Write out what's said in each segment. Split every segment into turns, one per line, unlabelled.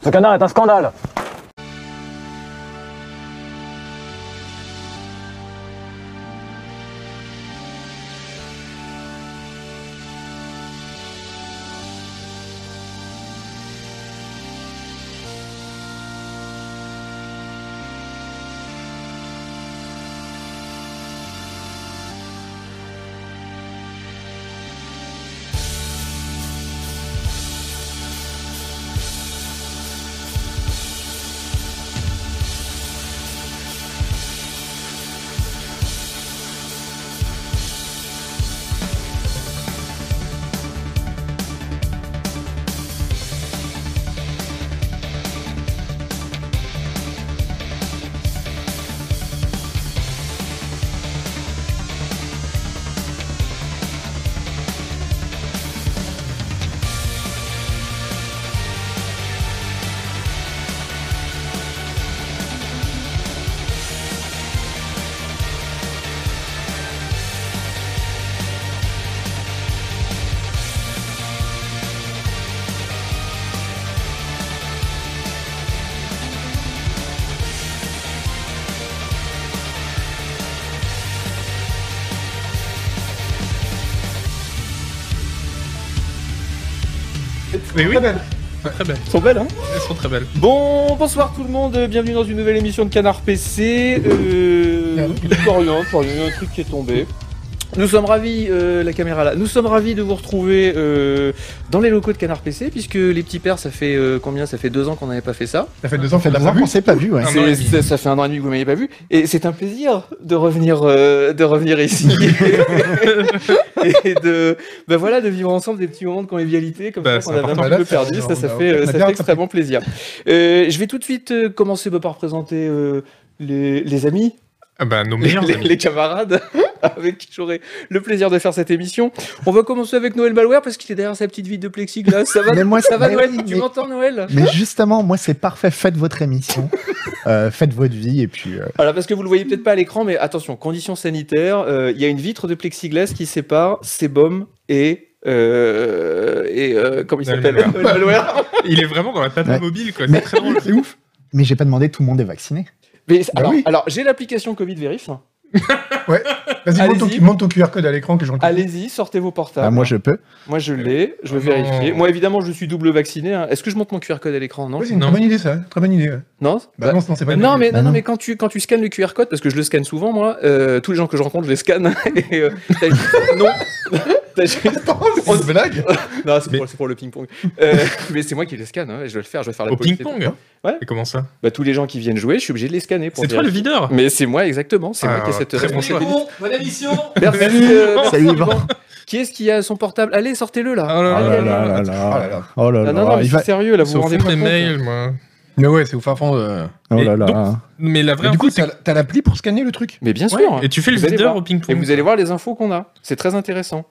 Ce canard est un scandale
Mais oui,
Très belle.
très belles.
Ils sont belles, hein
Elles sont très belles.
Bon, bonsoir tout le monde, euh, bienvenue dans une nouvelle émission de Canard PC. Euh, pour rien, pour rien, il y a eu un truc qui est tombé. Nous sommes ravis, euh, la caméra là, nous sommes ravis de vous retrouver euh, dans les locaux de Canard PC, puisque les petits pères, ça fait euh, combien Ça fait deux ans qu'on n'avait pas fait ça.
Ça fait deux ans
Ça fait
qu'on l'a
de la
pas
qu'on
vu.
s'est pas vu, ouais.
Un an
C'est-
et demi.
ça, ça fait un an et demi que vous m'avez pas vu, et c'est un plaisir de revenir, euh, de revenir ici et de, bah voilà, de vivre ensemble des petits moments de convivialité comme
Bah,
ça
c'est
qu'on avait un
important.
petit
Bah, là,
peu
ça,
perdu.
on
Ça, ça
a-
fait,
on a
euh, ça
bien
fait extrêmement plaisir. Euh, je vais tout de suite euh, commencer bah, par présenter euh, les, les amis,
Ah bah, nos
les,
meilleurs
les-
amis.
les camarades avec qui j'aurai le plaisir de faire cette émission. On va commencer avec Noël Malware parce qu'il est derrière sa petite vie de plexiglas. Ça va,
Mais moi,
ça va
mais
Noël
oui,
Tu
mais-
m'entends Noël
Mais justement, moi, c'est parfait. Faites votre émission, euh, faites votre vie, et puis.
Bah,
euh,
Alors parce que vous le voyez peut-être pas à l'écran, mais attention, conditions sanitaires, euh, il y a une vitre de plexiglas qui sépare Sebum et euh, et euh, comment il
Noël
s'appelle Noël Malware.
Il est vraiment dans la table
Ouais.
mobile, quoi. C'est
Mais-
très drôle.
C'est ouf. Mais j'ai pas demandé, tout le monde est vacciné.
Mais c'est-
Bah
alors,
oui.
alors, j'ai l'application Covid Vérif.
Vas-y, monte ton,
Allez-y.
monte ton QR code à l'écran que j'en
Allez-y, sortez vos portables.
Bah, moi, je peux.
Moi, je l'ai, je vais
Ah non.
vérifier. Moi évidemment je suis double vacciné. hein. Est-ce que je monte mon QR code à l'écran Non.
Oui, c'est une
Non.
très bonne idée, ça. Très bonne idée. ouais.
Non.
Bah, non, sinon, c'est pas une
Non
bonne idée.
mais,
Bah
non,
non.
mais quand tu quand tu scannes le QR code parce que je le scanne souvent moi euh, tous les gens que je rencontre je les scanne et euh, t'as juste- non t'as juste-
Attends, c'est une blague
non c'est
Mais-
pour, c'est pour le ping pong Euh, mais c'est moi qui les scanne hein, je vais le faire je vais faire la
Au
police et
ping-pong
Ouais.
Et comment ça
bah, tous les gens qui viennent jouer, je suis obligé de les scanner pour
C'est toi le
vérifier.
videur
Mais c'est moi exactement, c'est moi
Ah,
qui ai cette
très bon choix.
responsabilité.
bonne émission
Merci,
Merci,
euh,
Yvan.
merci,
Salut, Yvan.
Yvan. Qui est-ce qui a son portable Allez, sortez-le là.
Ah là
Allez,
là
allez, allez.
là
Ah là là.
Oh là
Non,
là.
non, non, mais
il va-
c'est sérieux là, vous
C'est
vous
au fond
rendez
de
pas
mes
compte.
mails, moi.
Mais ouais, c'est au fin fond. euh.
Oh
Et
là là.
donc- Mais la vraie
Mais du
info,
coup,
c'est
t'as t'as l'appli pour scanner le truc
Mais bien
Ouais.
sûr.
Et tu fais le
Vous allez
videur
voir.
au ping-pong.
Et vous allez voir les infos qu'on a. C'est très intéressant.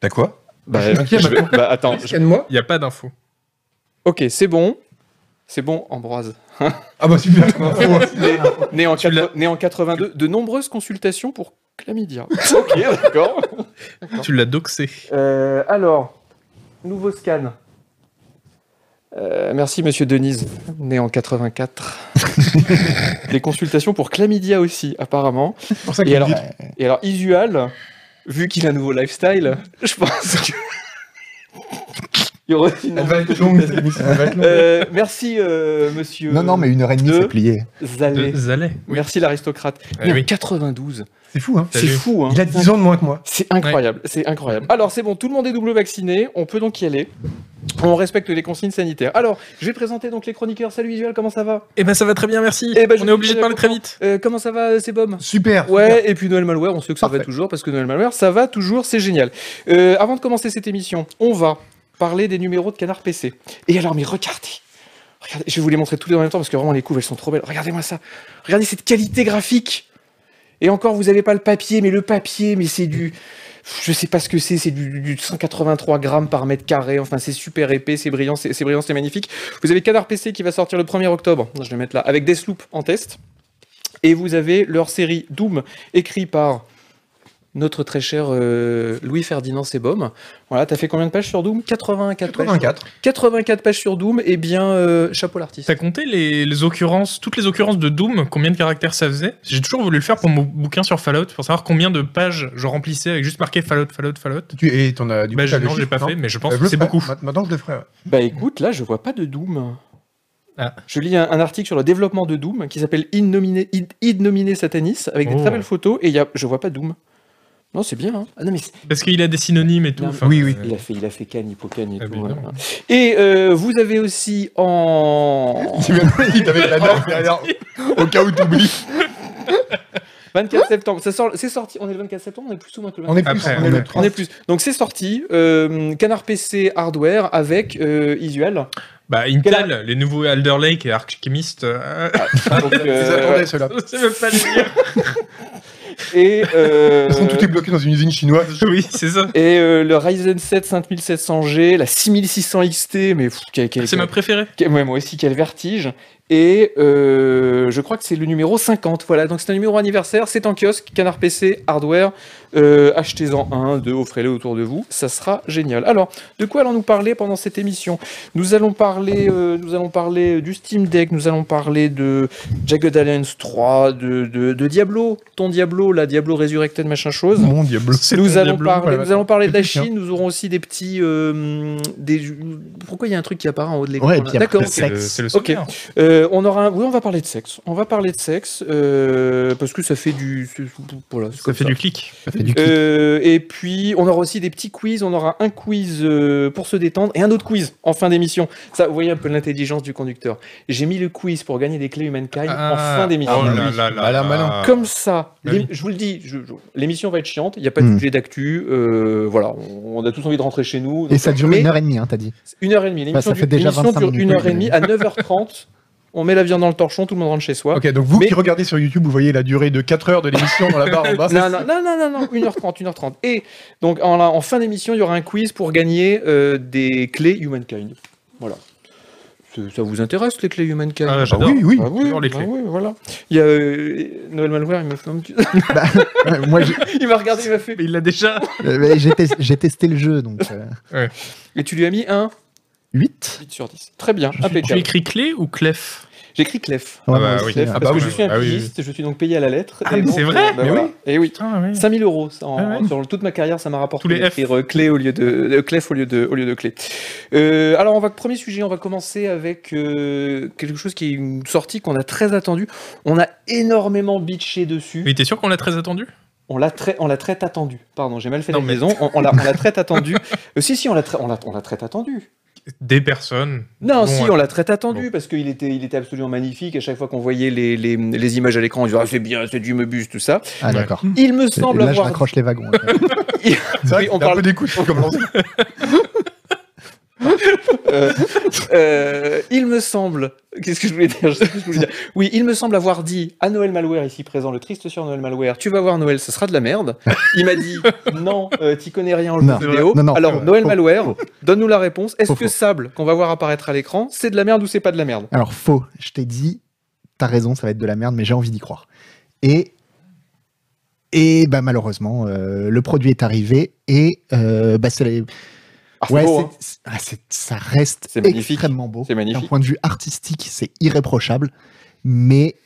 T'as quoi
Bah,
inquiet,
je vais- bah, attends. je-
Scanne-moi.
Il n'y a pas d'infos.
Ok, c'est bon. C'est bon, Ambroise.
Ah bah super.
Né en,
Ah, Tu l'as-
quatre- né en 82, de nombreuses consultations pour chlamydia. ok, d'accord.
Tu l'as doxé.
Euh, alors, nouveau scan. Euh, merci Monsieur Denise, né en 84. Des consultations pour chlamydia aussi, apparemment.
pour ça
Et alors, et alors Isual, vu qu'il a un nouveau lifestyle, je pense que... Il y aurait une
Elle va être longue, cette émission, elle va être longue.
Euh, merci euh, Monsieur
Non, non, mais une heure et demie,
Deux.
c'est plié.
Zalé.
De Zalais.
Merci l'aristocrate.
Eh
Il est en
oui.
92.
C'est fou, hein
T'as
C'est
vu
fou, hein.
Il a 10 ans de moins que moi.
C'est incroyable, c'est incroyable. Alors c'est bon, tout le monde est double vacciné, on peut donc y aller. On respecte les consignes sanitaires. Alors, je vais présenter donc les chroniqueurs. Salut Visual, comment ça va
Eh ben ça va très bien, merci.
Eh ben, je
On
vais
est obligé de
vous
parler très vite.
Euh, Comment ça va, euh, c'est Bob
Super. super.
Ouais, et puis Noël Malware, on sait que ça va
Parfait.
toujours, parce que Noël Malware, ça va toujours, c'est génial. Euh, avant de commencer cette émission, on va parler des numéros de Canard PC. Et alors, mais regardez Regardez, je vais vous les montrer tous les deux en même temps, parce que vraiment, les couves, elles sont trop belles. Regardez-moi ça Regardez cette qualité graphique Et encore, vous avez pas le papier, mais le papier, mais c'est du... Je sais pas ce que c'est, c'est du, du 183 grammes par mètre carré, enfin c'est super épais, c'est brillant, c'est c'est brillant, c'est magnifique. Vous avez Canard PC qui va sortir le 1er octobre, je vais le mettre là, avec Deathloop en test. Et vous avez leur série Doom écrit par notre très cher euh, Louis-Ferdinand Sebom. Voilà, t'as fait combien de pages sur Doom 84, pages.
84.
84 pages sur Doom, et bien, euh, chapeau l'artiste.
T'as compté les, les occurrences, toutes les occurrences de Doom, combien de caractères ça faisait J'ai toujours voulu le faire pour mon bouquin sur Fallout, pour savoir combien de pages je remplissais avec juste marqué Fallout, Fallout, Fallout.
Tu- Et t'en as du
bah,
coup,
je,
t'as le
non, j'ai
chiffre,
Bah, pas
non
fait, mais je
Euh,
pense
je
que
le
c'est
ferai.
beaucoup.
Ma- Maintenant, je le ferai. ouais.
Bah écoute, là, je vois pas de Doom.
Ah.
Je lis un, un article sur le développement de Doom qui s'appelle Innominé, In- Innominé Satanis, avec des
Oh.
très belles photos, et il y a, je vois pas Doom. Non, c'est bien. Hein. Ah non, mais c'est-
Parce qu'il a des synonymes et tout.
Non,
enfin, euh,
oui, oui.
il a fait, il a fait Cagne, Hippocagne et
Ah,
tout.
mais non.
voilà. Et euh, vous avez aussi en.
Tu m'as dit, t'avais la date derrière. Au cas où t'oublies.
24 septembre, ça sort- c'est sorti, on est le 24 septembre, on est plus ou moins que le 24
On est plus.
Après,
On
on
est
est
le
On
30.
est plus. Donc c'est sorti, euh, Canard PC Hardware avec euh, Isual.
Bah, Intel, les nouveaux Alder Lake et Alchemist. euh,
Donc,
Ils
euh,
attendaient cela.
je sais même pas le dire.
et euh,
De toute façon, tout est bloqué dans une usine chinoise.
Oui, c'est ça.
et euh, le Ryzen 7 5700G, la 6600 XT, mais pff, quel- quel-
Ah,
C'est ma préférée.
quel- ouais, moi aussi, quel vertige. Et euh, je crois que c'est le numéro 50. Voilà, donc c'est un numéro anniversaire, c'est en kiosque, Canard PC Hardware. Euh, Achetez-en un, deux, offrez-le autour de vous, ça sera génial. Alors, de quoi allons-nous parler pendant cette émission Nous allons parler, euh, nous allons parler du Steam Deck, nous allons parler de Jagged Alliance 3, de, de, de Diablo, ton Diablo, la Diablo Resurrected, machin chose.
Mon diable.
Nous allons, parler,
voilà.
nous allons parler de la
Plus rien.
Chine, nous aurons aussi des petits... euh, des... Pourquoi il y a un truc qui apparaît en haut de l'écran
Ouais, et
là
puis après,
D'accord,
le
ok.
C'est le,
Sexe.
c'est le
Ok.
sommaire.
Euh, on aura un- Oui, on va parler de sexe. On va parler de sexe, euh, parce que ça fait du... c'est- Voilà, c'est
Ça
comme
fait du clic.
Ça fait du clic.
Euh, et puis, on aura aussi des petits quiz. On aura un quiz euh, pour se détendre et un autre quiz en fin d'émission. Ça, vous voyez un peu l'intelligence du conducteur. J'ai mis le quiz pour gagner des clés Humankind en fin d'émission.
Oh
Ah
là
oui.
là là.
Malin, malin.
là.
Comme ça,
Ah
l'ém-
oui.
je vous le dis, je- je- l'émission va être chiante. Il n'y a pas de
Hmm.
sujet d'actu. euh, voilà, on, on a tous envie de rentrer chez nous.
Et
Donc,
ça dure une
mais
heure et demie, hein, t'as dit.
une heure et demie. L'émission
ça fait
dure-
déjà
l'émission
25
dure une heure et demie.
minutes.
À 9h30, on met la viande dans le torchon, tout le monde rentre chez soi.
Ok, donc vous
Mais-
qui regardez sur YouTube, vous voyez la durée de 4 heures de l'émission dans la barre en bas. Ah
Non, non, non, non, non, non, 1h30, 1h30. Et donc, en, en fin d'émission, il y aura un quiz pour gagner euh, des clés Humankind. Voilà. Ça- Ça vous intéresse, les clés Humankind
Ah,
Bah
j'adore.
oui, oui.
Ah oui,
j'adore les
ah
clés.
oui, voilà. Il y a euh, Noël Malware, il m'a fait un petit-
Ouais, Bah, Moi, j'ai-
il m'a regardé, il m'a fait.
Mais il l'a déjà.
euh, mais j'ai tes- j'ai testé le jeu, donc euh,
Et tu lui as mis un
8.
8 sur 10. Très bien,
Tu
impeccable.
écris clé ou clef
J'écris Clef.
Ah bah oui.
Clef,
hein.
Ah bah
parce que
oui,
je suis un
ah oui, oui.
pigiste, je suis donc payé à la lettre.
Ah,
Et
mais
donc,
c'est vrai
euh, bah
Mais
voilà.
oui.
Et oui.
Putain, ouais.
5000 euros. ça, en-
Ah ouais.
Sur toute ma carrière, ça m'a rapporté
Tous les
d'écrire, euh, clé au lieu de, de clef au lieu de, au lieu de clé. Euh, alors, on va premier sujet, on va commencer avec euh, quelque chose qui est une sortie qu'on a très attendue. On a énormément bitché dessus.
Mais t'es sûr qu'on l'a très attendu
On l'a très, on l'a très attendu. Pardon, j'ai mal fait la
Non, mais-
liaison. On, on l'a, on l'a très attendu. Euh, si si, on l'a, très- on l'a, on l'a très attendu.
Des personnes.
Non,
Bon,
si,
ouais.
on l'a très attendu
Bon.
parce qu'il était, il était absolument magnifique. À chaque fois qu'on voyait les, les, les images à l'écran, on disait ah, c'est bien, c'est du Mebus, tout ça.
Ah, d'accord.
Il me
Et
semble
Là, je
avoir
raccroche les wagons.
C'est
Oui,
vrai,
on parle-
on parle un peu d'écoute. faut commencer.
Euh, euh, il me semble. Qu'est-ce que je voulais dire Je sais plus ce que je voulais dire. Oui, il me semble avoir dit à Noël Malware, ici présent, le triste sur Noël Malware, tu vas voir Noël, ça sera de la merde. Il m'a dit, non, euh, t'y connais rien en jeu
Non,
vidéo.
non, non,
Alors,
faux,
Noël
faux,
Malware, donne-nous la réponse. Est-ce
Faux,
que
faux.
Sable, qu'on va voir apparaître à l'écran, c'est de la merde ou c'est pas de la merde
Alors, faux. Je t'ai dit, t'as raison, ça va être de la merde, mais j'ai envie d'y croire. Et. Et bah malheureusement, euh, le produit est arrivé et euh, bah, c'est la-
Ah, c'est
ouais,
beau,
c'est-
hein.
c'est- ah, c'est- ça reste
C'est magnifique.
extrêmement beau.
C'est magnifique.
D'un point de vue artistique, c'est irréprochable, mais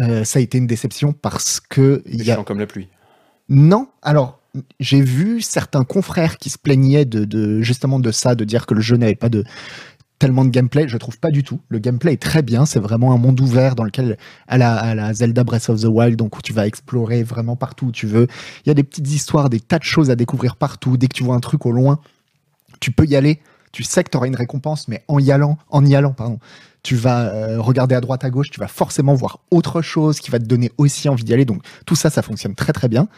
euh, ça a été une déception parce que il
C'est
y a
chiant comme la pluie.
Non, alors j'ai vu certains confrères qui se plaignaient de, de- justement de ça, de dire que le jeu n'avait pas de tellement de gameplay. Je trouve pas du tout. Le gameplay est très bien. C'est vraiment un monde ouvert dans lequel à la, à la Zelda Breath of the Wild, donc où tu vas explorer vraiment partout où tu veux. Il y a des petites histoires, des tas de choses à découvrir partout. Dès que tu vois un truc au loin, tu peux y aller. Tu sais que tu auras une récompense, mais en y allant, en y allant, pardon, tu vas euh, regarder à droite, à gauche, tu vas forcément voir autre chose qui va te donner aussi envie d'y aller. Donc tout ça, ça fonctionne très très bien.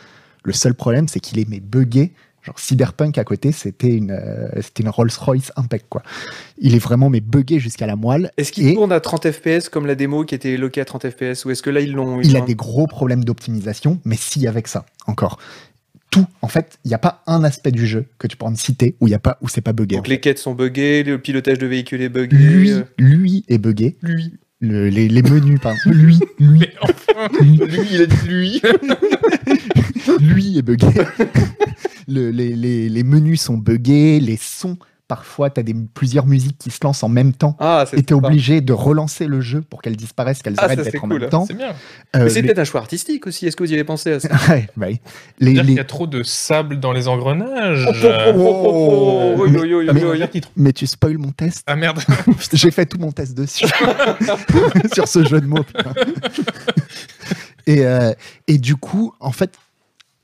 Le seul problème, c'est qu'il est mais buggé. Genre Cyberpunk à côté, c'était une, euh, c'était une Rolls-Royce impec quoi. Il est vraiment mais buggé jusqu'à la moelle.
Est-ce qu'il
Et-
tourne à 30 FPS comme la démo qui était loquée à 30 FPS ou est-ce que là ils l'ont eu
Il a
hein
des gros problèmes d'optimisation, mais si avec ça, encore. Tout, en fait, il n'y a pas un aspect du jeu que tu peux en citer où il y a pas où c'est pas buggé.
Donc les quêtes sont buggées, le pilotage de véhicule est buggé.
Lui,
euh,
lui est buggé.
lui.
Le- les,
oh,
les menus, pardon. lui, lui,
Mais enfin,
lui.
Lui, il a dit lui.
Lui est buggé. Le- les, les- les menus sont buggés, les sons. Parfois, t'as des plusieurs musiques qui se lancent en même temps.
Ah, c'est
Et t'es
sympa.
obligé de relancer le jeu pour qu'elles disparaissent, qu'elles
Ah,
arrêtent
ça,
d'être
c'est
en
cool.
même temps.
C'est bien.
Euh,
Mais c'est
les-
peut-être un choix artistique aussi. Est-ce que vous y avez pensé à ça
Ouais, bah oui. Les-
C'est-à-dire
les-
qu'il y a trop de sable dans les engrenages.
Oh, oh, oh, oh, oh, oh, oh, oh, oh,
mais-
oh, oh.
Mais tu spoil mon test.
Ah merde.
J'ai fait tout mon test dessus. Sur ce jeu de mots. putain. et, euh, et du coup, en fait,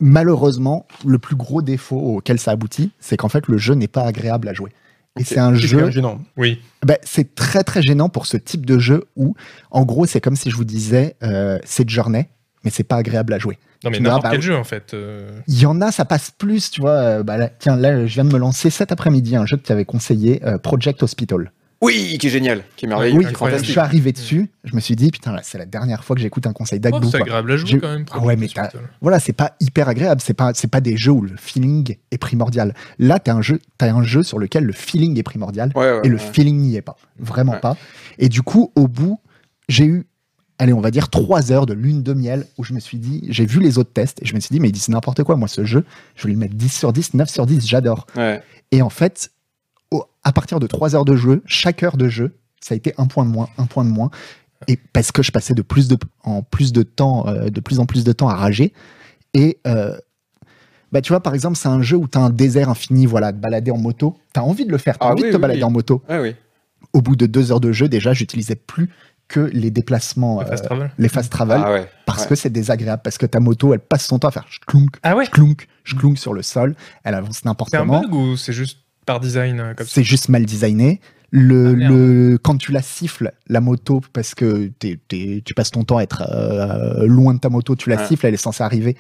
malheureusement, le plus gros défaut auquel ça aboutit, c'est qu'en fait, le jeu n'est pas agréable à jouer. Et c'est un
C'est
jeu.
bien gênant.
Oui.
Ben, c'est très très gênant pour ce type de jeu où, en gros, c'est comme si je vous disais euh, c'est de journée, mais c'est pas agréable à jouer.
Non mais
Tu me
n'importe
diras,
quel
bah,
jeu en fait. euh,
Il y en a, ça passe plus, tu vois. euh, bah là, tiens, là, je viens de me lancer cet après-midi un jeu que tu avais conseillé, euh, Project Hospital.
Oui, qui est génial, qui est merveilleux.
oui,
qui est
incroyable.
je
fantastique.
suis arrivé dessus, je me suis dit, putain, là, c'est la dernière fois que j'écoute un conseil
Mm. oh,
d'Agdou.
c'est
quoi.
agréable à jouer
J'ai-
quand même.
Ah ouais, mais
Project
t'as-
Hospital.
voilà, c'est pas hyper agréable, c'est pas, c'est pas des jeux où le feeling est primordial. Là, t'as un jeu, t'as un jeu sur lequel le feeling est primordial
Ouais, ouais,
et le
ouais.
feeling n'y est pas, vraiment
Ouais.
pas. Et du coup, au bout, j'ai eu, allez, on va dire trois heures de lune de miel où je me suis dit, j'ai vu les autres tests et je me suis dit, mais ils disent n'importe quoi, moi, ce jeu, je vais lui mettre 10 sur 10, 9 sur 10, j'adore.
Ouais.
Et en fait, au- à partir de 3 heures de jeu, chaque heure de jeu, ça a été un point de moins, un point de moins. Et parce que je passais de plus de, en plus de temps, euh, de plus en plus de temps à rager. Et euh, bah, tu vois, par exemple, c'est un jeu où tu as un désert infini, voilà, de balader en moto. Tu as envie de le faire, tu
Ah
envie
oui,
de te
oui,
balader
oui.
en moto.
Ah oui.
Au bout de 2 heures de jeu, déjà, j'utilisais plus que les déplacements,
Le fast
euh,
travel.
les fast travel,
Ah ouais.
parce
ouais.
que c'est désagréable, parce que ta moto, elle passe son temps à faire clunk,
Ah ouais.
clunk, clunk sur le sol, elle avance n'importe
C'est un
comment.
bug ou c'est juste par design euh, comme ça
C'est juste mal designé. Le,
Ah, merde.
le- quand tu la siffles, la moto, parce que t'es- t'es- tu passes ton temps à être euh, loin de ta moto, tu la
Ouais.
siffles, elle est censée arriver.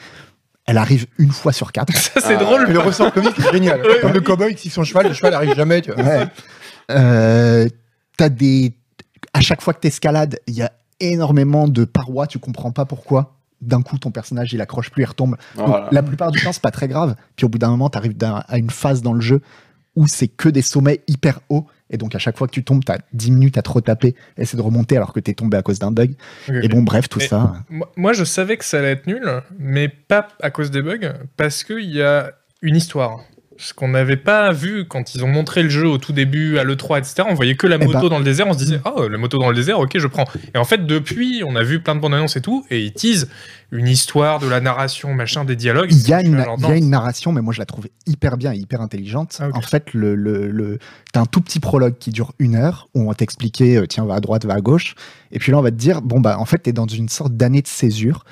Elle arrive une fois sur quatre.
Ça c'est
Ah,
drôle.
Et le ressort comique est génial.
Ouais,
Comme le cowboy qui son cheval, le cheval arrive jamais. Tu vois.
Ouais. Euh, t'as des... À chaque fois que t'escalades, il y a énormément de parois, tu comprends pas pourquoi. D'un coup, ton personnage, il accroche plus, il retombe. Donc,
Voilà.
La plupart du temps, c'est pas très grave. Puis au bout d'un moment, t'arrives d'un- à une phase dans le jeu où c'est que des sommets hyper hauts. Et donc à chaque fois que tu tombes, t'as 10 minutes à te retaper, essayer de remonter alors que t'es tombé à cause d'un bug.
Ok, ok.
Et bon, bref, tout
Mais-
ça. hein.
Moi- Moi, je savais que ça allait être nul, mais pas à cause des bugs, parce qu'il y a une histoire. Ce qu'on n'avait pas vu quand ils ont montré le jeu au tout début à l'E3, etc. On voyait que la
ben.
moto dans le désert, on se disait, oh, la moto dans le désert, ok, je prends. Et en fait, depuis, on a vu plein de bandes annonces et tout, et ils teasent une histoire de la narration, machin, des dialogues.
Il y, a
Je suis
une,
genre,
il y
non,
a une narration, mais moi je la trouve hyper bien et hyper intelligente.
Ah, ok.
En fait, le, le, le- t'as un tout petit prologue qui dure une heure où on va t'expliquer, euh, tiens, va à droite, va à gauche. Et puis là, on va te dire, bon, bah en fait, t'es dans une sorte d'année de césure.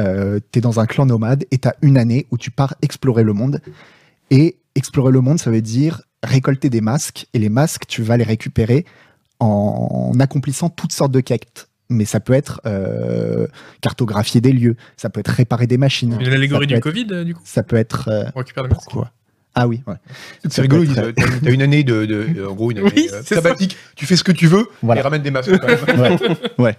Euh, t'es dans un clan nomade et t'as une année où tu pars explorer le monde. Et explorer le monde, ça veut dire récolter des masques. Et les masques, tu vas les récupérer en accomplissant toutes sortes de quêtes. Mais ça peut être euh, cartographier des lieux, ça peut être réparer des machines.
une allégorie
ça
du
peut être-
Covid, euh, du coup.
ça peut être. euh,
On récupère les masques.
pourquoi Ah oui, ouais.
C'est rigolo.
peut
ils
être-
disent, T'as t'as une année de, de- de- en gros, une année
Oui,
euh,
c'est
sabbatique. Tu fais ce que tu veux.
Voilà.
Et ramène des masques. Quand même.
Ouais, ouais.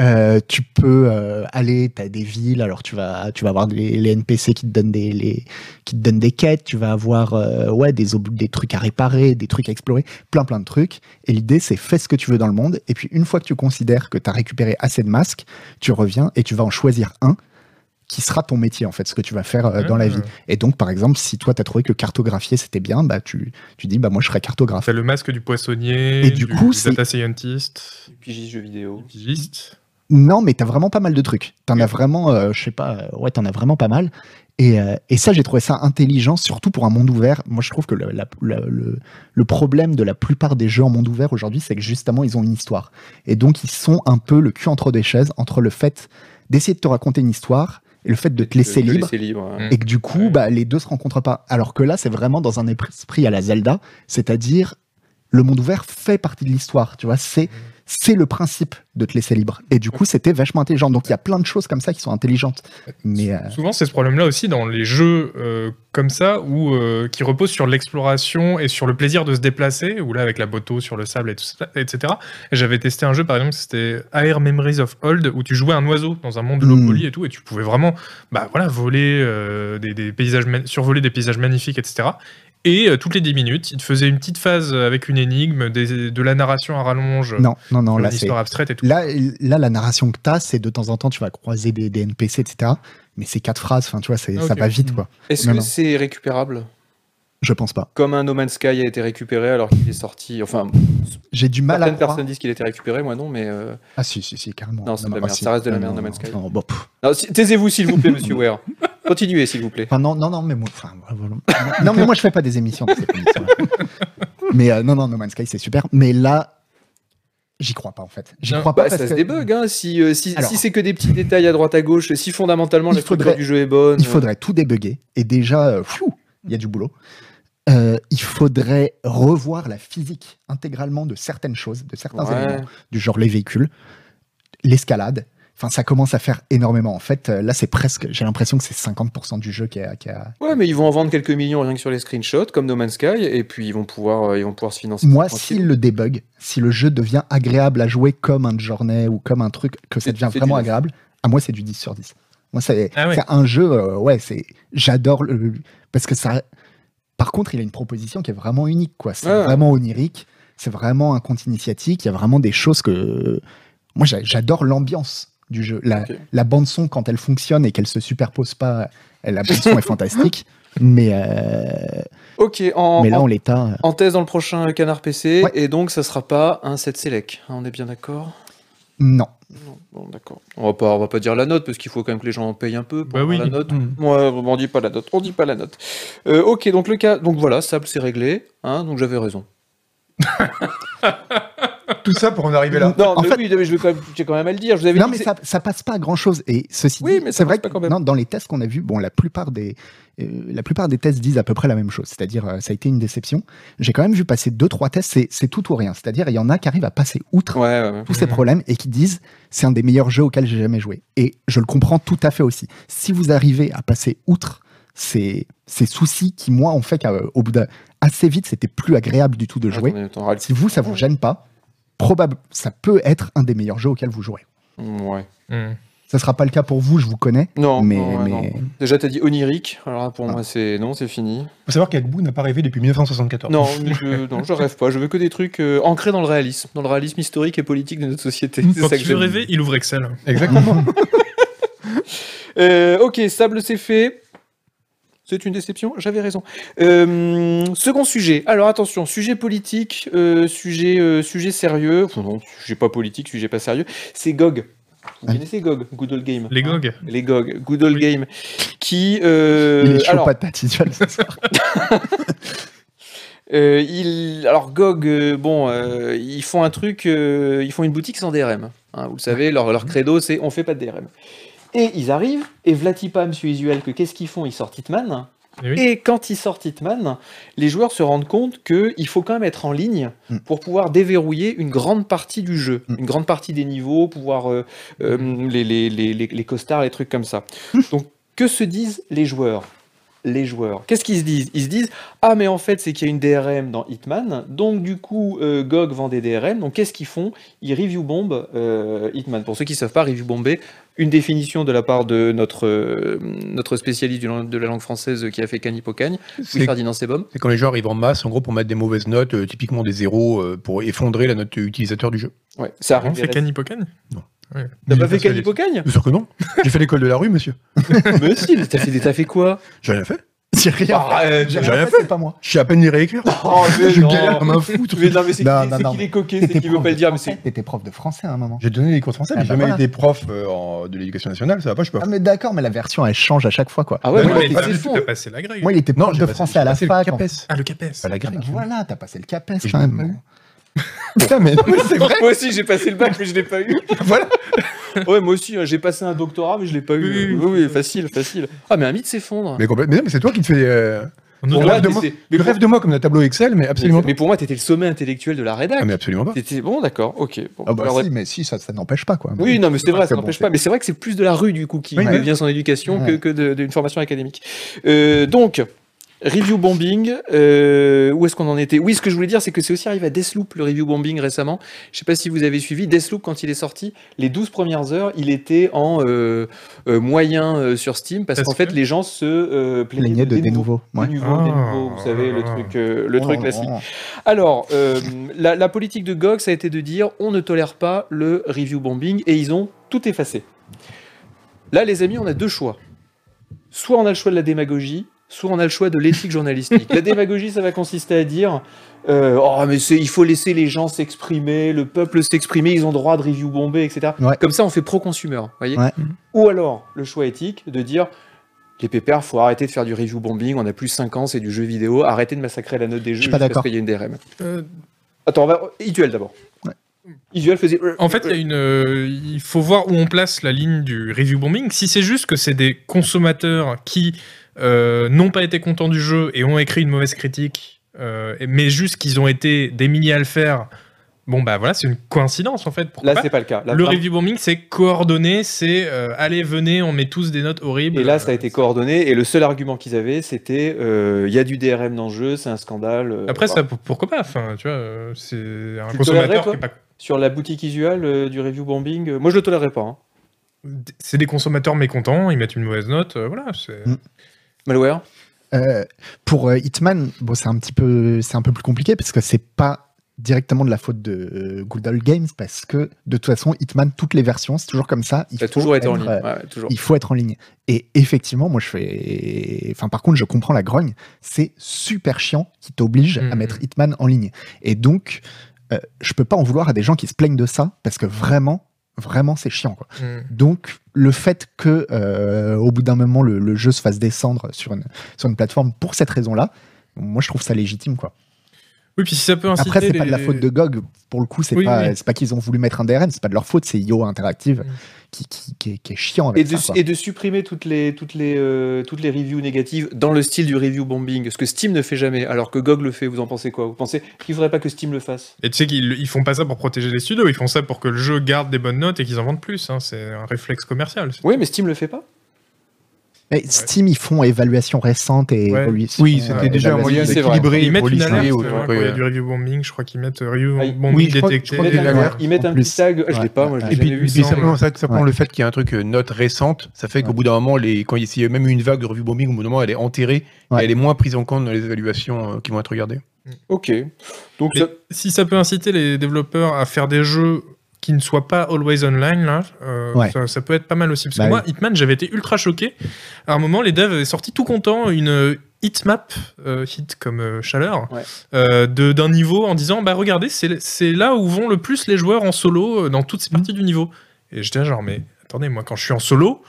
Euh, tu peux euh, aller, tu as des villes, alors tu vas, tu vas avoir des- les NPC qui te donnent des, les- qui te donnent des quêtes, tu vas avoir euh, ouais, des, ob- des trucs à réparer, des trucs à explorer, plein plein de trucs. Et l'idée, c'est fais ce que tu veux dans le monde. Et puis une fois que tu considères que tu as récupéré assez de masques, tu reviens et tu vas en choisir un qui sera ton métier en fait, ce que tu vas faire euh, dans la
Mmh.
vie. Et donc par exemple, si toi tu as trouvé que cartographier c'était bien, bah tu, tu dis bah moi je serai cartographe.
T'as le masque du poissonnier,
Et du coup, c'est-
data scientist,
Pigiste jeux vidéo.
pigiste.
Non, mais t'as vraiment pas mal de trucs. T'en as vraiment, euh, je sais pas, euh, ouais, t'en as vraiment pas mal. Et, euh, et ça, j'ai trouvé ça intelligent, surtout pour un monde ouvert. Moi, je trouve que le, la- la- le- le problème de la plupart des jeux en monde ouvert aujourd'hui, c'est que justement, ils ont une histoire. Et donc, ils sont un peu le cul entre des chaises, entre le fait d'essayer de te raconter une histoire et le fait de te laisser
De- de
libre.
laisser libre. Mm. ouais.
Et que du coup,
Ouais.
bah, les deux se rencontrent pas. Alors que là, c'est vraiment dans un esprit à la Zelda, c'est-à-dire le monde ouvert fait partie de l'histoire, tu vois.
Mm.
C'est c'est le principe de te laisser libre. Et du coup, c'était vachement intelligent. Donc il y a plein de choses comme ça qui sont intelligentes. Mais euh,
Souvent, c'est ce problème-là aussi dans les jeux euh, comme ça, où, euh, qui reposent sur l'exploration et sur le plaisir de se déplacer, ou là avec la moto sur le sable et tout ça, etc. Et J'avais testé un jeu, par exemple, c'était Air Memories of Old, où tu jouais un oiseau dans un monde
Mm.
low poly et tout, et tu pouvais vraiment bah, voilà, voler euh, des, des paysages, ma- survoler des paysages magnifiques, etc. Et euh, toutes les 10 minutes, il te faisait une petite phase avec une énigme, des- de la narration à rallonge,
non, non, non,
sur
là
une
c'est
histoire abstraite et tout.
là, là la narration que t'as, c'est de temps en temps tu vas croiser des, des NPC, etc. mais c'est quatre phrases, enfin, tu vois,
Ah,
c'est- ça
Ok.
va vite, quoi.
Est-ce
Non,
que
non.
c'est récupérable
Je pense pas.
Comme un No Man's Sky a été récupéré alors qu'il est sorti. Enfin,
J'ai du mal à
certaines
croire.
personnes disent qu'il a été récupéré, moi non, mais. euh,
Ah si, si, si, carrément.
Non, c'est de la
bah,
merde,
si.
ça reste de la
Non,
merde,
non,
No Man's Sky.
non, bon, pff.
non, si- Taisez-vous, s'il vous plaît, monsieur Ware. Continuez, s'il vous plaît.
Enfin, non, non, non, mais moi, enfin, voilà. non, mais moi, je fais pas des émissions. dans cette émission. mais euh, non, non, No Man's Sky, c'est super. Mais là, j'y crois pas en fait. J'y
Non,
crois pas
Bah,
parce
ça se
que
débug, hein. Si, euh, si,
Alors.
si c'est que des petits détails à droite à gauche, si fondamentalement
Il
la structure
faudrait-
du jeu est euh, bonne.
il faudrait tout débugger et déjà, euh, pfiou, il y a du boulot. Euh, il faudrait revoir la physique intégralement de certaines choses, de certains
Ouais.
éléments, du genre les véhicules, l'escalade. Enfin, ça commence à faire énormément. En fait, euh, là, c'est presque. J'ai l'impression que c'est 50% du jeu qui a, qui a-
Ouais, mais ils vont en vendre quelques millions rien que sur les screenshots, comme No Man's Sky, et puis ils vont pouvoir, euh, ils vont pouvoir se financer.
Moi,
tranquille.
s'il le débug, si le jeu devient agréable à jouer comme un journey ou comme un truc, que
C'est-
ça devient
c'est du
vraiment
neuf.
agréable, à moi, c'est du 10 sur 10. Moi, c'est
Ah ouais.
c'est un jeu, euh, ouais, c'est j'adore le. Parce que ça. Par contre, il a une proposition qui est vraiment unique, quoi. C'est
Ouais.
vraiment onirique, c'est vraiment un conte initiatique, il y a vraiment des choses que. Moi, j'a- j'adore l'ambiance du jeu. La,
Ok.
la bande-son, quand elle fonctionne et qu'elle se superpose pas, la bande-son est fantastique. Mais, euh,
Ok, en,
mais là,
en-
en l'état. euh,
en thèse dans le prochain Canard PC,
Ouais.
et donc ça sera pas un 7 select. hein, on est bien d'accord
Non.
Non, bon, d'accord. On va pas, on va pas dire la note parce qu'il faut quand même que les gens en payent un peu pour
Bah oui.
avoir la note.
Mm.
Ouais, on dit pas la note, on dit pas la note. Euh, ok, donc le cas, donc voilà, sable c'est réglé, hein, donc j'avais raison.
Tout ça pour en arriver là.
Non,
En
mais
fait-
oui, mais je vais quand même, j'ai quand même à le dire. Je vous avais
Non,
dit
mais
que
ça, ça passe pas à grand chose. Et ceci
Oui,
dit,
mais ça
c'est vrai
passe pas
que
quand même.
non, dans les tests qu'on a vus, bon, la plupart des, euh, la plupart des tests disent à peu près la même chose. C'est-à-dire, euh, ça a été une déception. J'ai quand même vu passer deux, trois tests. c'est- C'est tout ou rien. C'est-à-dire, il y en a qui arrivent à passer outre
c'est- Ouais, ouais, ouais.
tous ces
Mhm.
problèmes et qui disent c'est un des meilleurs jeux auxquels j'ai jamais joué. Et je le comprends tout à fait aussi. Si vous arrivez à passer outre ces, ces soucis qui, moi, ont fait qu'au bout d'un assez vite, c'était plus agréable du tout de jouer.
Attendez, attends, râle-
Si vous, ça vous gêne pas, probable, ça peut être un des meilleurs jeux auxquels vous jouerez.
Ouais.
Mm.
Ça sera pas le cas pour vous, je vous connais.
Non,
mais,
non, ouais,
mais-
non. Déjà, t'as dit onirique. Alors là, pour
Ah.
moi, c'est non, c'est fini.
Faut savoir qu'Agbou n'a pas rêvé depuis 1974.
Non, je, non, je rêve pas. Je veux que des trucs euh, ancrés dans le réalisme, dans le réalisme historique et politique de notre société. C'est
Quand
ça que
tu veux
j'aime.
rêver, il ouvre Excel.
Exactement.
Euh, ok, sable, c'est fait. C'est une déception, j'avais raison. Euh, second sujet. Alors attention, sujet politique, euh, sujet, euh, sujet sérieux. Enfin, non, sujet pas politique, sujet pas sérieux. C'est GOG. Vous
Ah.
connaissez GOG, Good Old Game.
Les GOG.
Les GOG, Good Old
Oui.
Game. Qui. euh,
il est chaud
alors,
patate, il va le sortir.
Euh, il... Alors GOG, euh, bon, euh, ils font un truc, euh, ils font une boutique sans DRM. hein, vous le savez, leur, leur credo c'est on fait pas de DRM. Et ils arrivent, et Vlatipa, monsieur Isuel, que qu'est-ce qu'ils font Ils sortent Hitman.
Eh oui.
Et quand ils sortent Hitman, les joueurs se rendent compte qu'il faut quand même être en ligne
Mm.
pour pouvoir déverrouiller une grande partie du jeu,
Mm.
une grande partie des niveaux, pouvoir euh, euh, les, les, les, les, les costards, les trucs comme ça.
Mm.
Donc que se disent les joueurs les joueurs. Qu'est-ce qu'ils se disent Ils se disent ah mais en fait c'est qu'il y a une DRM dans Hitman, donc du coup euh, GOG vend des DRM, donc qu'est-ce qu'ils font Ils review bombent euh, Hitman. Pour ceux qui ne savent pas, review bomber, une définition de la part de notre, euh, notre spécialiste du lang- de la langue française euh, qui a fait Cani Pocagne, oui,
C'est
Ferdinand Sebum.
c'est quand les gens arrivent en masse, en gros, pour mettre des mauvaises notes, euh, typiquement des zéros, euh, pour effondrer la note utilisateur du jeu.
Ouais, ça
On
arrive.
fait Canipocagne
Non.
Ouais.
T'as
Il
pas
est
fait
persuadé.
Cani Pocagne
Bien sûr que non. J'ai fait l'école de la rue, monsieur.
Mais si, mais t'as fait, t'as fait quoi
J'ai rien fait.
J'ai rien.
Arrête
J'ai
j'ai
rien
rien
fait, c'est pas moi.
Je sais à peine lire et écrire.
Oh, mais
Je
non.
galère comme un fou. tout
Mais non, mais c'est qu'il
Non,
est-
non,
c'est
non,
qu'il
mais
est coquet, c'est qu'il veut pas le dire, mais c'est
Eh, T'étais prof de français à un moment.
J'ai donné des cours de français,
Ah
mais j'ai
bah
jamais
voilà.
été prof euh, en- de l'éducation nationale, ça va pas, je peux
Ah mais d'accord, mais la version elle change à chaque fois quoi.
Ah ouais,
Bah
mais
non,
c'est
mais t'as-
faux.
t'as passé la grille.
Moi il était
Ah, Non,
prof
j'ai
de
passé-
français à
j'ai
la
passé le
fac. en-
CAPES,
Ah, le CAPES.
pas la grecque.
Voilà, t'as passé le CAPES
Et je
quand
l'ai
même.
Putain, mais non, mais c'est vrai.
Moi aussi, j'ai passé le bac, mais je l'ai pas eu.
Voilà.
Ouais, moi aussi, euh, j'ai passé un doctorat, mais je l'ai pas eu.
Oui, oui,
Oui, oui, facile, facile. Ah, mais un mythe s'effondre.
Mais, complète- mais non, mais c'est toi qui te fais. euh,
On
Pour
ouvre
moi,
rêve de
t'es-
moi.
c'est- mais
Le
pour-
rêve de moi comme un tableau Excel, mais absolument pas.
Mais pour moi, t'étais le sommet intellectuel de la rédac.
Ah, mais absolument pas.
T'étais bon, d'accord, ok. bon,
Ah bah
alors,
si, mais si, ça, ça n'empêche pas quoi.
Oui, non, mais c'est vrai,
que
ça
bon,
n'empêche
c'est-
pas. Mais c'est vrai que c'est plus de la rue, du coup, qui
Oui,
devient son éducation que-
Ouais.
que, de- d'une formation académique. Euh, donc, review bombing, euh, où est-ce qu'on en était Oui, ce que je voulais dire, c'est que c'est aussi arrivé à Deathloop, le review bombing récemment. Je sais pas si vous avez suivi. Deathloop, quand il est sorti, les 12 premières heures, il était en euh, euh, moyen euh, sur Steam, parce
Parce
qu'en fait,
que
les gens se euh, plaignaient
Plaignait de des nouveaux.
Des
Ouais.
nouveaux, des
Ah.
nouveaux, vous savez, le truc, euh, le truc
Oh,
classique.
oh,
Alors, euh, la, la politique de GOG, ça a été de dire on ne tolère pas le review bombing et ils ont tout effacé. Là, les amis, on a deux choix. soit on a le choix de la démagogie, soit on a le choix de l'éthique journalistique. la démagogie, ça va consister à dire euh, Oh, mais c'est- il faut laisser les gens s'exprimer, le peuple s'exprimer, ils ont droit de review bombées, etc.
Ouais.
Comme ça, on fait pro-consumer. voyez
Ouais.
Ou alors, le choix éthique de dire Les pépères, faut arrêter de faire du review bombing, on a plus 5 ans, c'est du jeu vidéo, arrêtez de massacrer la note des jeux
suis pas
juste
d'accord.
parce qu'il y a une DRM.
Euh,
Attends, on va. Ituel d'abord.
Ouais.
Ituel faisait.
En fait, il, y a une, euh, il faut voir où on place la ligne du review bombing. Si c'est juste que c'est des consommateurs qui euh, n'ont pas été contents du jeu et ont écrit une mauvaise critique, euh, mais juste qu'ils ont été des milliers à le faire, bon bah voilà, c'est une coïncidence en fait. pourquoi
Là,
pas.
c'est pas le cas. Là,
le
vraiment-
review bombing, c'est coordonné, c'est euh, allez, venez, on met tous des notes horribles.
Et là, ça a été
Euh,
coordonné. Et le seul argument qu'ils avaient, c'était euh, il y a du DRM dans le jeu, c'est un scandale. euh,
Après,
voilà.
ça, pour- pourquoi pas Enfin, tu vois, euh, c'est un
Tu tolérerais,
consommateur
toi
qui est pas-
Sur la boutique usual euh, du review bombing, euh, moi je le tolérerais pas. hein.
C'est des consommateurs mécontents, ils mettent une mauvaise note, euh, voilà. c'est-
Mm.
Malware
Euh, pour euh, Hitman, bon, c'est un petit peu, c'est un peu plus compliqué parce que c'est pas directement de la faute de euh, Good Old Games parce que de toute façon, Hitman, toutes les versions, c'est toujours comme ça. Il
Ça a
faut
toujours été en
être,
ligne.
euh,
ouais, toujours.
il faut être en ligne. Et effectivement, moi, je fais. Enfin, par contre, je comprends la grogne. C'est super chiant qui t'oblige à
Mhm.
mettre Hitman en ligne. Et donc, euh, je peux pas en vouloir à des gens qui se plaignent de ça parce que vraiment, vraiment, c'est chiant. Quoi.
Mm.
Donc, le fait que, euh, au bout d'un moment, le, le jeu se fasse descendre sur une, sur une plateforme pour cette raison-là, moi, je trouve ça légitime. Quoi.
Oui, puis si ça peut inciter.
Après, c'est pas de la
les-
faute de GOG. Pour le coup, c'est
Oui,
pas,
oui.
c'est pas qu'ils ont voulu mettre un DRM, c'est pas de leur faute, c'est IO Interactive
Mhm.
qui, qui, qui est, qui est chiant avec
Et de,
ça. quoi.
et de supprimer toutes les, toutes, les, euh, toutes les reviews négatives dans le style du review bombing, ce que Steam ne fait jamais, alors que GOG le fait. Vous en pensez quoi Vous pensez qu'il faudrait pas que Steam le fasse
Et tu sais qu'ils ils font pas ça pour protéger les studios, ils font ça pour que le jeu garde des bonnes notes et qu'ils en vendent plus. hein. C'est un réflexe commercial. c'est-
Oui, mais Steam le fait pas.
Mais Steam, ils font évaluation récente et
Ouais.
évolution,
Oui,
euh,
c'était déjà un
évaluation
moyen
des-
c'est vrai.
d'équilibrer
Ils mettent
pour
une alerte
licencier,
euh,
ouais,
quand
ouais,
il y a
ouais.
du review bombing, je crois qu'ils mettent euh, review
Ah,
bombing
oui, je crois- je
détecté.
Ils
crois
mettent
qu'il y a
un-
la merde,
Ils mettent
en
un
plus.
petit tag. Je l'ai
Ouais,
pas, moi je
ouais.
l'ai
Et puis,
jamais vu.
puis
sans-
ça-
simplement, ça, simplement
Ouais.
le fait qu'il y a un truc euh, note récente, ça fait qu'au
Ouais.
bout d'un moment, les, quand il s'il y a même eu une vague de revue bombing, au bout d'un moment, elle est enterrée
Ouais.
et elle est moins prise en compte dans les évaluations euh, qui vont être regardées.
Ok. Donc
Mais
ça-
Si ça peut inciter les développeurs à faire des jeux qui ne soient pas always online, là, euh,
Ouais.
ça, ça peut être pas mal aussi. Parce
Bah
que moi, Hitman, j'avais été ultra choqué. À un moment, les devs avaient sorti tout content une euh, hitmap, euh, hit comme euh, chaleur,
Ouais.
euh, de- d'un niveau en disant Bah regardez, c'est c'est là où vont le plus les joueurs en solo euh, dans toutes ces
Mhm.
parties du niveau. Et j'étais genre, mais attendez, moi, quand je suis en solo,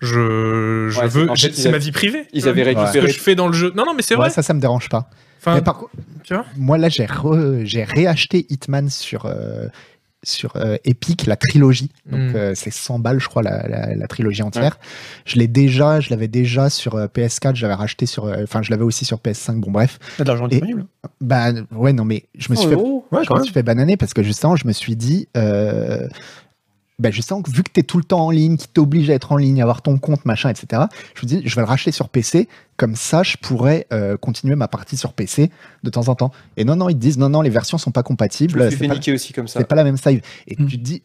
je, je
Ouais,
veux.
en fait,
j'ai-
ils
C'est ma
avaient-
vie privée.
ils avaient
Ce que
récupéré
je fais dans le jeu. Non, non, mais c'est
Ouais,
vrai.
ça, ça me dérange pas.
Enfin,
Mais par contre,
tu vois
moi, là, j'ai re- j'ai réacheté Hitman sur, euh, sur euh, Epic, la trilogie. Donc,
Mm.
euh, c'est 100 balles, je crois, la, la- la trilogie entière. Je l'ai déjà, je l'avais déjà sur euh, PS4, j'avais racheté sur. euh, Enfin, je l'avais aussi sur PS5, bon, bref.
T'as de l'argent
Et- disponible Bah, ouais, non, mais je me suis
Oh,
fait
gros.
Ouais,
je me suis fait bananer parce que justement, je me suis dit, euh, bah justement, vu que tu es tout le temps en ligne, qui t'oblige à être en ligne, à avoir ton compte, machin, etc., je me dis, je vais le racheter sur PC, comme ça, je pourrais euh, continuer ma partie sur PC de temps en temps. Et non, non, ils te disent, non, non, les versions sont pas
Je me
compatibles,
suis
c'est
fait
pas,
niquer aussi comme ça.
c'est pas la même save. Et
Hmm.
tu te dis,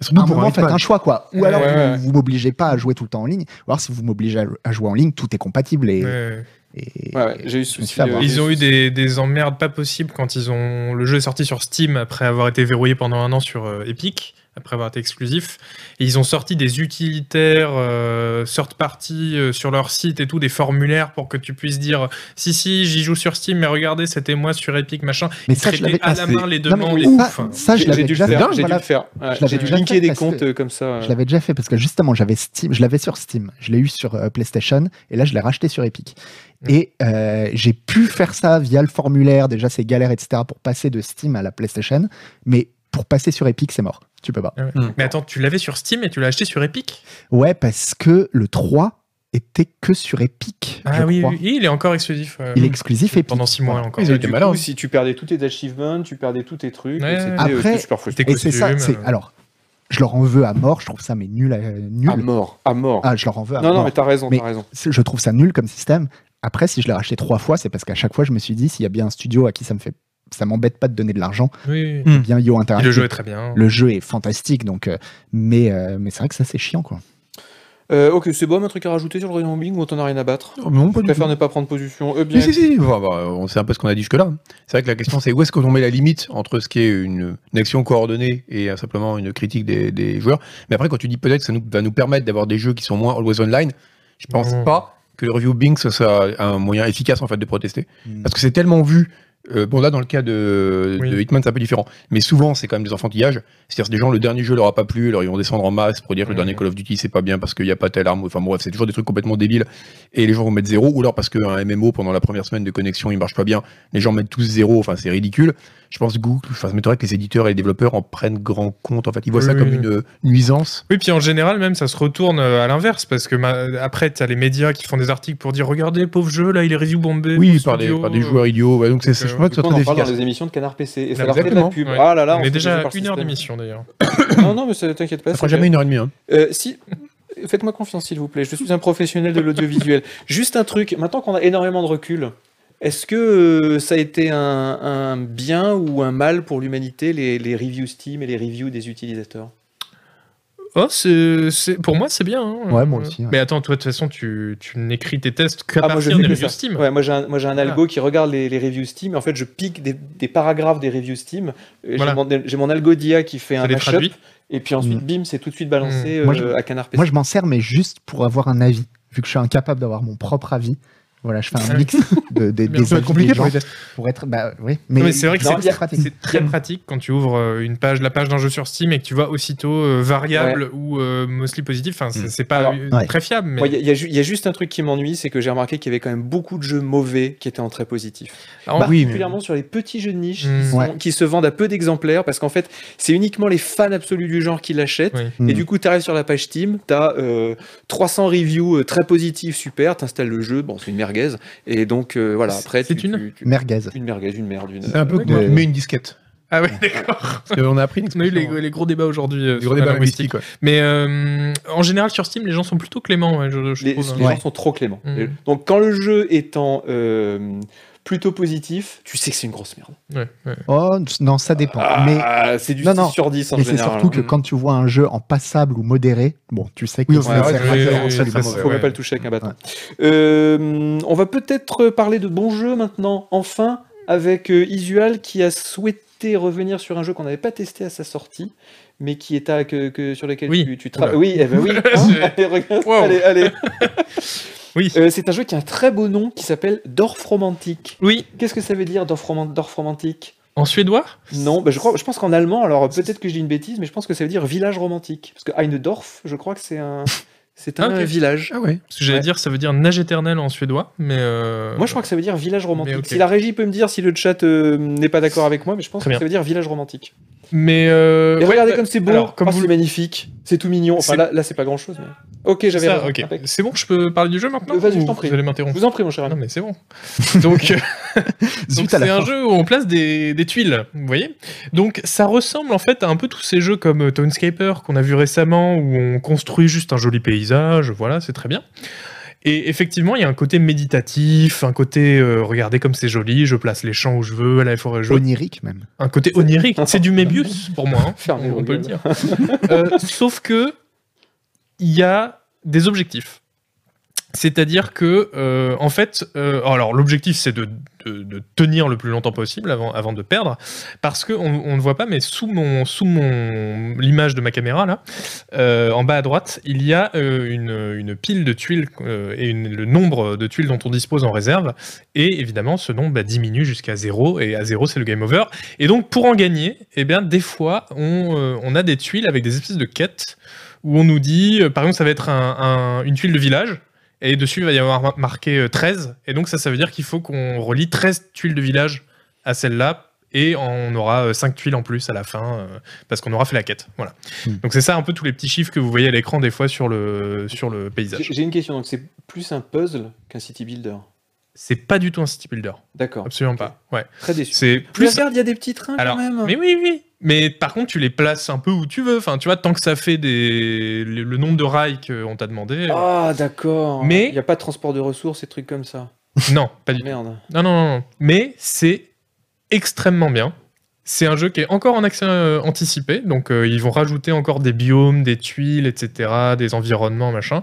à
Surtout
un
pour
moment,
un
faites
Hitman.
un choix, quoi. Ou
Ouais,
alors,
ouais,
vous-
ouais.
vous m'obligez pas à jouer tout le temps en ligne, ou alors si vous m'obligez à, à jouer en ligne, tout est compatible. Et,
Ouais.
et-
Ouais, ouais, j'ai eu ce euh,
je
souci.
me suis fait
de-
avoir.
Ils ont eu des, des emmerdes pas possibles quand ils ont le jeu est sorti sur Steam après avoir été verrouillé pendant un an sur euh, Epic, après avoir été exclusif. Et ils ont sorti des utilitaires euh, third party euh, sur leur site et tout, des formulaires pour que tu puisses dire si si j'y joue sur Steam, mais regardez c'était moi sur Epic machin.
Mais
Ils traitaient à
ah,
la
c'est-
main les
Non, mais
demandes. et
ouf,
tout.
ça,
Enfin,
ça, Ah, je
Ah, J'ai-
l'avais
j'ai dû
déjà
le
fait.
faire, j'ai dû
voilà.
le faire. Ouais,
Je l'avais
j'ai dû
déjà
linker
fait
des
parce que-
comptes euh, comme ça.
Je l'avais déjà fait parce que justement, j'avais Steam, je l'avais sur Steam, je l'ai eu sur euh, PlayStation et là je l'ai racheté sur Epic.
Mm.
Et euh, j'ai pu faire ça via le formulaire, déjà c'est galère, etc. pour passer de Steam à la PlayStation, mais pour passer sur Epic, c'est mort. Tu peux pas.
Mais attends, tu l'avais sur Steam et tu l'as acheté sur Epic
Ouais, parce que le 3 était que sur Epic. je
Ah oui,
crois.
oui, oui, il est encore exclusif. euh,
Il est exclusif Epic.
pendant 6 mois
Voilà.
encore.
Ils ont
Et
été
du
malins.
coup, si tu perdais tous tes achievements, tu perdais tous tes trucs,
Ouais, ouais.
c'était euh,
Après-
c'était super frustrant.
Tes
Et c'est ça,
costumes,
c'est.
euh,
Alors, je leur en veux à mort, je trouve ça mais nul. à- nul.
À mort, à mort.
Ah, je leur en veux à
non, non,
mort.
mais t'as raison,
Mais-
t'as raison.
C'est- je trouve ça nul comme système. Après, si je l'ai racheté trois fois, c'est parce qu'à chaque fois, je me suis dit, s'il y a bien un studio à qui ça me fait, ça m'embête pas de donner de l'argent,
oui, oui.
Mm.
bien Yo Interactive.
Mmh. Le jeu est très bien.
Le jeu Ah, est fantastique, donc. euh, mais, euh, mais c'est vrai que ça, c'est chiant, quoi.
Euh, ok, c'est bon, un truc à rajouter sur le Royaume Bing ou t'en as rien à battre
Oh,
Je
non, pas du tout.
préfère ne pas prendre position. Eh bien,
Mais si, si, enfin, bah, on sait un peu ce qu'on a dit jusque-là. C'est vrai que la question, c'est où est-ce qu'on met la limite entre ce qui est une, une action coordonnée et euh, simplement une critique des, des joueurs. Mais après, quand tu dis peut-être que ça nous, va nous permettre d'avoir des jeux qui sont moins always online, je pense
Non.
pas que le review Bing ce soit un moyen efficace en fait de protester.
Mm.
Parce que c'est tellement vu. euh, bon, là, dans le cas de,
Oui.
de Hitman, c'est un peu différent. Mais souvent, c'est quand même des enfantillages. C'est-à-dire que des gens, le dernier jeu leur a pas plu, alors ils vont descendre en masse pour dire que le
Mm.
dernier Call of Duty, c'est pas bien parce qu'il n'y a pas telle arme. Enfin, bref, c'est toujours des trucs complètement débiles. Et les gens vont mettre zéro, ou alors parce qu'un MMO, pendant la première semaine de connexion, il marche pas bien. Les gens mettent tous zéro. Enfin, c'est ridicule. Je pense que Google, enfin, ça m'étonnerait que les éditeurs et les développeurs en prennent grand compte. En fait, ils voient ça
Oui,
comme
oui.
une euh, nuisance.
Oui, puis en général, même, ça se retourne euh, à l'inverse, parce que ma- après, t'as les médias qui font des articles pour dire Regardez, pauvre jeu, là, il est review bombé.
Oui,
pauvre
par des,
studio.
par des joueurs idiots. Ouais, donc, c'est,
euh,
je pense que
Du
ça
coup, on
serait
en parle dans
efficace.
les émissions de Canard PC. Et ça
Ah,
leur fait de la
exactement.
pub.
Ouais.
Ah là là,
on
fait
est déjà
juger
à
par le
une heure
système.
d'émission, d'ailleurs.
Non, non, mais ça- t'inquiète pas.
Ça fera
c'est-
jamais une heure et demie. hein.
Euh, si. Faites-moi confiance, s'il vous plaît. Je suis un professionnel de l'audiovisuel. Juste un truc, maintenant qu'on a énormément de recul, est-ce que euh, ça a été un, un bien ou un mal pour l'humanité, les, les reviews Steam et les reviews des utilisateurs
Oh, c'est, c'est- pour moi, c'est bien. hein.
Ouais, moi aussi, ouais.
Mais attends, toi, de toute façon, tu, tu n'écris tes tests qu'à
Ah, moi, je
partir des
fais que
reviews
ça.
Steam.
Ouais, moi, j'ai un, moi, j'ai un
Voilà.
algo qui regarde les, les reviews Steam, et en fait, je pique des, des paragraphes des reviews Steam. et
Voilà.
J'ai mon, j'ai mon algo d'IA qui fait
Ça
un
les
mashup,
traduit. Mm.
et puis ensuite, bim, c'est tout de suite balancé
Moi,
euh,
je-
à Canard PC.
Moi, je m'en sers, mais juste pour avoir un avis, vu que je suis incapable d'avoir mon propre avis. Voilà, je fais un
Ouais.
mix de, des-
Bien,
des
Ça va
avis
être compliqué
des
pour
gens
les tests.
pour être. Bah oui,
Non, mais c'est vrai que
Non,
c'est,
il y a-
pratique.
c'est très pratique quand tu ouvres euh, une page, la page d'un jeu sur Steam et que tu vois aussitôt euh, variable ou euh, mostly positif. Enfin, c'est,
Mm.
c'est pas
Alors,
euh,
ouais.
très fiable, mais
Moi, Il y, a- il y a ju- il y a juste un truc qui m'ennuie, c'est que j'ai remarqué qu'il y avait quand même beaucoup de jeux mauvais qui étaient en très positif.
Ah,
oui, mais-
Particulièrement sur les petits jeux de niche
Mm.
qui, sont-
Ouais.
qui se vendent à peu d'exemplaires, parce qu'en fait, c'est uniquement les fans absolus du genre qui l'achètent.
Oui.
Et
Mm.
du coup, tu arrives sur la page Steam, tu as 300 reviews euh, très positives, super, tu installes le jeu, bon, c'est une merguez. Et donc, euh, voilà,
C'est-
après,
c'est
tu-
une-
tu- tu-
Merguez.
une merguez, une merde, une.
C'est un peu
Ouais,
comme
mais-
mais une disquette.
ah oui, d'accord.
Parce que On a appris une
On a eu
expression,
les,
hein.
les gros débats aujourd'hui. euh,
Du
sur
gros
la
débat
linguistique.
linguistique. ouais.
Mais euh, en général, sur Steam, les gens sont plutôt cléments, ouais, je, je
les,
trouve. hein.
les
Ouais.
gens sont trop cléments.
Mm.
Et- Donc, quand le jeu étant euh, plutôt positif, tu sais que c'est une grosse merde.
Ouais, ouais.
Oh, non, ça dépend. mais
Ah, c'est du
Non, non.
6 sur 10 en
mais c'est
général.
surtout que
hein.
quand tu vois un jeu en passable ou modéré, bon, tu sais que
Oui,
ne
on verra,
sert
je
à
vais-
rien.
je vais-
absolument.
je vais-
Faut même
Ouais.
pas le toucher avec un bâton. Euh, on va peut-être parler de bons jeux maintenant, enfin, avec euh, Isual qui a souhaité revenir sur un jeu qu'on n'avait pas testé à sa sortie, mais qui est à, que, que- sur lequel
Oui.
tu, tu travailles.
Oula.
Oui, eh ben oui. hein, allez, regarde,
Wow.
allez, allez.
Oui.
Euh, c'est un jeu qui a un très beau nom qui s'appelle Dorf Romantique.
Oui,
Qu'est-ce que ça veut dire Dorf, Roman- Dorf Romantique
en suédois
Non, bah, je, crois, je pense qu'en allemand, alors peut-être que je dis une bêtise, mais je pense que ça veut dire village romantique. Parce que Heine Dorf, je crois que c'est un, c'est un
Ok.
village.
Ah ouais.
Parce que j'allais
Ouais.
dire, ça veut dire nage éternel en suédois, mais. euh,
Moi, je crois que ça veut dire village romantique.
Mais ok.
Si la régie peut me dire si le chat euh, n'est pas d'accord avec moi, mais je pense
Très
que
bien.
ça veut dire village romantique.
Mais. euh,
Et
ouais,
regardez
bah,
comme c'est beau,
alors, comme
Ah,
vous
c'est
le-
magnifique, c'est tout mignon. Enfin,
C'est-
là, là, c'est pas grand chose. Mais... Ok, j'avais
ça,
raison.
ok.
Impec.
C'est bon, je peux parler du jeu maintenant
Euh, vas-y, je
ou
t'en prie.
Vous allez
Je
m'interrompre.
vous en prie, mon cher
Non,
ami.
mais c'est bon. Donc, euh, donc,
Zut à
c'est
la
un
fin.
jeu où on place des, des tuiles, vous voyez Donc, ça ressemble en fait à un peu tous ces jeux comme euh, Townscaper qu'on a vu récemment, où on construit juste un joli paysage, voilà, c'est très bien. Et effectivement, il y a un côté méditatif, un côté euh, regardez comme c'est joli, je place les champs où je veux, la forêt où je veux,
Onirique même.
un côté onirique. C'est du Mébius pour moi, hein.
Fermez
on
vos
peut le
gueules.
dire. Euh, sauf que il y a des objectifs. C'est-à-dire que, euh, en fait, euh, alors l'objectif c'est de, de- de tenir le plus longtemps possible avant, avant de perdre, parce que on, on ne voit pas, mais sous mon sous mon l'image de ma caméra là, euh, en bas à droite, il y a euh, une, une pile de tuiles euh, et une- le nombre de tuiles dont on dispose en réserve, et évidemment ce nombre bah, diminue jusqu'à zéro, et à zéro c'est le game over, et donc, pour en gagner, eh bien, des fois, on, euh, on a des tuiles avec des espèces de quêtes où on nous dit, euh, par exemple, ça va être un- un- une tuile de village. Et dessus, il va y avoir mar- marqué euh, 13. Et donc, ça, ça veut dire qu'il faut qu'on relie 13 tuiles de village à celle-là. Et on aura 5 tuiles en plus à la fin euh, parce qu'on aura fait la quête. Voilà.
Hmm.
Donc, c'est ça un peu tous les petits chiffres que vous voyez à l'écran des fois sur le, sur le paysage.
J'ai j'ai une question. Donc, c'est plus un puzzle qu'un city builder.
C'est pas du tout un city builder.
D'accord.
Absolument
Ok.
pas. Ouais.
Très déçu.
C'est
Plus
plus
regarde, il y a des petits trains
Alors,
quand même.
Mais oui, oui. Mais par contre, tu les places un peu où tu veux. Enfin, tu vois, tant que ça fait des... le, le nombre de rails qu'on t'a demandé. euh,
Ah, d'accord.
Mais-
il n'y a pas de transport de ressources et trucs comme ça.
Non, pas du tout.
Merde.
Non, non, non, non. Mais c'est extrêmement bien. C'est un jeu qui est encore en accès euh, anticipé. Donc, euh, ils vont rajouter encore des biomes, des tuiles, etc., des environnements, machin.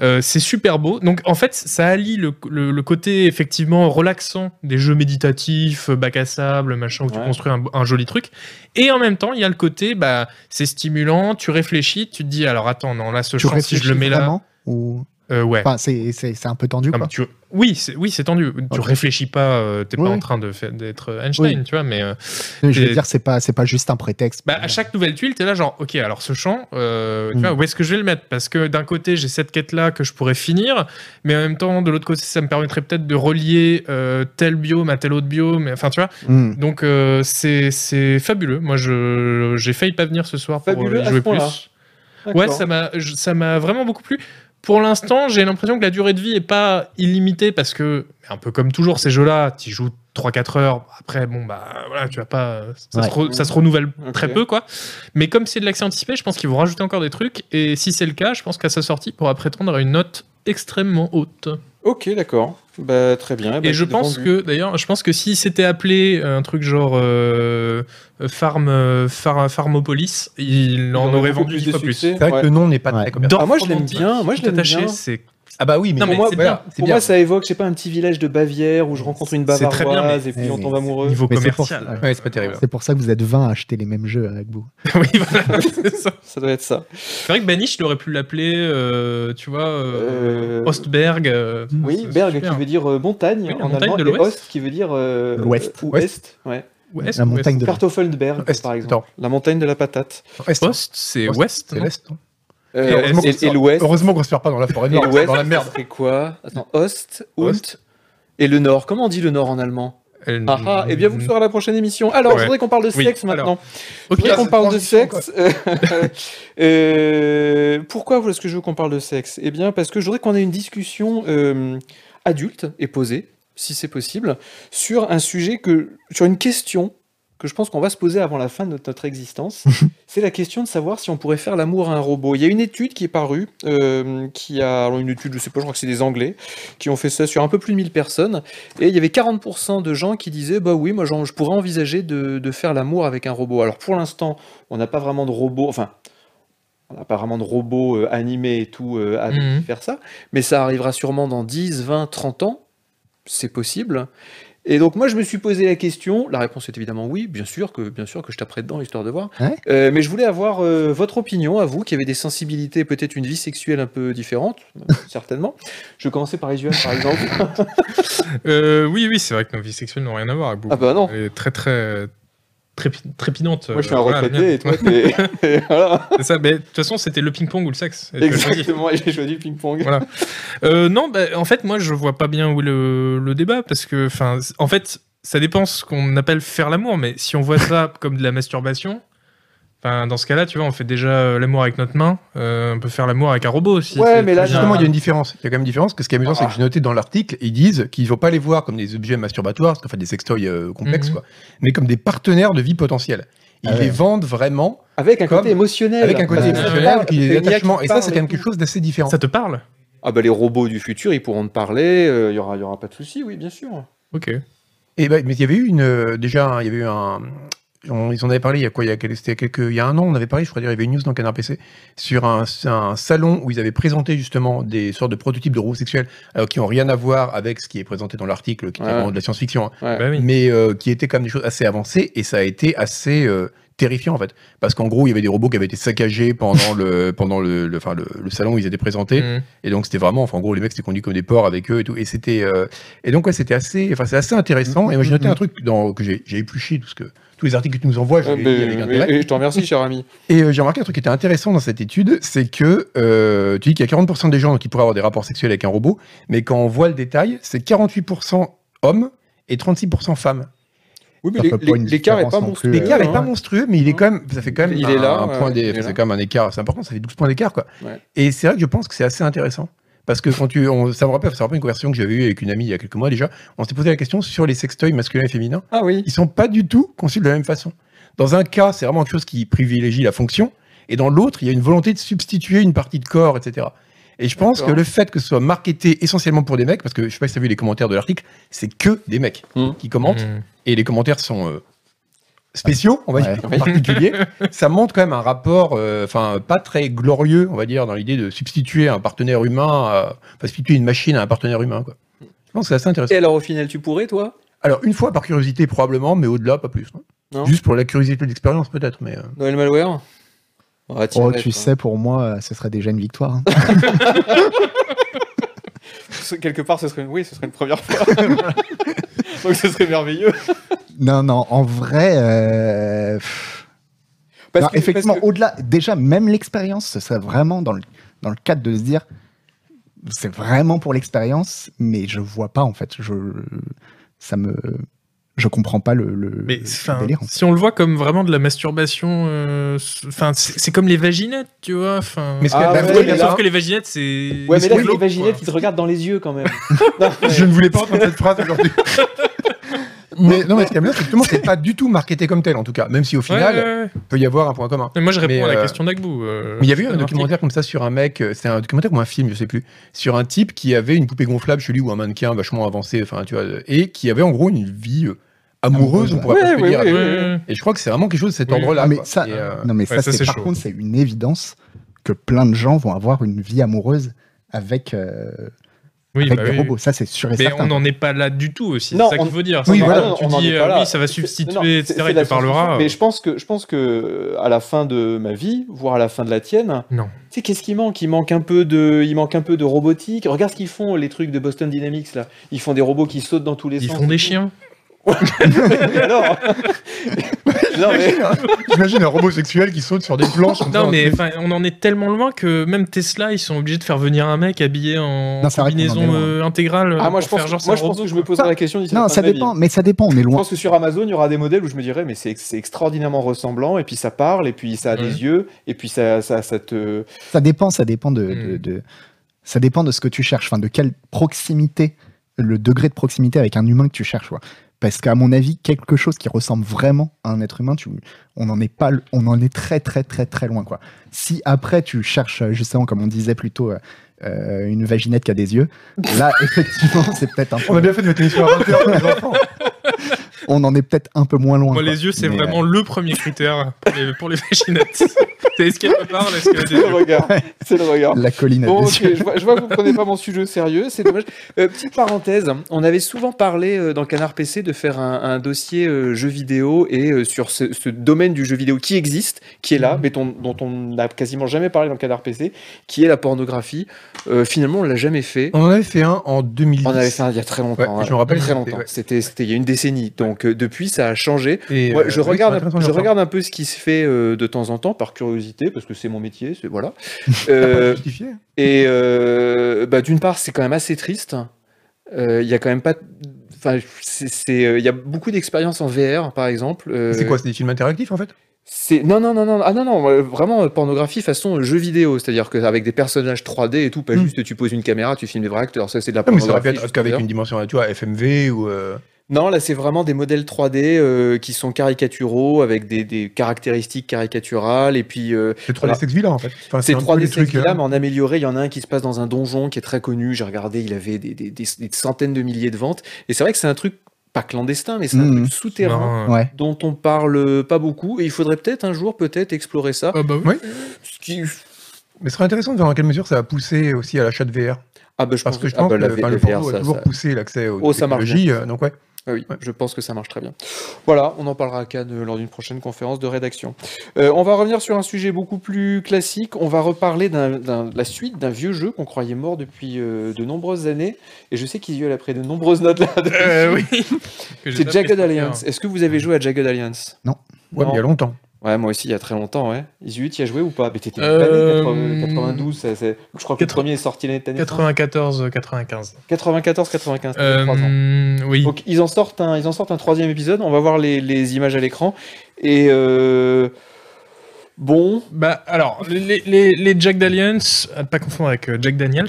Euh, c'est super beau. Donc, en fait, ça allie le, le- le côté effectivement relaxant des jeux méditatifs, euh, bac à sable, machin, où tu
Ouais.
construis un, un joli truc. Et en même temps, il y a le côté, bah, c'est stimulant, tu réfléchis, tu te dis, alors attends, non, là, ce
Tu
champ, si
réfléchis
je le mets là.
vraiment ou
Euh, ouais.
Enfin, c'est- c'est c'est un peu tendu.
Non,
quoi.
mais tu- Oui, c'est oui, c'est tendu. Tu
Ah bah, Ok.
réfléchis pas, euh, t'es
Oui,
pas en
oui.
train de fa- d'être Einstein, tu vois, mais euh,
Mais Je veux
t'es-
dire, c'est pas, c'est pas juste un prétexte.
bah, à chaque nouvelle tuile, t'es là genre, ok, alors ce champ, euh, tu
Mm.
vois, où est-ce que je vais le mettre Parce que d'un côté, j'ai cette quête-là que je pourrais finir, mais en même temps, de l'autre côté, ça me permettrait peut-être de relier euh, tel biome à tel autre biome, enfin, tu vois.
Hmm.
Donc, euh, c'est c'est fabuleux. Moi, je- j'ai failli pas venir ce soir pour
Fabuleux
euh, y
à ce
jouer
point-là.
plus. Ouais, ça m'a, je- ça m'a vraiment beaucoup plu. Pour l'instant, j'ai l'impression que la durée de vie est pas illimitée parce que, un peu comme toujours ces jeux-là, tu joues 3-4 heures, après, bon, bah voilà, tu vas pas. Ça,
Ouais.
se, re- ça se renouvelle très
Ok.
peu, quoi. Mais comme c'est de l'accès anticipé, je pense qu'ils vont rajouter encore des trucs. Et si c'est le cas, je pense qu'à sa sortie, il pourra prétendre à une note extrêmement haute.
Ok, d'accord. Bah, très bien. Eh ben,
Et je
c'est
pense
vendu.
que, d'ailleurs, je pense que si c'était appelé un truc genre euh, Farm, euh, Far- Farmopolis, il en aurait
beaucoup
vendu 10
de
fois plus.
succès.
C'est vrai
Ouais.
que le nom n'est pas
Ouais.
très commercial.
Ah, moi, je l'aime bien, moi, je l'aime
hein. Tout attaché,
bien.
c'est
Ah bah oui, mais,
Non, mais
moi,
c'est
voilà,
bien.
c'est
Pour
bien.
moi, ça évoque, je sais pas, un petit village de Bavière où je rencontre une
C'est très
bavaroise
bien,
et puis
mais-
on tombe amoureux.
niveau
Mais c'est pour-
commercial.
ouais.
Ouais, c'est pas terrible.
C'est pour ça que vous êtes 20 à acheter les mêmes jeux à Agbo.
oui, voilà, c'est ça.
Ça doit être ça.
C'est vrai que Banish, il aurait pu l'appeler, euh, tu vois, euh,
Euh,
Ostberg. euh,
Oui,
c'est
Berg
super.
qui veut dire euh, montagne
Oui, la
en
montagne
allemand,
de
et
l'Ouest.
Ost qui veut dire euh,
L'Ouest.
ou
Ouest.
Est, ouais.
Ou Est,
La
ou
montagne de l'Ouest.
Kartoffelnberg,
Est,
par exemple. La montagne de la patate.
Est,
Est. Ost, c'est
Ost,
Ouest.
c'est
non
l'Est. hein.
Euh,
Et Est,
et- et l'Ouest.
Heureusement qu'on se perd pas dans la forêt
Et
noire,
l'Ouest,
dans la merde.
C'est quoi Attends, Ost,
Ost.
Unt et le Nord. Comment on dit le Nord en allemand
Euh,
Ah ah, et bien vous le saurez à la prochaine émission. Alors,
Ouais.
je voudrais qu'on parle de
Oui,
sexe
alors.
maintenant.
Ok,
Je voudrais qu'on
cette
parle de
transition,
sexe. Euh, pourquoi est-ce que je veux qu'on parle de sexe Eh bien, parce que je voudrais qu'on ait une discussion euh, adulte et posée, si c'est possible, sur un sujet que, sur une question que je pense qu'on va se poser avant la fin de notre, notre existence. c'est la question de savoir si on pourrait faire l'amour à un robot. Il y a une étude qui est parue, euh, qui a alors une étude, je sais pas, je crois que c'est des Anglais qui ont fait ça sur un peu plus de 1000 personnes. Et il y avait 40% de gens qui disaient Bah oui, moi j'en- je pourrais envisager de, de faire l'amour avec un robot. Alors pour l'instant, on n'a pas vraiment de robot, enfin, on n'a pas vraiment de robot euh, animé et tout euh, avec
Mhm.
qui faire ça, mais ça arrivera sûrement dans 10, 20, 30 ans. C'est possible. Et donc moi je me suis posé la question, la réponse est évidemment oui, bien sûr que bien sûr que je taperai dedans histoire de voir.
Ouais.
Euh, mais je voulais avoir euh, votre opinion à vous qui avez des sensibilités, peut-être une vie sexuelle un peu différente, euh, certainement. Je vais commencer par Isuel par exemple.
euh, oui, oui, c'est vrai que nos vies sexuelles n'ont rien à voir avec vous.
Ah bah non.
Elle est très, très trépi- trépidante.
Moi, je suis un
euh, voilà, la
retraité
mienne.
et toi, t'es. et voilà.
C'est ça, mais de toute façon, c'était le ping-pong ou le sexe. Et tu l'as choisi.
Exactement, et j'ai choisi le ping-pong.
Voilà. Euh, non, bah, en fait, moi, je vois pas bien où est le, le débat parce que, enfin, c- en fait, ça dépend ce qu'on appelle faire l'amour, mais si on voit ça comme de la masturbation, enfin, dans ce cas-là, tu vois, on fait déjà euh, l'amour avec notre main, euh, on peut faire l'amour avec un robot aussi.
Ouais,
c'est
mais
très
là,
bien.
Justement, il y a une différence. Il y a quand même une différence. Parce que ce qui est amusant, c'est que j'ai noté dans l'article, ils disent qu'il ne faut pas les voir comme des objets masturbatoires, parce qu'en fait, des sextoys euh, complexes,
Mhm.
quoi, mais comme des partenaires de vie potentielle. Ils
Ah ouais.
les vendent vraiment
Avec un
Comme-
côté émotionnel.
avec un côté
ouais.
émotionnel, qui
Il
est
y a qui
attachement. Et ça,
parle
c'est
et
quand même
tout.
quelque chose d'assez différent.
Ça te parle
Ah bah les robots du futur, ils pourront te parler, il n'y aura, y aura pas de souci, oui, bien sûr.
Ok.
Et ben, mais il y avait eu une euh, déjà, hein, il y avait eu un. on- ils en avaient parlé il y a quoi il y a, quel- c'était quelques, il y a un an, on avait parlé, je crois dire, il y avait une news dans Canard PC sur un, un salon où ils avaient présenté justement des sortes de prototypes de robots sexuels euh, qui ont rien à voir avec ce qui est présenté dans l'article, qui est
Ouais.
vraiment de la science-fiction, hein,
Bah oui.
mais euh, qui étaient quand même des choses assez avancées et ça a été assez euh, terrifiant en fait, parce qu'en gros il y avait des robots qui avaient été saccagés pendant le pendant le, le- enfin, le, le salon où ils étaient présentés.
Mm.
Et donc c'était vraiment, enfin en gros les mecs c'était conduits comme des porcs avec eux et tout. Et c'était, euh, et donc ouais c'était assez, enfin c'est assez intéressant. Et moi j'ai noté un truc dans, que j'ai j'ai épluché tout ce que tous les articles que tu nous envoies, je
Ah,
les
bah,
lis avec intérêt.
et je te remercie, cher ami.
Et euh, j'ai remarqué un truc qui était intéressant dans cette étude, c'est que euh, tu dis qu'il y a 40% des gens qui pourraient avoir des rapports sexuels avec un robot, mais quand on voit le détail, c'est 48% hommes et 36% femmes.
Oui, mais
Ça
les-
fait pas
les-
une
l'écart est pas
différence non plus,
monstrueux.
euh,
L'écart
hein.
est pas monstrueux, mais il est quand même, ça fait quand même
Il
un,
est là,
un
ouais,
point
ouais, il
des,
est là.
c'est quand même un écart, c'est important, ça fait 12 points d'écart quoi.
Ouais.
Et c'est vrai que je pense que c'est assez intéressant. Parce que quand tu, on, ça me rappelle, ça me rappelle une conversation que j'avais eue avec une amie il y a quelques mois déjà. On s'était posé la question sur les sextoys masculins et féminins.
Ah oui.
Ils sont pas du tout conçus de la même façon. Dans un cas, c'est vraiment quelque chose qui privilégie la fonction, et dans l'autre, il y a une volonté de substituer une partie de corps, etc. Et je pense que
D'accord.
le fait que ce soit marketé essentiellement pour des mecs, parce que je sais pas si tu as vu les commentaires de l'article, c'est que des mecs
Hmm.
qui commentent
Mm.
et les commentaires sont euh, spéciaux, on va
Ouais.
dire, particuliers. ça montre quand même un rapport, euh, enfin, pas très glorieux, on va dire, dans l'idée de substituer un partenaire humain, à, enfin, substituer une machine à un partenaire humain, quoi. Je pense que c'est assez intéressant.
Et alors, au final, tu pourrais, toi
Alors, une fois par curiosité, probablement, mais au-delà, pas plus. hein.
Non.
Juste pour la curiosité de l'expérience, peut-être, mais. euh,
Noël Malware Ah, t'y
Oh,
arrêtes,
tu
hein.
sais, pour moi, euh, ce serait déjà une victoire. hein.
Ce- Quelque part, ce serait, oui, ce serait une première fois. Donc ce serait merveilleux.
non, non, en vrai. euh, pff,
Parce
non,
que-
effectivement,
parce que-
au-delà, déjà, même l'expérience, ce serait vraiment dans le, dans le cadre de se dire c'est vraiment pour l'expérience, mais je vois pas, en fait. Je, ça me. Je comprends pas le, le,
Mais
le
enfin,
délire.
si on le voit comme vraiment de la masturbation, euh, c'est- enfin c'est c'est comme les vaginettes, tu vois. Enfin,
Mais ce
Ah
qu'elle-
ouais,
bah,
Sauf
oui,
que-
mais
sauf
là-
que les vaginettes, c'est.
Ouais, mais là,
c'est
c'est
glauque,
les vaginettes
quoi.
qui te regardent dans les yeux quand même. Non, mais-
Je ne voulais pas entendre cette phrase aujourd'hui. mais non, mais ce qui est bien, c'est que justement, c'est pas du tout marketé comme tel, en tout cas. Même si au
Ouais,
final,
ouais, ouais.
mais peut y avoir un point commun.
Mais moi, je réponds
Mais,
à la
euh,
question d'Agbou. euh,
Mais il y avait eu un
dans l'article.
documentaire comme ça sur un mec, euh, c'était un documentaire ou un film, je sais plus, sur un type qui avait une poupée gonflable chez lui ou un mannequin vachement avancé, enfin tu vois, et qui avait en gros une vie euh,
Amoureuse,
amoureuse, on pourrait
ouais.
presque
Ouais,
dire.
ouais, ouais.
Euh,
Et je crois que c'est vraiment quelque chose de cet
Oui.
ordre-là.
Ah, mais
quoi.
ça,
Et, euh,
non, mais
ouais,
ça,
ça,
c'est
c'est
par
chaud.
contre, c'est une évidence que plein de gens vont avoir une vie amoureuse avec, euh,
Oui,
avec
bah
des
oui.
robots. Ça, c'est sûr et
Mais
certain.
on n'en est pas là du tout aussi.
Non,
c'est ça
on-
qu'il faut dire.
Oui,
C'est
voilà,
pas
on
tu
en
dis,
est pas
euh,
là.
oui, ça va
C'est- non, non,
substituer,
c'est-
etc.
c'est
Il
de la
te parlera. euh.
science-fiction, Mais je pense que je pense que euh, à la fin de ma vie, voire à la fin de la tienne,
Non.
tu sais qu'est-ce qui manque Il manque un peu de, il manque un peu de robotique. Regarde ce qu'ils font les trucs de Boston Dynamics là. Ils font des robots qui sautent dans tous les
Ils
sens.
font des chiens.
Mais alors Non mais
j'imagine un robot sexuel qui saute sur des planches. comme ça,
Non,
en
mais
fait.
enfin, on en est tellement loin que même Tesla, ils sont obligés de faire venir un mec habillé en
Non, c'est vrai qu'on en est
combinaison
loin.
euh, intégrale.
ah,
pour
moi je pense,
faire genre, c'est
moi
un
je pense
robot,
que je me
quoi.
poserai la question d'ici la
Non,
fin
ça
de ma vie.
dépend, mais ça dépend. On est
Je
loin.
pense que sur Amazon, il y aura des modèles où je me dirais, mais c'est c'est extraordinairement ressemblant, et puis ça parle, et puis ça a
Ouais.
des yeux, et puis ça, ça, ça te.
Ça dépend, ça dépend de, de-
Mm.
de- ça dépend de ce que tu cherches, enfin de quelle proximité, le degré de proximité avec un humain que tu cherches. quoi. Parce qu'à mon avis, quelque chose qui ressemble vraiment à un être humain, tu, on en est pas, on en est très très très très loin quoi. Si après tu cherches euh, justement, comme on disait plutôt, euh, euh, une vaginette qui a des yeux, là effectivement c'est peut-être un,
On a bien fait de mettre une histoire à 20h, les enfants.
on en est peut-être un peu moins loin.
Moi,
quoi.
les yeux, c'est
Mais, euh,
vraiment le premier critère pour les, pour les vaginettes. c'est est-ce qu'elle me parle Est-ce qu'elle a des
C'est le
yeux
regard. C'est le regard.
la colline. à
Bon,
des
ok, je vois, je vois que vous prenez pas mon sujet au sérieux, c'est dommage. Euh, petite parenthèse, on avait souvent parlé euh, dans Canard PC de faire un, un dossier euh, jeux vidéo et euh, sur ce, ce domaine du jeu vidéo qui existe, qui est là,
Mhm.
mais ton- dont on n'a quasiment jamais parlé dans Canard PC, qui est la pornographie. Euh, finalement, on l'a jamais fait.
on en avait fait un en 2010.
On avait fait un il y a très longtemps. hein,
Ouais, je me rappelle,
Très
c'était-
longtemps.
ouais.
C'était c'était il y a une décennie. Donc euh, depuis, ça a changé.
Et,
Moi,
euh,
je
oui,
regarde,
c'est
un,
intéressant de
je
le faire.
regarde un peu ce qui se fait euh, de temps en temps par curiosité parce que c'est mon métier, c'est voilà.
T'as pas
Euh,
justifié.
et euh, bah, d'une part, c'est quand même assez triste. Euh, Il y a quand même pas. Enfin, c'est- c'est, euh, il y a beaucoup d'expériences en VR, par exemple. Euh,
C'est quoi C'est des films interactifs en fait
c'est- Non, non, non, non. Ah non, non. euh, Vraiment euh, pornographie façon euh, jeu vidéo, c'est-à-dire que avec des personnages 3D et tout, pas
Mm.
juste tu poses une caméra, tu filmes des vrais acteurs. Ça, c'est de la
Non, Ah, mais ça aurait pu
pornographie.
être qu'avec une dimension, tu vois, FMV ou. euh,
Non, là, c'est vraiment des modèles 3D euh, qui sont caricaturaux avec des, des caractéristiques caricaturales et puis euh,
C'est 3D
Voilà.
Sex Villa en fait. Enfin,
C'est
un peu
3D
les trucs,
trucs là,
euh,
mais en amélioré, il y en a un qui se passe dans un donjon qui est très connu. J'ai regardé, il avait des, des- des- des centaines de milliers de ventes. Et c'est vrai que c'est un truc pas clandestin, mais c'est un
Mhm.
Hmm.
truc souterrain
Non, euh,
Ouais.
dont on parle pas beaucoup. Et il faudrait peut-être un jour peut-être explorer ça.
Ah, bah oui.
Ouais.
Ce qui-
Mais ce serait intéressant de voir dans quelle mesure ça a poussé aussi à l'achat de VR.
Ah bah je
Parce
pense
que je
ah
pense
bah,
que
la
le-
V-
enfin,
la
le
VR,
porno a
ça-
toujours
ça-
poussé l'accès aux
Oh, ça marche
technologies. euh, donc ouais.
Ah oui,
Ouais.
je pense que ça marche très bien. Voilà, on en parlera à Cannes euh, lors d'une prochaine conférence de rédaction. Euh, on va revenir sur un sujet beaucoup plus classique. On va reparler d'un- d'un- de la suite d'un vieux jeu qu'on croyait mort depuis euh, de nombreuses années. Et je sais qu'Isu, elle a pris de nombreuses notes là.
Euh, oui. Que j'ai
C'est
pas
Jagged
pris, ce
Alliance. Est-ce que vous avez joué à Jagged Alliance
Ouais, mais il y a longtemps.
Ouais, moi aussi, il y a très longtemps, ouais. Isu, tu y as joué ou pas Mais t'étais
Euh,
pas né, 80, 92, ça, c'est- je crois que le
quatre-
premier est sorti l'année de ta naissance.
94, euh, 95.
94, 95, t'avais
Euh,
trois ans.
oui.
Donc ils en sortent un, ils en sortent un troisième épisode. On va voir les, les images à l'écran. Et euh, bon,
Bah alors, les, les, les Jack Daniels, à ne pas confondre avec euh, Jack Daniels,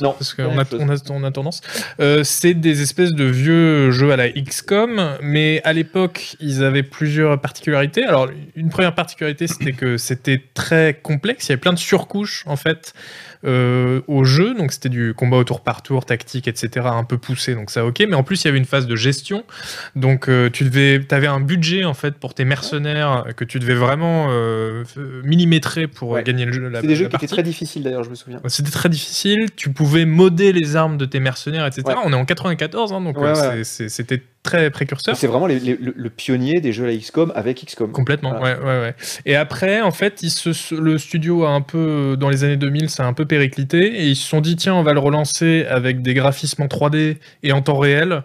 non.
parce
pas
qu'on
la
a,
même chose.
on a- on a tendance, euh, c'est des espèces de vieux jeux à la XCOM, mais à l'époque, ils avaient plusieurs particularités. Alors, une première particularité, c'était que c'était très complexe, il y avait plein de surcouches, en fait, euh, au jeu, donc c'était du combat au tour par tour, tactique, etc., un peu poussé, donc ça, ok, mais en plus, il y avait une phase de gestion, donc euh, tu devais, avais un budget en fait pour tes mercenaires que tu devais vraiment euh, f- millimétrer pour euh,
Ouais.
gagner le jeu. la-
C'est des jeux
la
qui étaient
partie.
très difficiles d'ailleurs, je me souviens.
C'était très difficile. Tu pouvais moder les armes de tes mercenaires, etc.
Ouais.
On est en 94, hein, donc
Ouais,
euh,
ouais.
c'est- c'est- c'était très précurseur.
C'est vraiment les- les- le, le pionnier des jeux à la XCOM avec XCOM.
Complètement, ouais, ouais, ouais. Et après, en fait, ils se- le studio a un peu, euh, dans les années 2000, ça a un peu périclité, et ils se sont dit, tiens, on va le relancer avec des graphismes en 3D et en temps réel.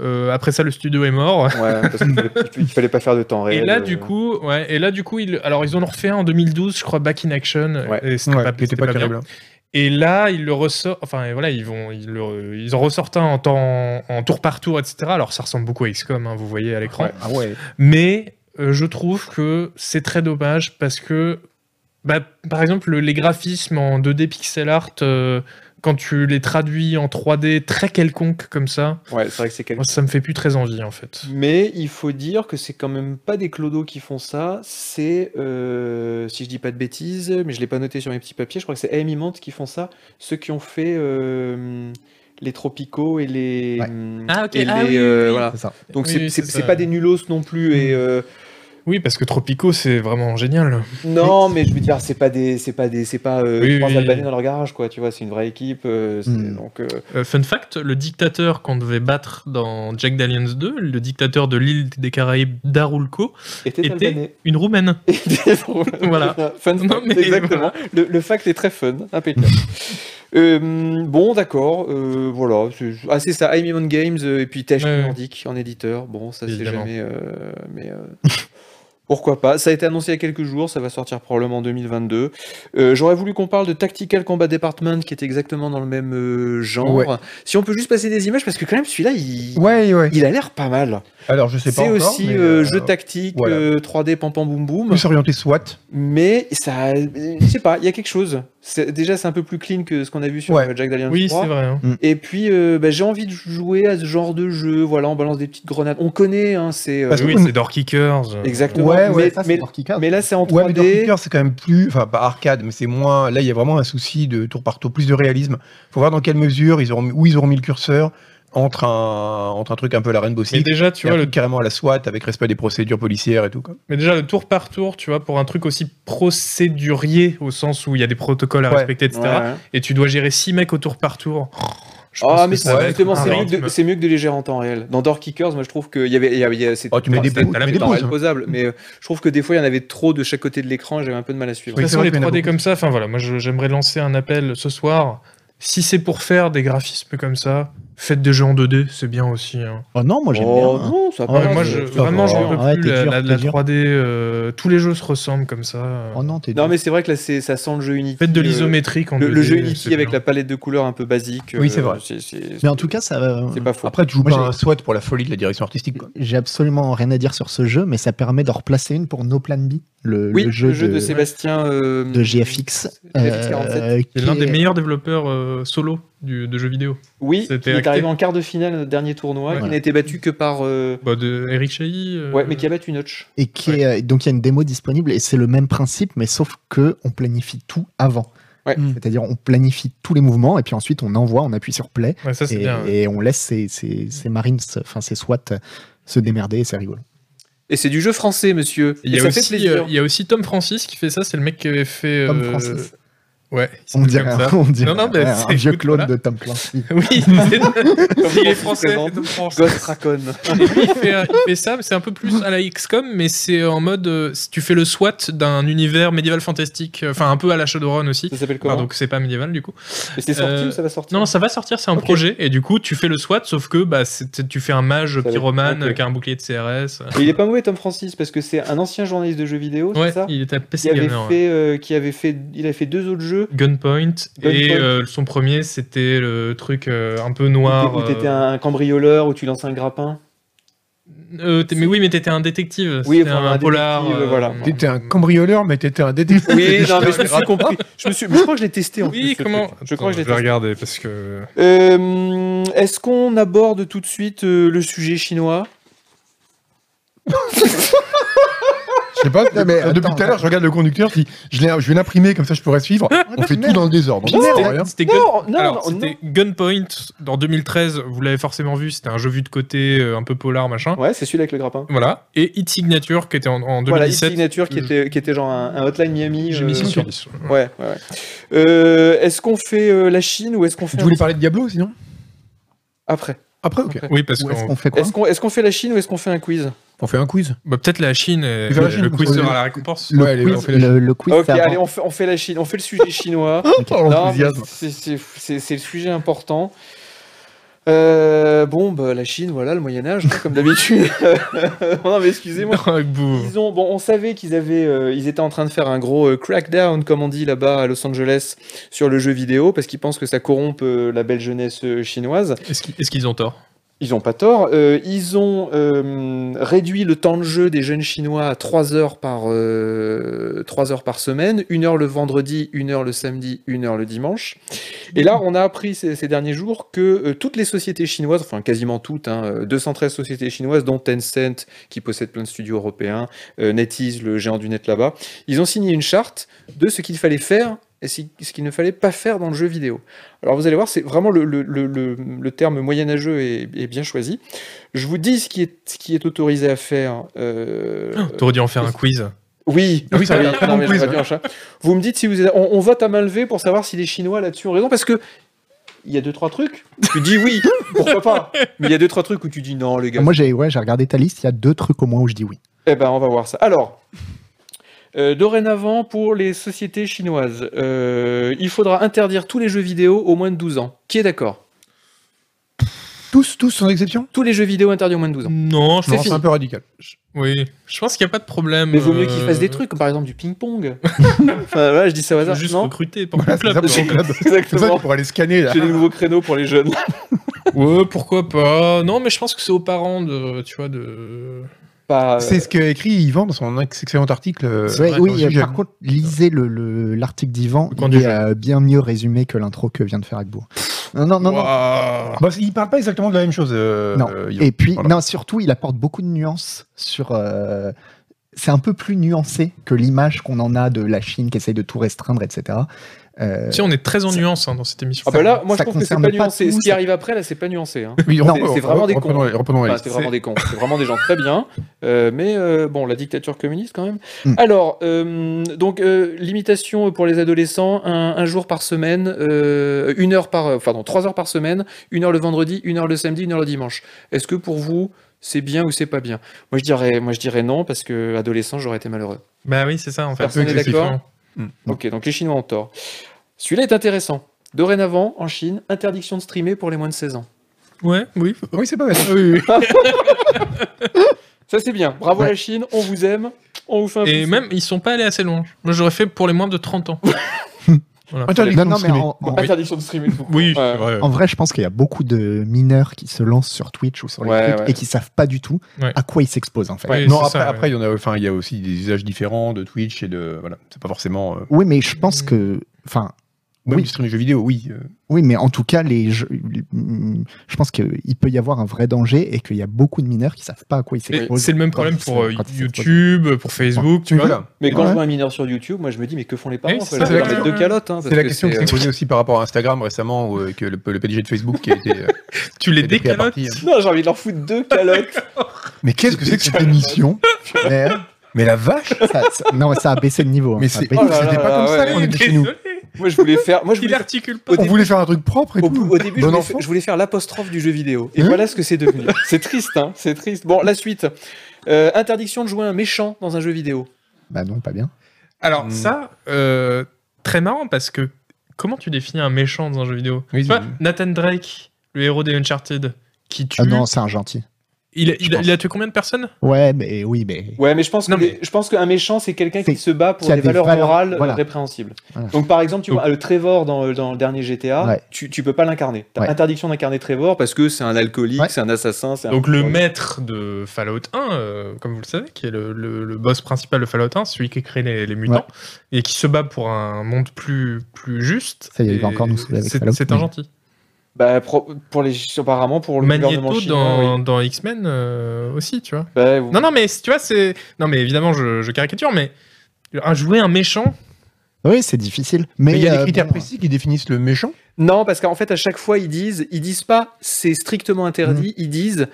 Euh, après ça, le studio est mort.
Ouais, parce qu'il fallait, il fallait pas faire de temps réel.
Et là,
euh,
du coup, ouais, et là, du coup, ils, alors ils en ont refait un en 2012, je crois, Back in Action,
Ouais.
et c'était
Ouais,
pas,
qui était
c'était
pas
pas bien.
terrible.
Et là, ils le ressortent. Enfin, et voilà, ils vont, ils, le- ils en ressortent un en temps, en tour par tour, etc. Alors, ça ressemble beaucoup à XCOM, hein, vous voyez à l'écran.
Ah ouais.
Mais euh, je trouve que c'est très dommage parce que, bah, par exemple, le- les graphismes en 2D pixel art, euh, quand tu les traduis en 3D très quelconque comme ça,
Ouais, c'est vrai que c'est quelque
moi, ça me fait plus très envie en fait.
Mais il faut dire que c'est quand même pas des clodos qui font ça, c'est, euh, si je dis pas de bêtises, mais je l'ai pas noté sur mes petits papiers, je crois que c'est AMI Mante qui font ça, ceux qui ont fait euh, les Tropicaux et les... mm,
Ouais.
Ah, ok,
et
ah
les, euh,
oui, oui, oui.
voilà.
C'est ça. Mm.
Donc
Oui,
c'est-
oui,
c'est
c'est
c'est
ça.
pas des nulos non plus, et... euh,
Oui, parce que Tropico, c'est vraiment génial.
non, mais je veux dire, c'est pas des... C'est pas, des, c'est pas euh,
Oui,
trois
oui.
Albanais dans leur garage, quoi, tu vois, c'est une vraie équipe, euh, c'est-
Hmm.
donc... euh,
Euh, fun fact, le dictateur qu'on devait battre dans Jack Daniels 2, le dictateur de l'île des Caraïbes d'Arulco,
était
Était-
Albanais.
une roumaine. Voilà.
Fun
Non,
fact,
mais
exactement. Le, le fact est très fun, impeccable. Euh, bon, d'accord. euh, voilà. c'est- Ah, c'est ça. Aimee on Games euh, et puis THQ
Ouais, ouais.
Nordic en éditeur. Bon, ça c'est
Évidemment.
jamais. euh, mais euh, pourquoi pas Ça a été annoncé il y a quelques jours. Ça va sortir probablement en 2022. Euh, J'aurais voulu qu'on parle de Tactical Combat Department qui est exactement dans le même euh, genre.
Ouais.
Si on peut juste passer des images parce que quand même celui-là, il,
Ouais, ouais.
il a l'air pas mal.
Alors, je sais pas
C'est
encore.
aussi
mais,
euh,
euh,
jeu tactique,
voilà.
euh, 3D, pam pam boum boum.
Plus orienté SWAT.
Mais ça, je sais pas, il y a quelque chose. C'est- Déjà, c'est un peu plus clean que ce qu'on a vu sur
Ouais.
euh, Jack Daniels
Oui,
3.
c'est vrai. hein.
Et puis, euh, bah, j'ai envie de jouer à ce genre de jeu. Voilà, on balance des petites grenades. On connaît, hein, c'est euh,
Parce
Oui,
que-
c'est Door Kickers. euh,
exactement.
Ouais,
mais,
ouais,
Ah,
ça,
mais-
c'est Orkica.
mais là, c'est en
Ouais, mais
3D.
Door Kicker, c'est quand même plus. Enfin, pas arcade, mais c'est moins. Là, il y a vraiment un souci de tour par tour, plus de réalisme. Faut voir dans quelle mesure, ils auront, mis- où ils auront mis le curseur entre un, entre un truc un peu à la Rainbow
Mais
Six.
déjà, tu
et un
vois, le,
truc carrément à la SWAT avec respect des procédures policières et tout. quoi.
mais déjà, le tour par tour, tu vois, pour un truc aussi procédurier, au sens où il y a des protocoles à
Ouais.
respecter, etc.
Ouais, ouais.
Et tu dois gérer 6 mecs au tour par tour. Je pense
Ah,
que
mais
ça va
c'est-
être
justement,
un
c'est mieux, que de-
rythme.
c'est mieux que de les gérer en temps réel. Dans Door Kickers, moi, je trouve qu'il y avait. il y avait- il y avait- c'était-
Oh, tu mets
enfin,
des
c'était
pauses,
à la
tu
fois
mets des
en temps réel
pauses.
posable, mais euh, je trouve que des fois, il y en avait trop de chaque côté de l'écran. J'avais un peu de mal à suivre.
De toute façon,
c'est vrai
les
qu'il y en a
3D
beaucoup.
comme ça, enfin voilà, moi je- j'aimerais lancer un appel ce soir. Si c'est pour faire des graphismes comme ça, faites des jeux en 2D, c'est bien aussi. hein.
Oh non, moi j'aime
Oh,
hein.
bien.
non, ça va
Ouais,
pas,
moi,
ça-
je,
ça
vraiment,
va.
j'en peux
Ouais,
plus.
t'es
La,
dur,
la-
t'es
la
dur.
3D, euh, tous les jeux se ressemblent comme ça.
Oh non, t'es
Non, mais c'est vrai que là, c'est- ça sent le jeu Unity.
Faites de
euh,
l'isométrique en
Le,
2D.
le jeu
c'est
Unity
bien.
avec la palette de couleurs un peu basique.
Oui,
euh,
c'est vrai.
c'est- c'est-
Mais en tout cas, ça. euh, va-
c'est pas faux.
Après, tu joues
Moi,
pas
j'ai-
un SWAT pour la folie de la direction artistique. quoi.
J'ai absolument rien à dire sur ce jeu, mais ça permet d'en replacer une pour No Plan B, le,
oui,
le jeu, de,
Sébastien. euh,
de GFX.
GFX 47.
euh, qui
C'est l'un des
est-
meilleurs développeurs euh, solo du- de jeux vidéo.
oui,
c'était
il est
acté.
arrivé en quart de finale à notre dernier tournoi.
Ouais.
Il n'a été battu que par. euh,
Bah, de Eric Chahi. euh,
Ouais, mais qui a battu Notch.
Et qui est, euh, donc il y a une démo disponible et c'est le même principe, mais sauf que on planifie tout avant.
Ouais.
Mm.
C'est-à-dire on planifie tous les mouvements et puis ensuite on envoie, on appuie sur play
Ouais, ça c'est
et,
bien. ouais.
et on laisse ces, ces- ces marines, enfin ces SWAT euh, se démerder et c'est rigolo.
Et c'est du jeu français, monsieur.
Il y,
Et
a
ça
aussi,
fait plaisir.
euh, il y a aussi Tom Francis qui fait ça, c'est le mec qui avait fait.
Tom
euh,
Francis.
Ouais, il
On
s'appelle
dirait,
comme ça.
on dirait
Non, non, mais
ouais,
c'est-
un vieux
écoute,
clone
voilà.
de Tom Clancy.
Oui, c'est- il est
Francis
français.
présente.
c'est Tom Francis.
Ghost Ah, Raccoon.
Et lui, il fait, euh, il fait ça, mais c'est un peu plus à la XCOM, mais c'est en mode. euh, si tu fais le SWAT d'un univers médiéval fantastique, euh, enfin un peu à la Shadowrun aussi.
ça s'appelle
Enfin,
comment
donc c'est pas médiéval du coup.
Mais C'est sorti
euh,
ou ça va sortir
Non, ça va sortir, c'est un projet, et du coup tu fais le SWAT, sauf que bah, c'est- tu fais un mage
va être-
pyromane
ok.
euh, qui a un bouclier de CRS.
Mais Il est pas mauvais, Tom Francis, parce que c'est un ancien journaliste de jeux vidéo, c'est
Ouais,
ça
il est à PC
Qui avait,
Gamer. ouais.
fait, euh, qui avait fait. Il avait fait deux autres jeux.
Gunpoint, et
Gunpoint.
euh, son premier c'était le truc euh, un peu
où
noir.
t'é- Où t'étais
euh,
un cambrioleur, où tu lançais un grappin.
euh, t'es- mais oui, mais t'étais un détective.
Oui,
c'était
enfin, un
un, polar.
détective,
euh,
voilà.
T'étais un cambrioleur, mais t'étais un détective.
Oui, non, mais je me suis compris. Je, me suis... mais je crois que je l'ai testé en plus,
Oui,
ce
comment
truc. Je crois que je l'ai
vais
testé.
regarder parce que.
Euh, Est-ce qu'on aborde tout de suite euh, le sujet chinois
Je sais pas,
Non, mais
euh, depuis
attends,
tout à l'heure, je regarde le conducteur, je dis, je, l'ai- je vais l'imprimer, comme ça je pourrais suivre. On fait tout dans le désordre.
Pire,
C'est
ouais.
rien.
C'était Gun-
Non, non,
Alors,
non,
c'était Gunpoint dans 2013, vous l'avez forcément vu, c'était un jeu vu de côté, euh, un peu polar, machin.
non. Ouais, c'est celui avec le grappin.
Voilà. Et Hit Signature qui était en, en
Voilà, Hit
2017.
Signature qui
je-
était, qui était genre un, un Hotline Miami.
J'ai
euh,
mis 6 sur 10.
Ouais, ouais, ouais. Euh, est-ce qu'on fait euh, la Chine ou est-ce qu'on fait
Tu voulais parler de Diablo sinon
après
Après, ok.
Oui, parce
Ou est-ce
qu'on
qu'on fait quoi
Est-ce qu'on est-ce qu'on fait la Chine ou est-ce qu'on fait un quiz
On fait un quiz.
bah, peut-être la Chine, et,
Vers la Chine,
le
vous
quiz
savez.
sera la récompense.
Ouais, allez, on
quiz,
fait la-
le, le quiz,
Ok,
c'est avant.
allez, on fait, on fait la Chine, on fait le sujet chinois.
Oh,
Non,
l'enthousiasme.
c'est- c'est- C'est c'est le sujet important. Euh, bon, bah, la Chine, voilà, le Moyen Âge, hein, comme d'habitude. non, mais excusez-moi.
Bouh.
Ils ont- bon, on savait qu'ils avaient, euh, ils étaient en train de faire un gros euh, crackdown, comme on dit là-bas à Los Angeles, sur le jeu vidéo, parce qu'ils pensent que ça corrompt euh, la belle jeunesse euh, chinoise.
Est-ce qu'ils est-ce qu'ils ont tort
Ils ont pas tort. Euh, ils ont euh, réduit le temps de jeu des jeunes Chinois à 3 heures par, euh, trois heures par semaine, une heure le vendredi, une heure le samedi, une heure le dimanche. Et là, on a appris ces, ces derniers jours que euh, toutes les sociétés chinoises, enfin quasiment toutes, hein, euh, 213 sociétés chinoises, dont Tencent, qui possède plein de studios européens, euh, NetEase, le géant du net là-bas, ils ont signé une charte de ce qu'il fallait faire et ce ce qu'il ne fallait pas faire dans le jeu vidéo. Alors vous allez voir, c'est vraiment le, le- le- le- le terme moyenâgeux est, est bien choisi. Je vous dis ce qui est, ce qui est autorisé à faire. euh,
T'aurais dû en faire un quiz.
oui,
Ah oui, ça va,
oui,
un très
non,
bon
mais
quiz,
j'aurais dû en faire. Vous me dites si vous êtes- on, on vote à main levée pour savoir si les Chinois là-dessus ont raison, parce que il y a deux trois trucs. Tu dis oui, pourquoi pas. Mais il y a deux trois trucs où tu dis non, les gars.
Moi, j'ai ouais, j'ai regardé ta liste, il y a deux trucs au moins où je dis oui.
Eh ben, on va voir ça. Alors, euh, dorénavant, pour les sociétés chinoises, euh, il faudra interdire tous les jeux vidéo au moins de 12 ans. Qui est d'accord
Tous, tous sans exception
Tous les jeux vidéo interdits au moins de 12 ans.
Non, je
Non,
pense,
c'est un peu radical.
oui. je pense qu'il n'y a pas de problème.
Mais vaut mieux qu'ils
euh,
fassent des trucs, comme par exemple du ping-pong. enfin, voilà, je dis ça au
faut
hasard.
Juste
non
recruter pour le
Voilà, c'est ça,
club.
pour le club. C'est ça,
Exactement.
tu pourras aller scanner. Là.
J'ai des nouveaux créneaux pour les jeunes.
Ouais, pourquoi pas. Non, mais je pense que c'est aux parents de, tu vois, de.
Pas, euh,
C'est ce qu'a écrit Yvan dans son ex- excellent article. euh,
Ouais,
sur le
oui, euh,
sujet.
par contre, lisez le- le- l'article d'Ivan,
Le compte
il
du
est euh, bien mieux résumé que l'intro que vient de faire Agbourg. Non, non, non, non.
Waouh.
Bah, il parle pas exactement de la même chose. euh,
Non.
euh, Yvan.
Et puis,
Voilà.
non, surtout, il apporte beaucoup de nuances sur. euh, c'est un peu plus nuancé que l'image qu'on en a de la Chine qui essaye de tout restreindre, etc. Euh,
Tu sais, on est très en
Ça-
nuance hein, dans cette émission.
Ah bah là, moi je
ça
trouve que c'est pas,
concerne pas
nuancé.
tout,
Ce qui
ça-
arrive après, là, c'est pas nuancé. hein.
Oui,
Non,
reprenons-
c'est vraiment des
reprenons- reprenons la
Enfin,
liste.
c'est vraiment des cons. C'est vraiment des gens très bien. Euh, mais euh, bon, la dictature communiste quand même.
Mm.
Alors, euh, donc, euh, limitation pour les adolescents, un, un jour par semaine, euh, une heure par, euh, pardon, trois heures par semaine, une heure le vendredi, une heure le samedi, une heure le dimanche. Est-ce que pour vous, c'est bien ou c'est pas bien Moi, je dirais, moi, je dirais non parce que adolescent, j'aurais été malheureux.
Bah oui, c'est ça en fait.
Personne n'est
Excessif,
d'accord
hein.
Non.
Ok, donc les Chinois ont tort. Celui-là est intéressant. Dorénavant, en Chine, interdiction de streamer pour les moins de 16 ans.
Ouais, oui.
Oui, c'est pas mal. Oui, oui.
Ça, c'est bien. Bravo la Chine, on vous aime, on vous fait un
Et
pouce.
même, ils sont pas allés assez loin. Moi, j'aurais fait pour les moins de 30 ans.
non, non,
Interdiction de
mais
streamer.
en, en-
Interdiction de streamer. tout court.
Oui,
Ouais.
c'est vrai.
en vrai, je pense qu'il y a beaucoup de mineurs qui se lancent sur Twitch ou sur les
Ouais,
trucs
ouais.
et qui savent pas du tout
Ouais.
à quoi ils s'exposent en fait.
Ouais,
Non,
c'est
après,
ça, ouais.
après, il y en a. Enfin, il y a aussi des usages différents de Twitch et de voilà. C'est pas forcément. euh,
Oui, mais je pense
Mm.
que. Enfin,
même
Oui.
du stream de jeux vidéo, oui. euh,
oui, mais en tout cas, les jeux- je pense qu'il peut y avoir un vrai danger et qu'il y a beaucoup de mineurs qui savent pas à quoi ils
Et
s'exposent.
C'est le même problème
quand ils
pour
se-
euh,
quand ils s'exposent.
YouTube, pour Facebook, tu vois.
voilà.
Mais quand
Ouais.
je vois un mineur sur YouTube, moi je me dis mais que font les parents
Eh,
quoi,
c'est
Je vais
ça,
leur
la
mettre deux
question.
calottes. hein, parce
C'est la
que
question qui
c'est,
s'est
euh,
posée aussi par rapport à Instagram récemment, où, euh, que le, le PDG de Facebook qui a été. euh,
Tu les
qui a été pris à
décalotes.
partie, hein.
euh, Non, j'ai envie de leur foutre deux calottes.
Mais qu'est-ce que c'est que cette émission mais, mais la vache
Ça- ça- non, ça a baissé le niveau. hein,
Mais
ça a
c'est-
baissé.
Oh là là
c'était pas
là,
comme ça
ouais.
qu'on était chez nous.
Désolé,
Moi je voulais faire. Moi je
il
voulais.
articule pas.
Au
On
début-
voulait faire un truc propre et
Au,
tout.
au début, je
bon
voulais, fa-
enfant.
je voulais faire l'apostrophe du jeu vidéo. Et
Hein
voilà ce que c'est devenu. C'est triste, hein, c'est triste. Bon, la suite. Euh, interdiction de jouer un méchant dans un jeu vidéo.
Bah non, pas bien.
Alors
Hmm.
ça, euh, très marrant parce que comment tu définis un méchant dans un jeu vidéo
Oui,
Tu vois,
c'est-
Nathan Drake, le héros des Uncharted, qui tue.
Ah non, c'est un gentil.
il, a- il a-
pense.
il a tué combien de personnes
Ouais, mais oui, mais.
Ouais, mais je pense que
Non, mais-
les- je pense qu'un méchant c'est quelqu'un qui se
C'est-
bat pour
qui a
des
des
valeurs,
valeurs,
morales euh,
voilà.
répréhensibles.
Voilà.
Donc par exemple, tu
Donc-
vois le Trevor dans, euh, dans le dernier GTA,
Ouais.
tu, tu peux pas l'incarner. T'as
Ouais.
interdiction d'incarner Trevor parce que c'est un alcoolique,
Ouais.
c'est un assassin, c'est un
Donc le
terroriste.
maître de Fallout 1, euh, comme vous le savez, qui est le, le- le boss principal de Fallout 1, celui qui crée les, les mutants, et qui se bat pour un monde plus, plus juste.
Ça y est, il
Et
va encore nous saouler avec
c'est-
Fallout,
C'est un
mais-
gentil.
Bah, pro- pour les, apparemment, pour le gouvernement
Magneto
chinois.
dans,
oui.
dans X-Men euh, aussi, tu vois.
Bah, vous-
Non, non, mais tu vois, c'est. Non, mais évidemment, je, je caricature, mais. Un jouer un méchant,
Oui, c'est difficile.
Mais
Mais
il y a
euh,
des critères
bon,
précis qui définissent le méchant.
Mm.
Non, parce qu'en fait, à chaque fois, ils disent, ils disent pas c'est strictement interdit, ils disent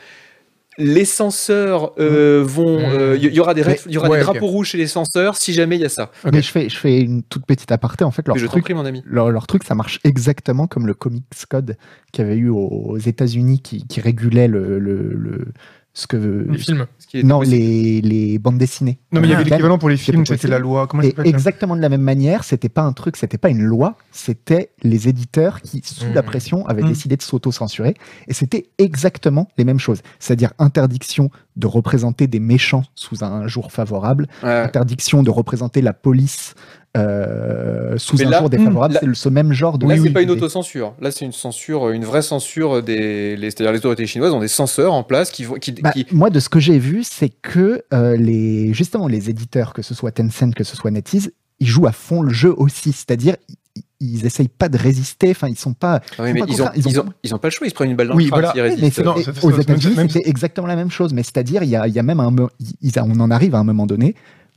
les censeurs euh, vont.
Mm.
Mmh.
euh, Il y, il y aura des,
Mais-
ref- il y aura
ouais,
des
ok.
drapeaux rouges chez les censeurs si jamais il y a ça.
Ok.
Mais je fais, je fais une toute petite aparté. En fait, leur
Mais je t'en
truc,
prie, mon ami.
leur, leur truc, ça marche exactement comme le Comics Code qu'il y avait eu aux- aux États-Unis qui, qui régulait le, le, le- ce que.
Les films.
Ce qui est-
Non, les, les bandes dessinées.
Non, mais il y avait
Ah.
l'équivalent pour les films,
possible.
c'était la loi. Comment ça
Et
s'appelle
exactement de la même manière, c'était pas un truc, c'était pas une loi, c'était les éditeurs qui, sous
Mmh.
la pression, avaient
Mmh.
décidé de s'auto-censurer. Et c'était exactement les mêmes choses. C'est-à-dire interdiction de représenter des méchants sous un jour favorable,
Ouais.
interdiction de représenter la police euh, sous
Mais
un
là, mmh,
jour défavorable.
là-
c'est le- ce même genre de.
Là, c'est
oui,
pas une
des-
autocensure. Là, c'est une censure, une vraie censure des. les- C'est-à-dire, les autorités chinoises ont des censeurs en place qui. vont- qui,
Bah,
qui-
Moi, de ce que j'ai vu, c'est que euh, les, justement, les éditeurs, que ce soit Tencent, que ce soit NetEase, ils jouent à fond le jeu aussi. C'est-à-dire, ils, ils essayent pas de résister. Enfin, ils sont pas.
Ouais, mais
pas
ils ont,
contraire, ils
ils,
ont-
ont, ils ont pas le choix, ils se prennent une balle dans
Oui,
le crâne
voilà.
s'ils
Mais
résistent.
c'est-
Non,
et-
ça- ça-
aux
ça-
États-Unis,
même-
c'est exactement la même chose. Mais c'est-à-dire, il y a, il y a même un, mo- ils- on en arrive à un moment donné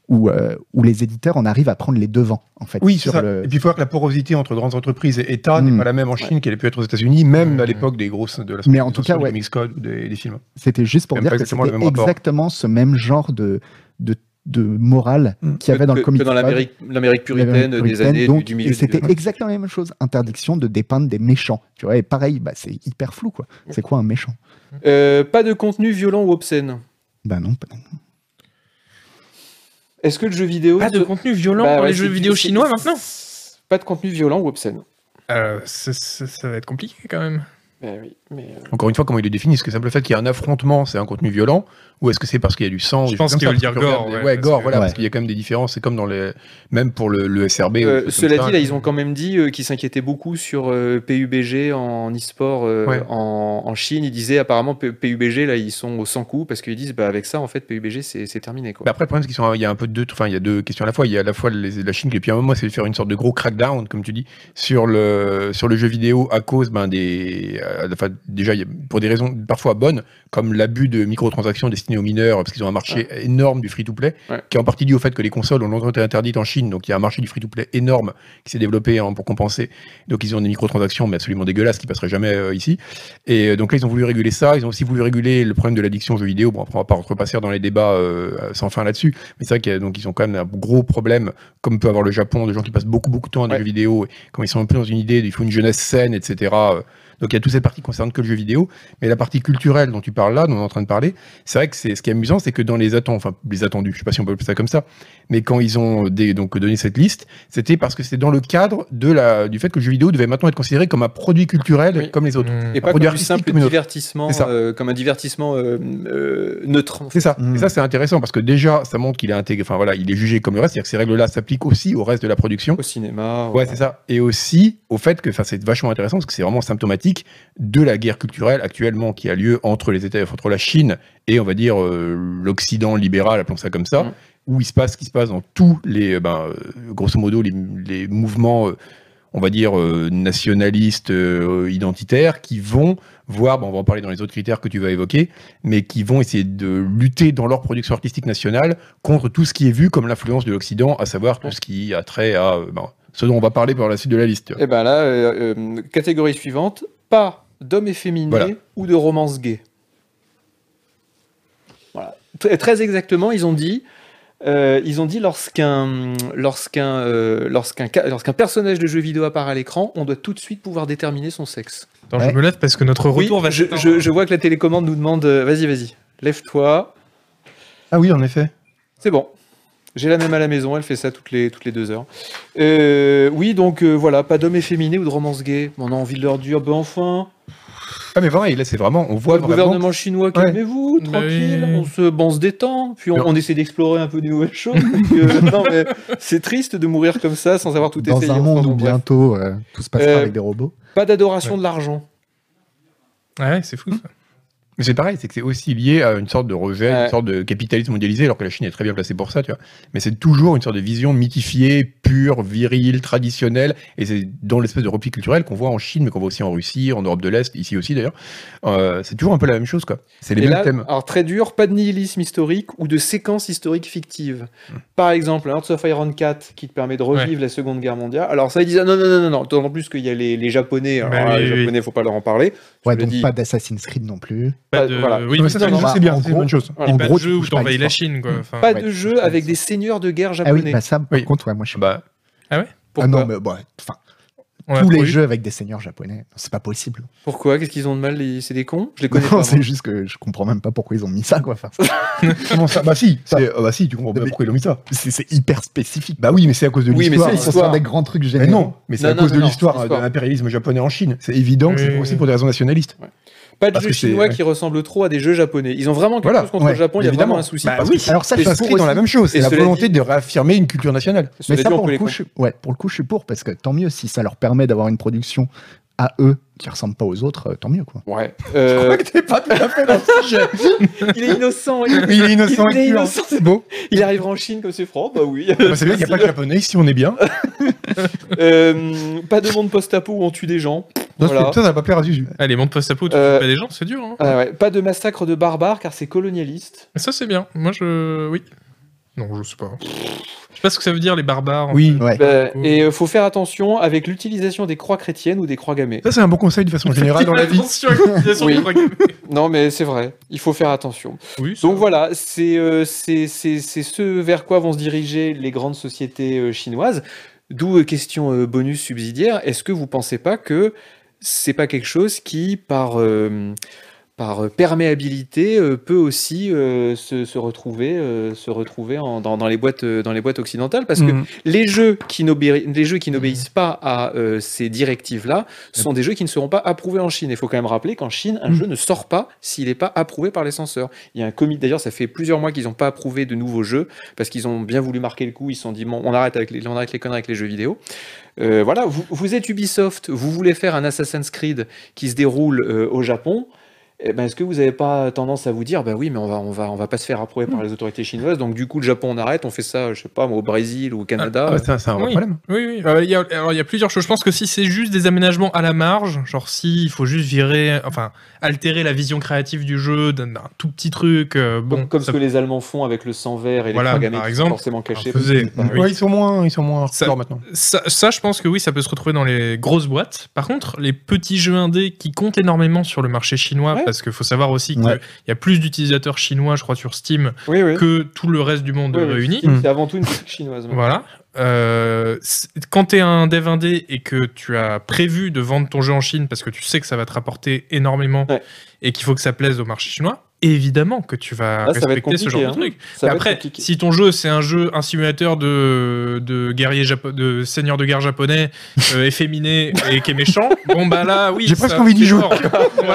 où, euh, où les éditeurs en arrivent à prendre les devants, en fait.
Oui, c'est
sur
ça.
le-
Et puis il faut voir que la porosité entre grandes entreprises et États
Mm.
n'est pas la même en Chine qu'elle a pu être aux États-Unis, même
Mm.
à l'époque des grosses de la
Hmm. Mais en tout cas,
des
ouais.
Comics Code ou des, des films.
C'était juste pour
Même
dire
pas
que
exactement
c'était
le même rapport.
exactement ce même genre de, de, de morale
Mm.
qu'il y avait dans
que,
le
que
comic
dans
Code.
l'Amérique, l'Amérique puritaine,
L'Amérique
des
puritaine,
années
donc,
du- du milieu.
et
du-
c'était exactement la même chose interdiction de dépeindre des méchants tu vois et pareil bah, c'est hyper flou quoi c'est quoi un méchant
Euh, pas de contenu violent ou obscène.
bah non, pas-
Est-ce que le jeu vidéo.
Pas de contenu violent
Bah
pour
ouais,
les jeux
c'est-
vidéo
c'est-
chinois maintenant
Pas de contenu violent ou obscène.
Euh, c'est- c'est- Ça va être compliqué quand même.
Ben oui, mais. euh,
Encore une fois, comment ils le définissent Est-ce que c'est le fait qu'il y a un affrontement, c'est un contenu violent Ou est-ce que c'est parce qu'il y a du sang
Je
des
pense
choses
qu'ils
comme
veulent
ça,
dire
parce que
gore,
regarde,
ouais,
Ouais,
parce
gore,
que-
voilà, parce
Ouais.
qu'il y a quand même des différences. C'est comme dans les. Même pour le, le SRB. ou
euh,
des choses
cela
comme
dit,
ça.
là, ils ont quand même dit euh, qu'ils s'inquiétaient beaucoup sur euh, PUBG en e-sport euh,
Ouais.
en, en Chine. Ils disaient apparemment P- PUBG, là, ils sont au 100 coups parce qu'ils disent, bah, avec ça, en fait, PUBG, c'est c'est terminé. Quoi.
Bah après, le problème, c'est qu'il y a un peu de deux, enfin, il y a deux questions à la fois. Il y a à la fois les- la Chine, et puis à un moment, c'est de faire une sorte de gros crackdown, comme tu dis, sur le, sur le jeu vidéo à cause, ben, des, euh, enfin, déjà, il y a- pour des raisons parfois bonnes, comme l'abus de microtransactions destinées aux mineurs, parce qu'ils ont un marché énorme du free-to-play,
Ouais.
qui est en partie dû au fait que les consoles ont longtemps été interdites en Chine, donc il y a un marché du free-to-play énorme qui s'est développé hein, pour compenser. Donc ils ont des microtransactions, mais absolument dégueulasses, qui passeraient jamais euh, ici. Et euh, donc là, ils ont voulu réguler ça. Ils ont aussi voulu réguler le problème de l'addiction aux jeux vidéo. Bon, après, on va pas repasser dans les débats euh, sans fin là-dessus. Mais c'est vrai qu'ils ont quand même un gros problème, comme peut avoir le Japon, de gens qui passent beaucoup, beaucoup de temps à des
Ouais.
jeux vidéo. Et quand ils sont un peu dans une idée, il faut une jeunesse saine, etc. euh, Donc il y a toute cette partie qui concerne que le jeu vidéo. Mais la partie culturelle dont tu parles là, dont on est en train de parler, c'est vrai que c'est ce qui est amusant, c'est que dans les attendus, enfin, les attendus, je sais pas si on peut appeler ça comme ça, mais quand ils ont euh, des- donc donné cette liste, c'était parce que c'est dans le cadre de la, du fait que le jeu vidéo devait maintenant être considéré comme un produit culturel
Oui.
comme les autres.
Hmm.
Et pas comme
produit
du
artistique
simple
comme une autre.
divertissement,
C'est ça.
euh, comme un divertissement euh, euh, neutre. en fait.
C'est ça.
Mm.
Et ça, c'est intéressant parce que déjà, ça montre qu'il est intégré. Enfin voilà, il est jugé comme le reste. C'est-à-dire que ces règles-là s'appliquent aussi au reste de la production.
Au cinéma.
Ouais, c'est ça. Et aussi au fait que, enfin, c'est vachement intéressant parce que c'est vraiment symptomatique de la guerre culturelle actuellement qui a lieu entre les États, entre la Chine et on va dire euh, l'Occident libéral, appelons ça comme ça,
Mm.
où il se passe ce qui se passe dans tous les, euh, ben, euh, grosso modo, les, les mouvements. euh, on va dire euh, nationalistes, euh, identitaires, qui vont voir, bon, on va en parler dans les autres critères que tu vas évoquer, mais qui vont essayer de lutter dans leur production artistique nationale contre tout ce qui est vu comme l'influence de l'Occident, à savoir tout ce qui a trait à euh, ben, ce dont on va parler par la suite de la liste.
Et ben là, euh, euh, catégorie suivante, pas d'hommes efféminés
Voilà.
ou de romance gay. Voilà. Tr- euh, Très exactement, ils ont dit, euh, ils ont dit lorsqu'un lorsqu'un euh, lorsqu'un ca- lorsqu'un personnage de jeu vidéo apparaît à l'écran, on doit tout de suite pouvoir déterminer son sexe.
Attends,
Ouais.
je me lève parce que notre
Oui,
retour va
je,
s'éteindre.
je- je vois que la télécommande nous demande, euh, vas-y, vas-y, lève-toi,
Ah oui, en effet.
c'est bon. J'ai la même à la maison, elle fait ça toutes les, toutes les deux heures. Euh, oui, donc euh, voilà, pas d'homme efféminé ou de romance gay. On a envie de leur dire, ben enfin,
Ah mais pareil, là c'est vraiment, on voit
le
vraiment...
gouvernement chinois,
Ouais.
calmez-vous,
Mais
tranquille,
oui.
on, se, bon, on se détend, puis on,
Non.
on essaie d'explorer un peu de nouvelles choses. parce que, non, mais c'est triste de mourir comme ça sans avoir tout
dans
essayé.
un
enfin,
monde
bon,
où
bref.
bientôt euh, tout se passera
Euh,
avec des robots
Pas d'adoration
Ouais.
de l'argent.
Ah Ouais, c'est fou ça.
Mais c'est pareil, c'est que c'est aussi lié à une sorte de rejet,
Ouais.
une sorte de capitalisme mondialisé, alors que la Chine est très bien placée pour ça, tu vois. Mais c'est toujours une sorte de vision mythifiée, pur, viril, traditionnel. Et c'est dans l'espèce de repli culturel qu'on voit en Chine, mais qu'on voit aussi en Russie, en Europe de l'Est, ici aussi d'ailleurs. Euh, c'est toujours un peu la même chose, quoi. C'est les
Et
mêmes
là,
thèmes.
Alors très dur, pas de nihilisme historique ou de séquence historique fictive.
Hmm.
Par exemple, Hearts of Iron 4 qui te permet de revivre la Seconde Guerre mondiale. Alors ça, ils disent ah, non, non, non, non, non, d'autant plus qu'il y a les, les Japonais.
Bah
Alors,
Mais
ah, les
oui, oui.
Japonais, faut pas leur en parler. Je
Ouais,
le
donc
dis.
pas d'Assassin's Creed non plus.
Pas
Pas-
de-
Bah, voilà.
Oui,
Non, mais
c'est
ça,
non,
ça, c'est
bah,
bien,
en
c'est une
gros-
bonne chose.
Voilà.
en
pas
gros,
de jeu
tu
où
touches pas à
t'envahis la
l'histoire.
Chine, quoi. Enfin,
Pas
Ouais,
de
tu-
jeu avec des seigneurs de guerre
Ah oui,
japonais.
bah ça, par
Oui.
contre, ouais, moi je suis
Bah,
Ah
Pourquoi
non, mais bon, enfin,
on l'a
tous
pas
les
eu.
jeux avec des seigneurs japonais, c'est pas possible.
Pourquoi Qu'est-ce qu'ils ont de mal les- C'est des cons Je les connais
Non,
pas. moi.
c'est juste que je comprends même pas pourquoi ils ont mis ça, quoi. Enfin,
comment ça Bah si, c'est- euh, bah si, tu comprends bien
Mais-
pourquoi ils l'ont mis ça.
c'est c'est hyper spécifique.
Bah oui, mais c'est à cause de
Oui, mais
l'histoire.
c'est
Ils sont sur
l'histoire.
des grands trucs
Mais
généraux.
non, mais c'est
Non,
à
non,
cause
non,
de
non, c'est
l'histoire, euh, de
l'histoire.
l'impérialisme japonais en Chine. C'est évident que c'est
Oui,
aussi
oui.
pour des raisons nationalistes.
Pas de
parce
jeux
que c'est-
chinois qui ressemblent trop à des jeux japonais. Ils ont vraiment quelque
Voilà,
chose contre
ouais,
le Japon. Il y a
évidemment.
vraiment un souci.
Bah
Parce
oui.
que-
Alors ça,
Et
je
cela
s'inscrit
Inscrit dans la même chose, c'est
et
la
cela
volonté de réaffirmer une culture nationale.
Mais
cela
ça,
dit, on
pour
peut
le,
les
coup,
comprendre.
je, ouais, pour le coup, je suis pour, parce que tant mieux si ça leur permet d'avoir une production à eux qui ressemble pas aux autres, euh, tant mieux, quoi.
Ouais. Euh,
t'es pas tout à fait dans ce sujet.
il est innocent. Il,
Il est innocent
il
et
est
pur.
innocent.
C'est beau.
il arrivera en Chine comme c'est franc. Bah oui.
Bah, C'est bien qu'il n'y a pas de japonais ici, on est bien.
Euh, pas de monde post-apo où on tue des gens.
Dans ce
Voilà.
film, Ça, ça va pas plaire à Zuzu.
Allez, monte post apo tu
Euh,
fais pas des gens, c'est dur. hein.
Ah ouais, Pas de massacre de barbares car c'est colonialiste.
Ça, c'est bien. Moi, je. Oui. Non, je sais pas. Je sais pas ce que ça veut dire, les barbares. en
Oui.
Ouais.
Euh,
cool.
et euh, faut faire attention avec l'utilisation des croix chrétiennes ou des croix gammées.
Ça, c'est un bon conseil de façon générale dans la vie.
Attention à l'utilisation
Oui.
des drogues.
Non mais c'est vrai, il faut faire attention.
Oui, ça-
Donc voilà, c'est euh, c'est- c'est- c'est ce vers quoi vont se diriger les grandes sociétés euh, chinoises. D'où euh, question euh, bonus subsidiaire, est-ce que vous pensez pas que c'est pas quelque chose qui, par, euh, par euh, perméabilité, euh, peut aussi euh, se, se retrouver, euh, se retrouver en- dans, dans les boîtes, euh, dans les boîtes occidentales Parce que
Mm.
les jeux qui n'obéi- les jeux qui n'obéissent pas à euh, ces directives-là sont des jeux qui ne seront pas approuvés en Chine. Il faut quand même rappeler qu'en Chine, un
Mm.
jeu ne sort pas s'il n'est pas approuvé par les censeurs. Il y a un comité, d'ailleurs, ça fait plusieurs mois qu'ils n'ont pas approuvé de nouveaux jeux parce qu'ils ont bien voulu marquer le coup. Ils se sont dit, bon, on arrête avec les, on arrête les conneries avec les jeux vidéo. Euh, voilà, vous, vous êtes Ubisoft, vous voulez faire un Assassin's Creed qui se déroule euh, au Japon. Eh ben, Est-ce que vous n'avez pas tendance à vous dire, bah oui, mais on va, on va, on va pas se faire approuver
Mm.
par les autorités chinoises, donc du coup le Japon on arrête, on fait ça, je sais pas, moi, au Brésil ou au Canada.
Ah, bah, c'est un- c'est un vrai
Oui.
problème.
Oui, oui. Euh, il y a- alors, il y a plusieurs choses. Je pense que si c'est juste des aménagements à la marge, genre si il faut juste virer, enfin, altérer la vision créative du jeu d'un d'un tout petit truc, euh, bon,
comme comme
ça,
ce que les Allemands font avec le sang vert et les
Voilà,
trois gamins
par
qui sont
exemple,
forcément cachés.
faisait,
parce que-
oui.
Ouais, ils sont moins, ils sont moins
Ça-
hardcore maintenant.
ça, ça, je pense que oui, ça peut se retrouver dans les grosses boîtes. Par contre, les petits jeux indés qui comptent énormément sur le marché chinois,
Ouais.
parce qu'il faut savoir aussi
Ouais.
qu'il y a plus d'utilisateurs chinois, je crois, sur Steam
Oui, oui.
que tout le reste du monde
Oui, oui,
réuni.
c'est-
Mm.
C'est avant tout une boutique chinoise. maintenant.
Mmh. Voilà. Euh, c'est- quand tu es un dev indé et que tu as prévu de vendre ton jeu en Chine parce que tu sais que ça va te rapporter énormément
Ouais.
et qu'il faut que ça plaise au marché chinois, évidemment que tu vas
Là, ça va être
respecter
compliqué.
ce genre
hein.
de truc. Mais
Ça va être
après,
compliqué.
si ton jeu c'est un jeu, un simulateur de, de guerrier japo- de seigneur de guerre japonais euh, efféminé et qui est méchant, bon bah là oui.
J'ai
ça-
presque envie d'y
c'est
jouer.
mort.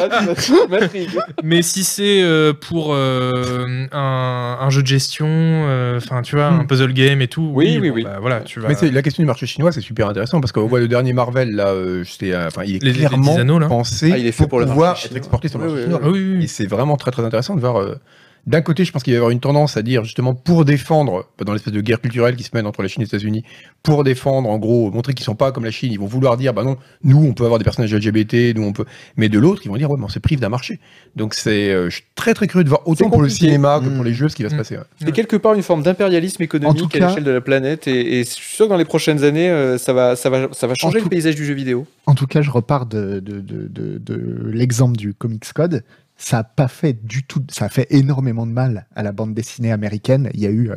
Matrix.
Mais si c'est euh, pour euh, un, un jeu de gestion, euh, enfin tu vois, un
Hmm.
puzzle game et tout,
Oui, oui, oui.
bah, voilà, tu vas.
Mais c'est- la question du marché chinois, c'est super intéressant parce qu'on voit le dernier Marvel là, euh, c'était, euh, enfin, il est
Les- les
clairement
petits anneaux, là.
pensé
Ah, il est fait pour le
pouvoir
marché
être
chinois.
exporté sur le
Oui,
marché
oui,
chinois.
Ah oui, oui, oui.
Et c'est vraiment très très intéressant de voir. euh, d'un côté, je pense qu'il va y avoir une tendance à dire justement pour défendre bah, dans l'espèce de guerre culturelle qui se mène entre la Chine et les États-Unis, pour défendre en gros montrer qu'ils sont pas comme la Chine, ils vont vouloir dire bah non, nous on peut avoir des personnages LGBT, nous on peut, mais de l'autre ils vont dire ouais mais on s'est prive d'un marché. Donc c'est, euh, je suis très très curieux de voir autant
C'est
pour le
compliqué.
cinéma que
Mm.
pour les jeux ce qui va se
Mm.
passer. ouais.
C'est quelque part une forme d'impérialisme économique
En tout
à
cas-
l'échelle de la planète et, et je suis sûr que dans les prochaines années, euh, ça va, ça va, ça va changer
tout-
le paysage du jeu vidéo.
En tout cas, je repars de, de, de, de, de l'exemple du Comics Code. Ça a pas fait du tout, ça a fait énormément de mal à la bande dessinée américaine. Il y a eu, euh,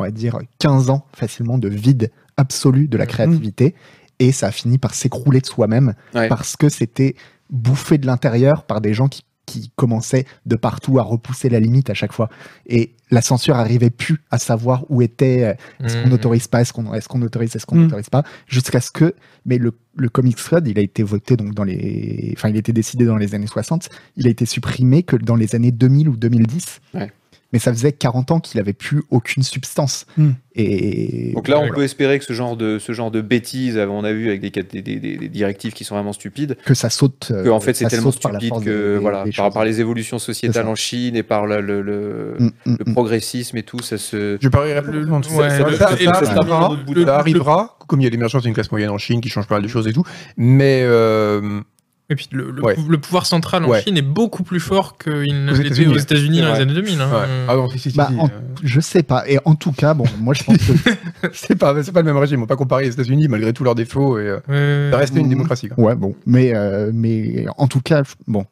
on va dire, 15 ans facilement de vide absolu de la
Mhm.
créativité. Et ça a fini par s'écrouler de soi-même
Ouais.
parce que c'était bouffé de l'intérieur par des gens qui, qui commençaient de partout à repousser la limite à chaque fois. Et la censure arrivait plus à savoir où était euh, est-ce
Mhm.
qu'on
Hmm.
n'autorise pas Est-ce qu'on est-ce qu'on autorise Est-ce qu'on
Mm.
n'autorise pas Jusqu'à ce que, mais le, le Comics Code, il a été voté donc dans les, enfin il a été décidé dans les années 60. Il a été supprimé que dans les années 2000 ou 2010.
Ouais.
mais ça faisait 40 ans qu'il avait plus aucune substance.
Hmm.
Mhm.
Et
Donc là, on
Voilà.
peut espérer que ce genre de, ce genre de bêtises, on a vu avec des, des- des- des- des directives qui sont vraiment stupides,
que ça saute. euh,
que en fait c'est
ça
tellement
saute par la
stupide
force
que
des-
voilà,
des
par,
choses.
par les évolutions sociétales
C'est ça.
en Chine et par la- le, le,
Mm, mm,
le
mm.
progressisme et tout, ça se.
Je parierais plus longtemps.
Ouais,
ça,
le-
ça-
le-
ça-
le- le- le-
ça- ça- ça-
le-
ça- ça arrivera. Comme il y a l'émergence d'une classe moyenne en Chine qui change pas mal de choses et tout. Mais
Mm.
euh,
Et puis le, le
Ouais.
pou- le pouvoir central en
Ouais.
Chine est beaucoup plus fort qu'il ne
Aux
l'était
États-Unis.
aux États-Unis
C'est
dans les
vrai.
années 2000. hein.
ouais.
Euh,
Ah non, si, si, si,
Bah,
si,
en-
euh,
Je sais pas. Et en tout cas, bon, moi je pense que
c'est pas, c'est pas le même régime. On va pas comparer les États-Unis malgré tous leurs défauts et euh,
ouais.
ça reste une
Mhm.
démocratie. quoi.
Ouais, bon, mais, euh, mais en tout cas, je- bon,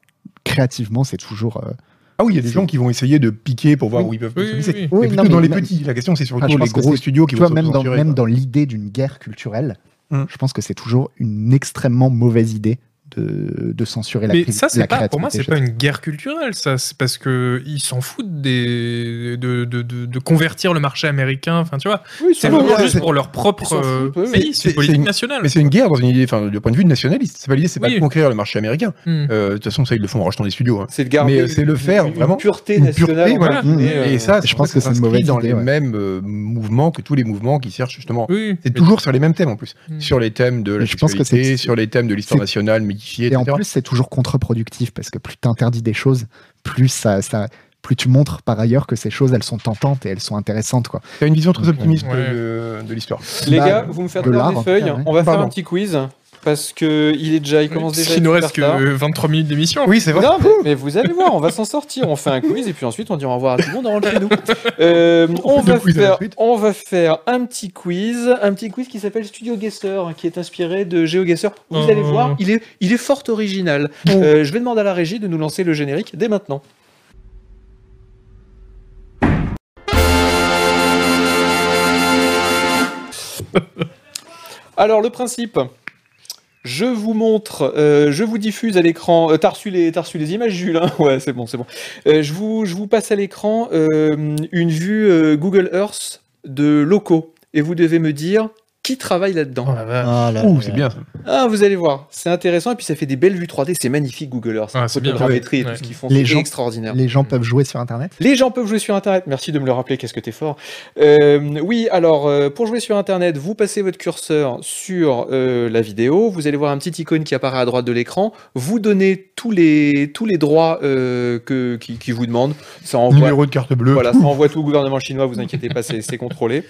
créativement, c'est toujours. euh,
Ah oui, il y a des gens qui vont essayer de piquer pour voir
Oui.
où ils peuvent.
Oui, oui,
c'est-
oui.
Mais
Oui,
plutôt
non, mais
dans les
même-
petits. La question, c'est surtout
Ah, je
les
pense que
gros
c'est-
studios qui
tu
vont
vois, même dans,
s'auto-censurer,
même
quoi.
dans l'idée d'une guerre culturelle,
Hmm.
je pense que c'est toujours une extrêmement mauvaise idée de, de censurer la,
Mais
cré-
ça,
la
c'est pas, pour moi, c'est
créativité,
pas une guerre culturelle, ça. C'est parce que ils s'en foutent des, de, de, de, de convertir le marché américain. Enfin, tu vois,
Oui,
c'est
Ah bon,
vraiment
ouais,
juste
c'est-
pour leur propre
s'en
euh,
foutent, ouais, ouais.
pays, c'est
C'est- c'est
une politique
une-
nationale.
Mais c'est une guerre dans une idée, enfin, du point de vue nationaliste. C'est pas l'idée, c'est pas
Oui.
de conquérir le marché américain.
Hmm.
Euh, De toute façon, ça, ils le font en rachetant des studios. hein.
C'est de garder
Mais, euh, c'est le faire,
une- une
vraiment.
pureté
Une
nationale.
pureté,
en
voilà.
fait,
Mmh.
mais, euh,
Et ça,
je pense
en fait,
que
ça
c'est une
s'inscrit
mauvaise
dans
idée,
les
ouais.
mêmes euh, mouvements que tous les mouvements qui cherchent justement.
Oui.
C'est
Mais-
toujours sur les mêmes thèmes en plus.
Hmm.
Sur les thèmes de la
Mais je pense que
sexualité,
c'est-
sur les thèmes de l'histoire
c'est-
nationale, mythifiée,
Et en
etc.
plus, c'est toujours contre-productif parce que plus tu interdis des choses, plus ça. ça plus tu montres par ailleurs que ces choses, elles sont tentantes et elles sont intéressantes. Quoi.
T'as une vision très optimiste
Ouais.
de, de l'histoire.
Les
Bah,
gars, vous me faites
de
perdre
l'art,
des
en
feuilles.
tout cas, ouais.
On va faire
Pardon.
un petit quiz parce que il est déjà, il commence déjà. à
Il
être
nous
super
reste que
tard.
euh, 23 minutes d'émission.
Oui, c'est vrai.
Non, mais, mais vous allez voir, on va s'en sortir. On fait un quiz et puis ensuite on dit au revoir à tout le monde, on rentre chez nous. Euh, on,
fait deux
va
quiz à la
faire,
suite.
on va faire un petit quiz, un petit quiz qui s'appelle Studio Guesser, hein, qui est inspiré de GeoGuessr. Vous
Oh.
allez voir, il est, il est fort original. Euh, je vais demander à la régie de nous lancer le générique dès maintenant. Alors le principe, je vous montre, euh, je vous diffuse à l'écran. euh, T'as reçu, les- t'as reçu les images, Jules hein Ouais, c'est bon, c'est bon. Euh, je, vous, je vous passe à l'écran euh, une vue euh, Google Earth de locaux. Et vous devez me dire qui travaille là-dedans.
Oh la vache.
Ouh, c'est bien. ça.
Ah, vous allez voir, c'est intéressant. Et puis ça fait des belles vues 3D. C'est magnifique, Google Earth.
Ah, c'est bien.
Photogrammétrie et
Ouais.
tout ce qu'ils font.
Les
c'est
gens-
extraordinaire.
Les gens peuvent jouer sur Internet.
Les gens peuvent jouer sur Internet. Merci de me le rappeler, qu'est-ce que t'es fort. Euh, oui, alors, euh, pour jouer sur Internet, vous passez votre curseur sur euh, la vidéo. Vous allez voir un petit icône qui apparaît à droite de l'écran. Vous donnez tous les, tous les droits euh, que, qui, qui vous demandent. Ça envoie,
Numéro de carte bleue.
voilà, ça envoie tout au gouvernement chinois, vous inquiétez pas, c'est c'est contrôlé.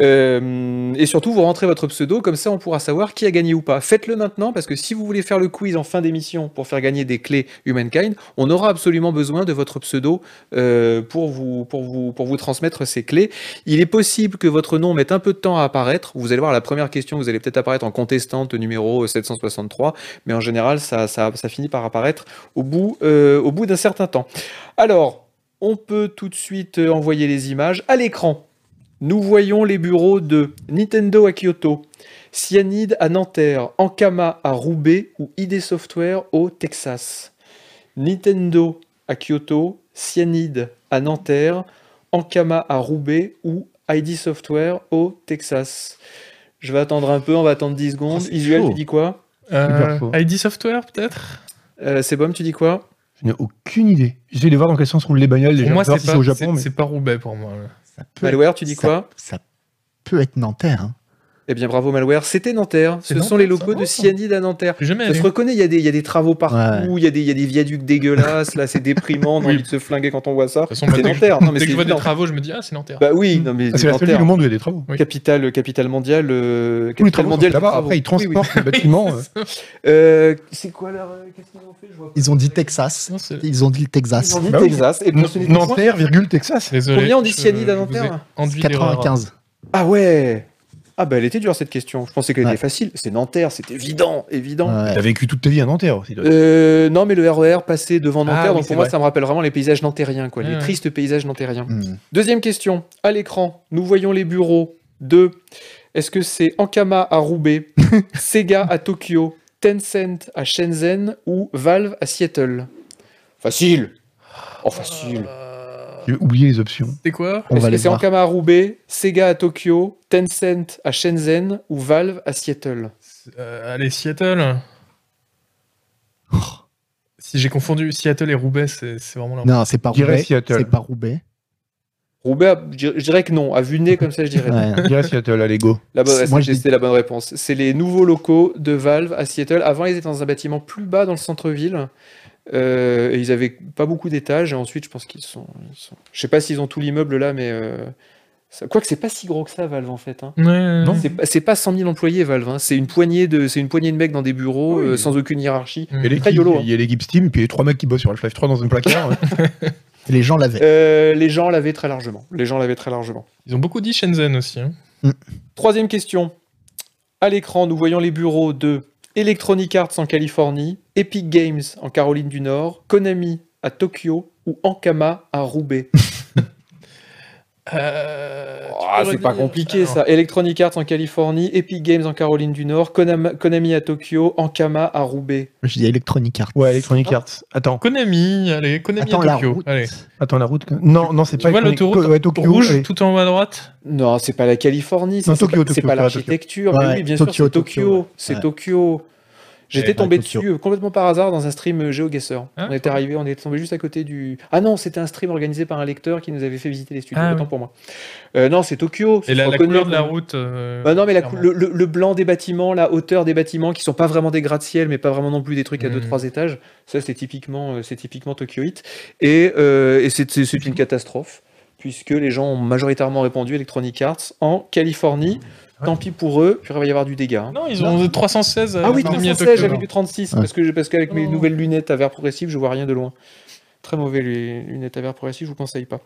Euh, et surtout, vous rentrez votre pseudo, comme ça on pourra savoir qui a gagné ou pas. Faites-le maintenant, parce que si vous voulez faire le quiz en fin d'émission pour faire gagner des clés Humankind, on aura absolument besoin de votre pseudo euh, pour, vous, pour, vous, pour vous transmettre ces clés. Il est possible que votre nom mette un peu de temps à apparaître. Vous allez voir, la première question, vous allez peut-être apparaître en contestante numéro 763, mais en général, ça, ça, ça finit par apparaître au bout, euh, au bout d'un certain temps. Alors, on peut tout de suite euh, envoyer les images à l'écran. Nous voyons les bureaux de Nintendo à Kyoto, Cyanide à Nanterre, Ankama à Roubaix ou ID Software au Texas. Nintendo à Kyoto, Cyanide à Nanterre, Ankama à Roubaix ou ID Software au Texas. Je vais attendre un peu, on va attendre 10 secondes.
Ah, c'est
Visuel,
chaud.
tu dis quoi
Euh,
faux.
ID Software, peut-être
Euh, C'est bon, tu dis quoi
Je n'ai aucune idée. J'essaie de voir dans quel sens roulent les bagnoles.
Pour
Déjà.
moi,
Savoir
c'est
si
pas,
c'est au
c'est-
Japon. mais-
c'est pas Roubaix pour moi.
Ça peut
Malware, tu dis
ça-
quoi
Ça peut être Nanterre. hein.
Eh bien, bravo Malware, c'était Nanterre. Ce
C'est
sont les
Nanterre, ça
locaux de
va, ça.
Cyanide à Nanterre.
Plus jamais.
Ça se
allé.
reconnaît, il y, a des- il y a des travaux partout,
Ouais,
il y, a des- il y a des viaducs dégueulasses, là c'est déprimant, on a
Oui.
envie de se flinguer quand on voit ça.
De toute façon,
C'est
maintenant,
Nanterre, non mais
Dès que
c'est
je vois des
évident.
travaux, je me dis ah c'est Nanterre.
Bah oui, non mais
Ah,
c'est
C'est la seule ville
Nanterre,
au monde où il y a des travaux.
Oui.
capitale, capitale mondiale, euh,
Tous les
capitale
travaux sont
mondiale des
faits là-bas.
travaux.
Après, ils
Oui, oui.
transportent les bâtiments. euh,
Euh, c'est quoi leur... euh, Qu'est-ce qu'ils ont fait Je vois pas.
Ils ont dit Texas.
Non, c'est-
Ils ont dit le Texas.
Ils ont dit
Bah oui.
Texas, et bien, ce n'était point.
Nanterre, virgule Texas.
Désolé.
Combien on dit
je-
cyanide à
je vous ai
Nanterre
enduit d'erreur.
95.
Ah ouais Ah bah elle était dure cette question, je pensais qu'elle était
Ouais.
facile. C'est Nanterre, c'est évident, évident.
Ouais.
T'as vécu toute ta vie à Nanterre aussi. toi.
Euh, non mais le RER passait devant
Ah
Nanterre,
oui,
donc
c'est
pour moi
vrai.
ça me rappelle vraiment les paysages nantériens, quoi,
Ouais,
les
ouais.
tristes paysages nantériens.
Hmm.
Deuxième question, à l'écran, nous voyons les bureaux de est-ce que c'est Ankama à Roubaix, Sega à Tokyo, Tencent à Shenzhen ou Valve à Seattle Facile Oh facile
Euh,
J'ai oublié les options.
C'est quoi
On
Est-ce
va
que
les
c'est
voir.
Ankama à Roubaix, Sega à Tokyo, Tencent à Shenzhen ou Valve à Seattle
Euh, Allez Seattle. Si j'ai confondu Seattle et Roubaix, c'est c'est vraiment là.
Non, c'est pas
Je dirais
Roubaix.
Seattle.
C'est pas Roubaix.
Roubaix, je dir- je dirais que non. À vue de nez, comme ça, je dirais non.
Ouais.
Bien Seattle à Lego.
La bonne-
C'est- moi, je
c'était la bonne réponse. C'est les nouveaux locaux de Valve à Seattle. Avant, ils étaient dans un bâtiment plus bas dans le centre-ville. Euh, et ils avaient pas beaucoup d'étages. Et ensuite, je pense qu'ils sont, ils sont- Je sais pas s'ils ont tout l'immeuble là, mais. euh, ça- Quoique, c'est pas si gros que ça, Valve, en fait. hein.
Non,
C'est pas- C'est pas 100 000 employés, Valve. hein. C'est une, poignée de... c'est une poignée de mecs dans des bureaux,
Oui.
euh, sans aucune hiérarchie.
Il y a l'équipe-
Très yolo, hein.
il y a l'équipe Steam, et puis les trois mecs qui bossent sur Half-Life 3 dans un placard.
Les gens l'avaient.
Euh, les gens l'avaient très largement. Les gens l'avaient très largement.
Ils ont beaucoup dit Shenzhen aussi. hein.
Troisième question. À l'écran, nous voyons les bureaux de Electronic Arts en Californie, Epic Games en Caroline du Nord, Konami à Tokyo ou Ankama à Roubaix.
Euh,
Ah, c'est pas compliqué ça. Electronic Arts en Californie, Epic Games en Caroline du Nord, Konam- Konami à Tokyo, Ankama à Roubaix.
Je dis Electronic Arts.
ouais, Electronic Arts. Attends,
Konami, allez, Konami
Attends,
à
la
Tokyo.
route.
Allez.
attends la route. que- Non, non, c'est
Tu
pas
vois
Electronic-
l'autoroute
ouais, Tokyo,
Rouge
allez.
tout en haut à droite.
Non, c'est pas la Californie, ça,
Non,
c'est
Tokyo,
pas- c'est
Tokyo,
pas
Tokyo,
l'architecture.
Tokyo.
Mais
Ouais,
oui, bien
Tokyo,
sûr, c'est Tokyo.
Tokyo, ouais.
C'est
Ouais.
Tokyo. J'étais
Ouais,
tombé
bah, Tokyo.
dessus euh, complètement par hasard dans un stream euh, GeoGuessr.
Ah,
on était arrivé, on est tombé juste à côté du. Ah non, c'était un stream organisé par un lecteur qui nous avait fait visiter les studios.
Ah,
autant
oui.
pour moi. Euh, non, c'est
Et
Tokyo. c'est
la, la
reconnu
couleur de la
comme-
route. euh,
Bah non, mais la cou-
clairement.
le, le- le blanc des bâtiments, la hauteur des bâtiments qui sont pas vraiment des gratte-ciel, mais pas vraiment non plus des trucs à
Mm.
2-3 étages. Ça, c'est typiquement, euh, c'est typiquement tokyoïte. Et, euh, et c'est- c'est c'est une catastrophe, puisque les gens ont majoritairement répondu Electronic Arts en Californie.
Hmm.
Tant pis pour eux, puis il va y avoir du dégât. hein.
Non, ils ont 316.
Ah oui,
euh, Konami à
316,
Tokyo.
j'avais du 36,
Ouais.
parce que parce qu'avec mes
Oh.
nouvelles lunettes à verre progressif, je vois rien de loin. Très mauvais les lunettes à verre progressif, je vous conseille pas.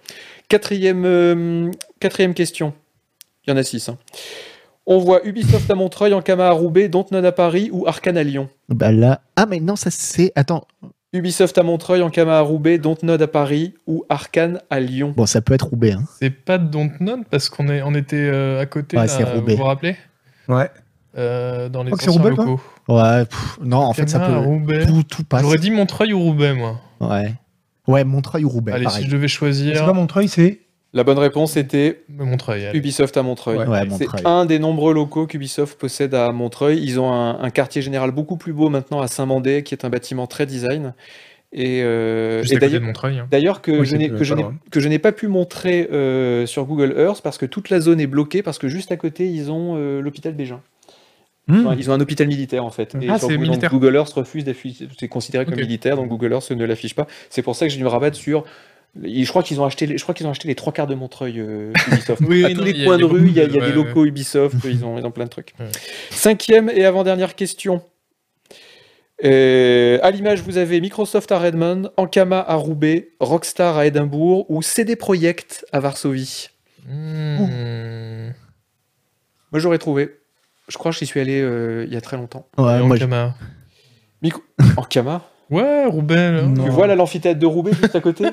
Quatrième, euh, quatrième question. Il y en a six. hein. On voit Ubisoft à Montreuil, Ankama à Roubaix, Dontnod à Paris ou Arcane à Lyon.
Bah là... Ah, mais non, ça c'est. Attends.
Ubisoft à Montreuil, Ankama à Roubaix, Dontnod à Paris ou Arcane à Lyon.
Bon, ça peut être Roubaix. hein.
C'est pas Dontnod parce qu'on est, on était euh, à côté.
Ouais,
là,
c'est
vous
Roubaix.
vous rappelez
Ouais.
Euh, Dans les
crois que c'est
anciens
Roubaix, toi
locaux.
Ouais, pff, non, en fait, ça
Canard à
peut.
Roubaix.
Tout, tout passe.
J'aurais dit Montreuil ou Roubaix, moi.
Ouais. Ouais, Montreuil ou Roubaix,
allez, si
Ben, pareil.
je devais
C'est
choisir.
pas Montreuil, c'est.
La bonne réponse était
Montreuil. allez.
Ubisoft à Montreuil.
Ouais.
Ouais,
C'est
Montreuil.
un des nombreux locaux qu'Ubisoft possède à Montreuil. Ils ont un, un quartier général beaucoup plus beau maintenant à Saint-Mandé, qui est un bâtiment très design. Et, euh,
Juste
et
à côté de
d'ailleurs,
Montreuil. hein.
d'ailleurs que
Oui,
je
c'est
n'ai-
pas
que je n'ai-
loin.
que je n'ai pas pu montrer euh, sur Google Earth parce que toute la zone est bloquée parce que juste à côté ils ont euh, l'hôpital Bégin. Enfin, ils ont un hôpital militaire en fait. Et
Hmm. Ah,
sur
c'est
Google, donc
militaire.
Google Earth refuse d'afficher. C'est considéré comme
Ok.
militaire, donc Google Earth ne l'affiche pas. C'est pour ça que je me rabattre sur. Je crois qu'ils ont acheté. les- Je crois qu'ils ont acheté les trois quarts de Montreuil euh, Ubisoft.
Oui,
à
oui,
tous
non, il y
les
a-
coins
il
de
y a
rue, il
beaucoup
y a, il y a
de-
des
ouais,
locaux Ubisoft. ils ont ils ont plein de trucs.
Ouais.
Cinquième et avant-dernière question. Euh, à l'image, vous avez Microsoft à Redmond, Ankama à Roubaix, Rockstar à Édimbourg ou CD Projekt à Varsovie.
Mmh.
Moi, j'aurais trouvé. Je crois que j'y suis allé euh, il y a très longtemps.
Ouais,
Et
moi, je-
Ankama.
Ankama
Ouais, Roubaix. là.
Non.
Tu vois là l'amphithéâtre de Roubaix juste à côté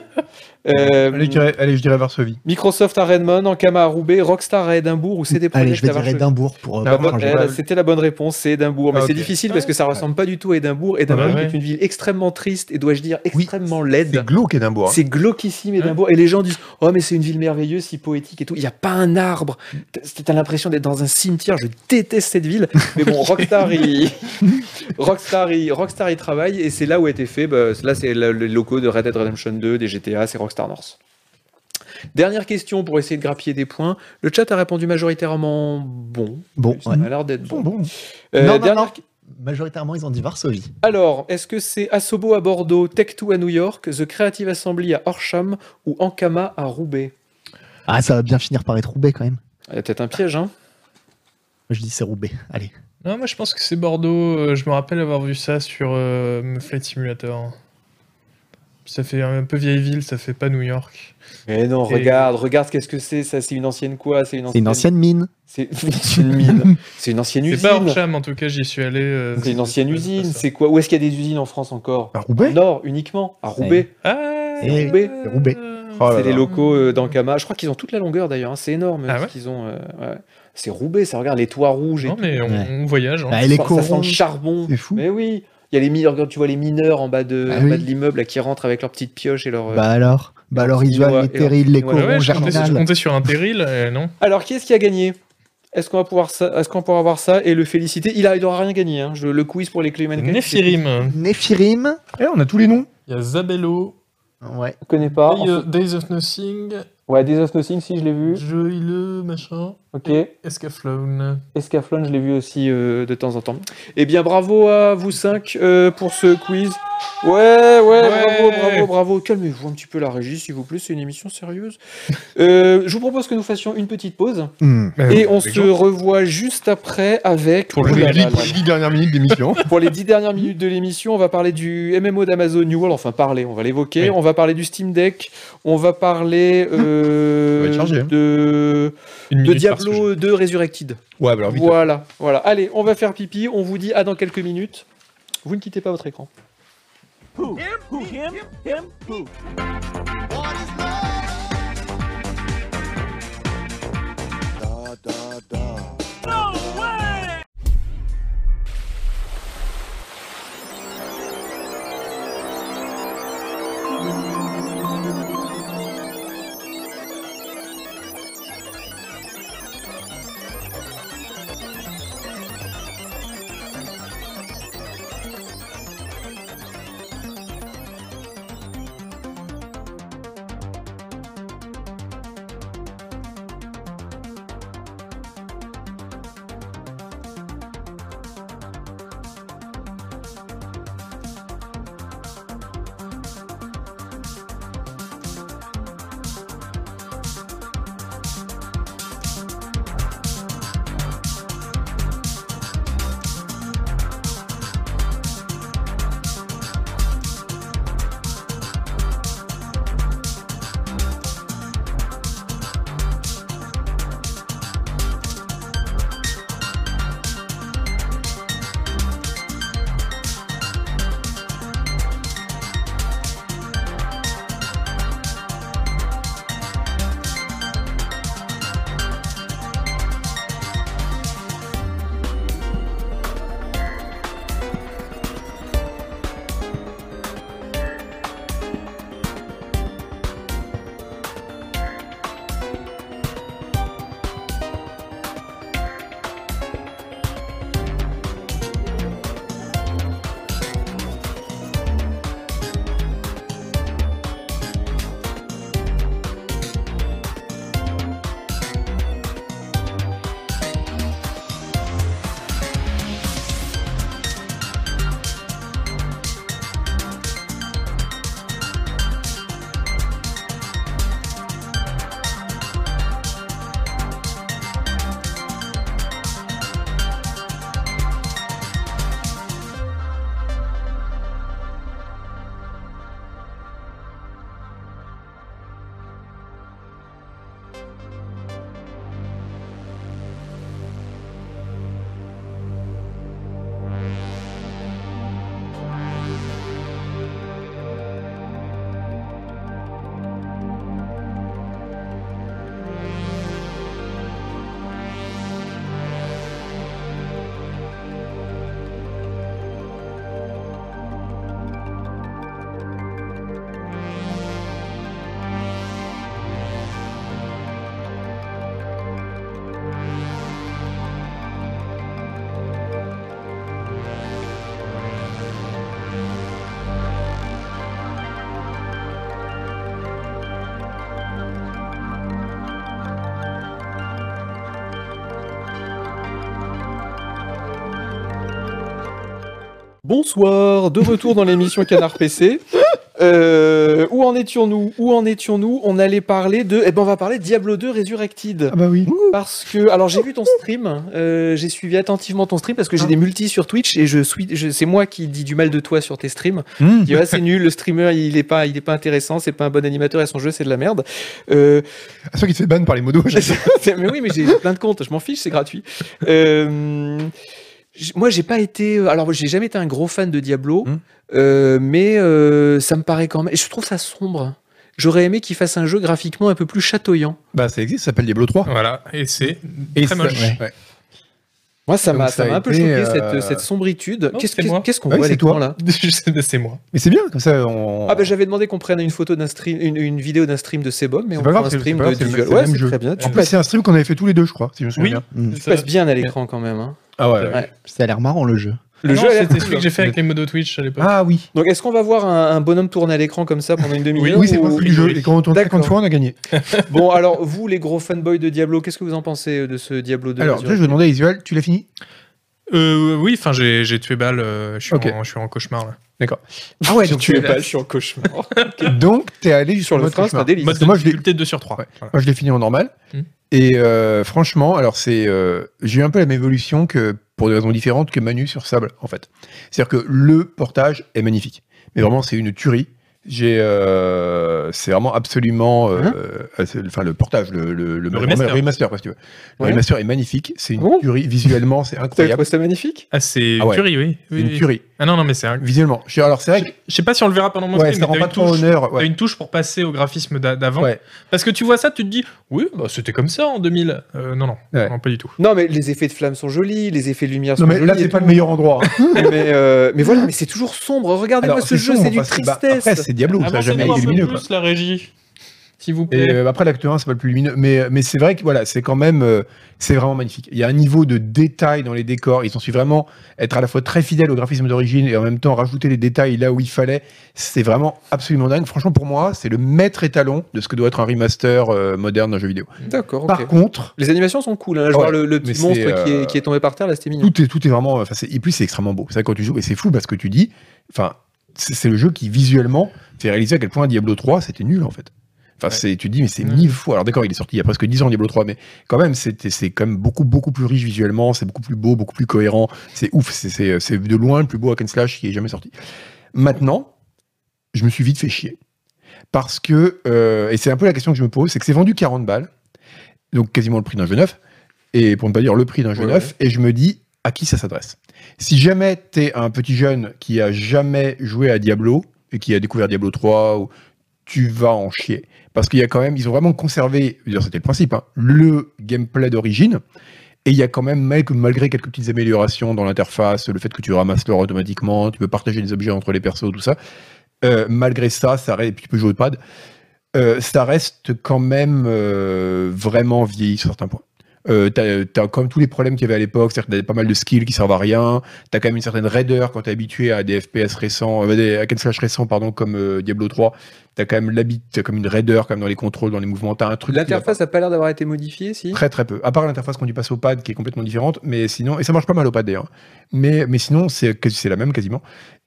Euh,
Allez, je dirais- allez, je dirais Varsovie.
Microsoft à Redmond, Ankama à Roubaix, Rockstar à Édimbourg ou CD Projekt
Allez, je vais
à
dire
Varsovie.
Édimbourg pour. euh,
Ah,
pas
bon,
changer.
Eh,
pas-
là, C'était la bonne réponse, c'est Édimbourg. Mais
Ah,
c'est
ok.
difficile parce que ça ressemble pas du tout à Édimbourg. Édimbourg
Ah bah
qui
ouais.
est une ville extrêmement triste et dois-je dire extrêmement
C'est
laide.
glauque, Edimbourg. hein.
C'est glauquissime Édimbourg. Et les gens disent Oh, mais c'est une ville merveilleuse, si poétique et tout. Il n'y a pas un arbre. T'as- T'as l'impression d'être dans un cimetière. Je déteste cette ville. Mais bon, Rockstar, il... Rockstar, il- Rockstar, il travaille. Et c'est là où a été fait. bah, là, c'est le- les locaux de Red Dead Redemption 2, des GTA, c'est Rockstar North. Dernière question pour essayer de grappiller des points. Le chat a répondu majoritairement bon.
Bon,
Ça
ouais.
m'a l'air d'être
Bon,
bon.
bon.
Euh,
Non, non,
dernière-
non. Majoritairement, ils ont dit Varsovie.
Alors, est-ce que c'est Asobo à Bordeaux, Tech2 à New York, The Creative Assembly à Horsham ou Ankama à Roubaix
Ah, ça va bien finir par être Roubaix quand même.
Il y a peut-être un piège, hein
Je dis c'est Roubaix. Allez.
Non, moi je pense que c'est Bordeaux. Euh, Je me rappelle avoir vu ça sur euh, Flight Simulator. Ça fait un peu vieille ville, ça fait pas New York.
Mais non,
Et-
regarde, regarde qu'est-ce que c'est, ça, c'est une ancienne quoi C'est une
C'est une ancienne mine.
C'est une ancienne mine, c'est une ancienne
C'est pas
usine,
Horsham en tout cas, j'y suis allé. euh,
c'est une ancienne
pas
usine,
ça.
c'est quoi Où est-ce qu'il y a des usines en France encore
À Roubaix
Nord uniquement, à Roubaix,
Ah,
C'est
Roubaix.
C'est Roubaix.
Oh là
c'est
là.
les locaux euh, d'Ankama, je crois qu'ils ont toute la longueur d'ailleurs, hein, c'est énorme
Ah
ce
ouais
qu'ils ont. euh, ouais. C'est Roubaix, ça regarde les toits rouges et
Non,
tout.
mais on,
Ouais.
on voyage. hein.
Bah,
Ah, elle est
ça, ça sent le
corons.
charbon.
C'est fou.
Mais oui, il y a les mineurs, regarde, tu vois les mineurs en bas de,
Mmh. Ah
en bas
oui.
de l'immeuble là, qui rentrent avec leur petite pioche et leur. euh,
Bah alors Bah alors, ils
Chinois
veulent
et
les
leur-
terrils, les
Ouais,
Ouais,
corons,
ouais, je, comptais, je
germinal.
comptais sur un terril, euh, non
Alors, qui est-ce qui a gagné Est-ce qu'on va pouvoir ça Est-ce qu'on pourra voir ça et le féliciter Il n'aura rien gagné. hein. Je- le quiz pour les clés mannequins,
Nephirim.
Néphirim.
Eh, on a tous les noms.
Il y a Zabello,
Je
Ouais. euh.
ne connais pas.
Day- Days of Nothing,
Ouais, Days of Nothing, si, je l'ai vu.
Jeu, il le machin.
Ok.
Escaflown.
Escaflon, je l'ai vu aussi euh, de temps en temps. Eh bien, bravo à vous cinq euh, pour ce quiz. Ouais, ouais, bravo, bravo, bravo. Calmez-vous un petit peu la régie, s'il vous plaît, c'est une émission sérieuse. Euh, je vous propose que nous fassions une petite pause
Hmm.
Euh,
et on se revoit juste après avec...
Pour
Oh
le
là là
Les
là là.
10 dernières minutes d'émission.
Pour les dix dernières minutes de l'émission, on va parler du MMO d'Amazon New World, enfin parler, on va l'évoquer.
Oui.
On va parler du Steam Deck, on va parler euh,
Ça va être chargé, hein.
de,
Une
de
minute par sujet.
Diablo 2 Resurrected.
Ouais, bah alors vite.
Voilà, voilà. Allez, on va faire pipi. On vous dit à dans quelques minutes. Vous ne quittez pas votre écran. Bonsoir, de retour dans l'émission Canard PC. Euh, où en étions-nous Où en étions-nous On allait parler de. Eh ben, on va parler de Diablo 2 Resurrected.
Ah bah oui.
Parce que, alors j'ai vu ton stream, euh, j'ai suivi attentivement ton stream parce que j'ai des multis sur Twitch et je suis, je- c'est moi qui dis du mal de toi sur tes streams.
Hmm.
Je dis, ouais, c'est nul, le streamer il est pas, il est pas intéressant, c'est pas un bon animateur et son jeu c'est de la merde. Euh,
À ceux qui se fait ban par les modos. je-
mais oui, mais j'ai plein de comptes, je m'en fiche, c'est gratuit. Euh, j- moi, j'ai pas été. euh, Alors, j'ai jamais été un gros fan de Diablo,
Hmm.
euh, mais euh, ça me paraît quand même. Je trouve ça sombre. J'aurais aimé qu'il fasse un jeu graphiquement un peu plus chatoyant.
Bah, ça existe, ça s'appelle Diablo 3.
Voilà, et c'est
Et
très
ça-
moche.
ouais. Ouais.
Moi, ça
Donc,
m'a
ça
ça m'a
a
un peu
été,
choqué,
euh,
cette, cette sombritude.
non,
Qu'est-ce
Oh, c'est moi.
qu'est-ce qu'on
Ouais,
voit à
c'est
l'écran,
toi.
là
Je sais, c'est moi.
Mais c'est bien, comme ça, on.
ah ben j'avais demandé qu'on prenne une photo d'un stream, une, une vidéo d'un stream de Sebum, mais
C'est
on
pas
prend
grave,
un
c'est-
stream
c'est pas
de
grave, c'est le-
Duel.
c'est le
Ouais,
même
c'est
jeu.
très bien.
En
Tu
En plus,
passes,
c'est un stream qu'on avait fait tous les deux, je crois, si je me souviens
Oui.
bien.
Hmm.
tu passes bien à l'écran quand même. hein.
Ah ouais.
Ouais.
Ça a l'air marrant le jeu.
Le
non,
jeu a l'air
c'était
cool.
celui que j'ai
hein.
fait avec les modes Twitch à l'époque.
Ah oui.
Donc, est-ce qu'on va voir un, un bonhomme tourner à l'écran comme ça pendant
Oui,
une demi-heure
c'est
ou-
pas le plus du jeu. Et quand on tourne
D'accord.
50 fois, on a gagné.
Bon, alors, vous, les gros fanboys de Diablo, qu'est-ce que vous en pensez euh, de ce Diablo 2
Alors,
Resurrected
déjà, je vais demander à Isuel, tu l'as fini
Ah.
Euh, oui, enfin j'ai j'ai tué balle, euh, je suis
Ok.
en- je suis en cauchemar là.
Ah ouais,
tu es pas, je suis en cauchemar.
donc t'es allé jusqu'au
Sur le
mode
train, c'est un
cauchemar.
délice.
Mode
que moi,
de
je l'ai-
difficulté 2 sur 3.
Ouais. Moi, je l'ai fini en normal.
Mhm.
Et euh, franchement, alors c'est, euh, j'ai eu un peu la même évolution que, pour des raisons différentes, que Manu sur Sable, en fait. C'est-à-dire que le portage est magnifique. Mais vraiment, c'est une tuerie. J'ai, euh, c'est vraiment absolument, euh,
Hein
euh, c'est- enfin le portage, le, le, le-
remaster.
remaster, parce que le
Ouais.
remaster est magnifique. C'est une
Bon.
tuerie visuellement, c'est
T'as
incroyable.
trouvé ça magnifique
Ah, c'est
Ah ouais.
une tuerie, oui.
C'est
oui,
une
oui.
tuerie
Ah non, non, mais c'est un...
visuellement. Je- Alors c'est vrai que
Je sais pas si on le verra pendant mon stream,
ouais, ça
mais
rend
t'as
pas
une,
trop
touche...
honneur.
t'as
ouais.
une touche pour passer au graphisme d'a- d'avant.
Ouais.
Parce que tu vois ça, tu te dis, oui, bah, c'était comme ça en 2000. Euh, non, non,
Ouais.
non, pas du tout.
Non, mais les effets de flammes sont jolis, les effets de lumière sont
Non, mais
jolis.
là,
et
c'est pas
tout.
le meilleur endroit. hein.
mais, euh, mais voilà, mais c'est toujours sombre. Regardez-moi
Alors,
ce jeu,
sombre
c'est du
parce que, bah,
tristesse.
après, c'est
Ah,
Diablo, ça a
Avancez-nous
jamais été
un peu
lumineux. quoi.
plus la régie, s'il vous
Et
plaît.
euh, après l'acte 1, c'est pas le plus lumineux, mais, mais c'est vrai que voilà, c'est quand même, euh, c'est vraiment magnifique. Il y a un niveau de détail dans les décors. Ils ont su vraiment être à la fois très fidèles au graphisme d'origine et en même temps rajouter les détails là où il fallait. C'est vraiment absolument dingue. Franchement, pour moi, c'est le maître étalon de ce que doit être un remaster euh, moderne d'un jeu vidéo.
D'accord, ok.
Par contre,
Les animations sont cool. hein. Là, je
Ouais,
vois le, le
mais
petit
c'est,
monstre qui,
euh,
est, qui est tombé par terre, là, c'était mignon.
tout est, tout est vraiment, enfin, c'est, et plus c'est extrêmement beau. C'est vrai que quand tu joues et c'est fou parce que tu dis, enfin, c'est, c'est le jeu qui visuellement fait réaliser à quel point Diablo 3 c'était nul en fait. Enfin,
Ouais.
c'est, tu te dis, mais c'est
Ouais.
mille fois. Alors d'accord, il est sorti il y a presque 10 ans Diablo 3, mais quand même, c'était, c'est quand même beaucoup, beaucoup plus riche visuellement, c'est beaucoup plus beau, beaucoup plus cohérent. C'est ouf, c'est, c'est, c'est de loin le plus beau hack and slash qui est jamais sorti. Maintenant, je me suis vite fait chier. Parce que, euh, et c'est un peu la question que je me pose, c'est que c'est vendu 40 balles, donc quasiment le prix d'un jeu neuf, et pour ne pas dire le prix d'un jeu
Ouais,
neuf, et je me dis à qui ça s'adresse. Si jamais t'es un petit jeune qui a jamais joué à Diablo et qui a découvert Diablo 3, ou- tu vas en chier. Parce qu'il y a quand même, ils ont vraiment conservé, d'ailleurs, c'était le principe, hein, le gameplay d'origine. Et il y a quand même, mal- malgré quelques petites améliorations dans l'interface, le fait que tu ramasses l'or automatiquement, tu peux partager les objets entre les persos, tout ça, euh, malgré ça, ça reste, et puis tu peux jouer au pad, euh, ça reste quand même euh, vraiment vieilli sur certains points. Euh, t'as, t'as quand même tous les problèmes qu'il y avait à l'époque, c'est-à-dire que t'as pas mal de skills qui servent à rien, t'as quand même une certaine raideur quand t'es habitué à des FPS récents, euh, des hack and slash récents, pardon, comme euh, Diablo 3, t'as quand même l'habit, t'as comme une raideur quand même dans les contrôles, dans les mouvements, t'as un truc. qui va pas.
L'interface a pas l'air d'avoir été modifiée, si
Très très peu. À part l'interface qu'on dit passe au pad qui est complètement différente, mais sinon, et ça marche pas mal au pad d'ailleurs. Mais, mais sinon, c'est quasi- c'est la même quasiment.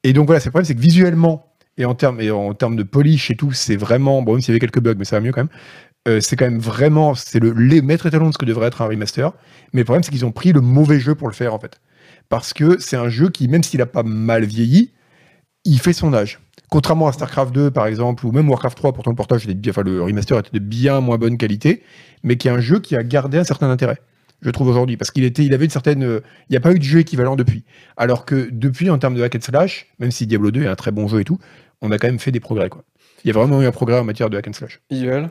Et donc voilà, c'est le problème, c'est que visuellement et en termes et en termes de polish et tout, c'est vraiment bon. Même s'il y avait quelques bugs, mais ça va mieux quand même. euh, c'est quand même vraiment c'est le les maître étalon de ce que devrait être un remaster. Mais le problème, c'est qu'ils ont pris le mauvais jeu pour le faire en fait, parce que c'est un jeu qui, même s'il a pas mal vieilli, il fait son âge. Contrairement à StarCraft 2 par exemple, ou même Warcraft 3, pourtant le portage était de bien, enfin le remaster était de bien moins bonne qualité mais qui est un jeu qui a gardé un certain intérêt, je trouve aujourd'hui, parce qu'il était, il avait une certaine, euh, il n'y a pas eu de jeu équivalent depuis. Alors que depuis, en termes de hack and slash, même si Diablo 2 est un très bon jeu et tout, on a quand même fait des progrès, quoi. Il y a vraiment eu un progrès en matière de hack and slash.
Visuel.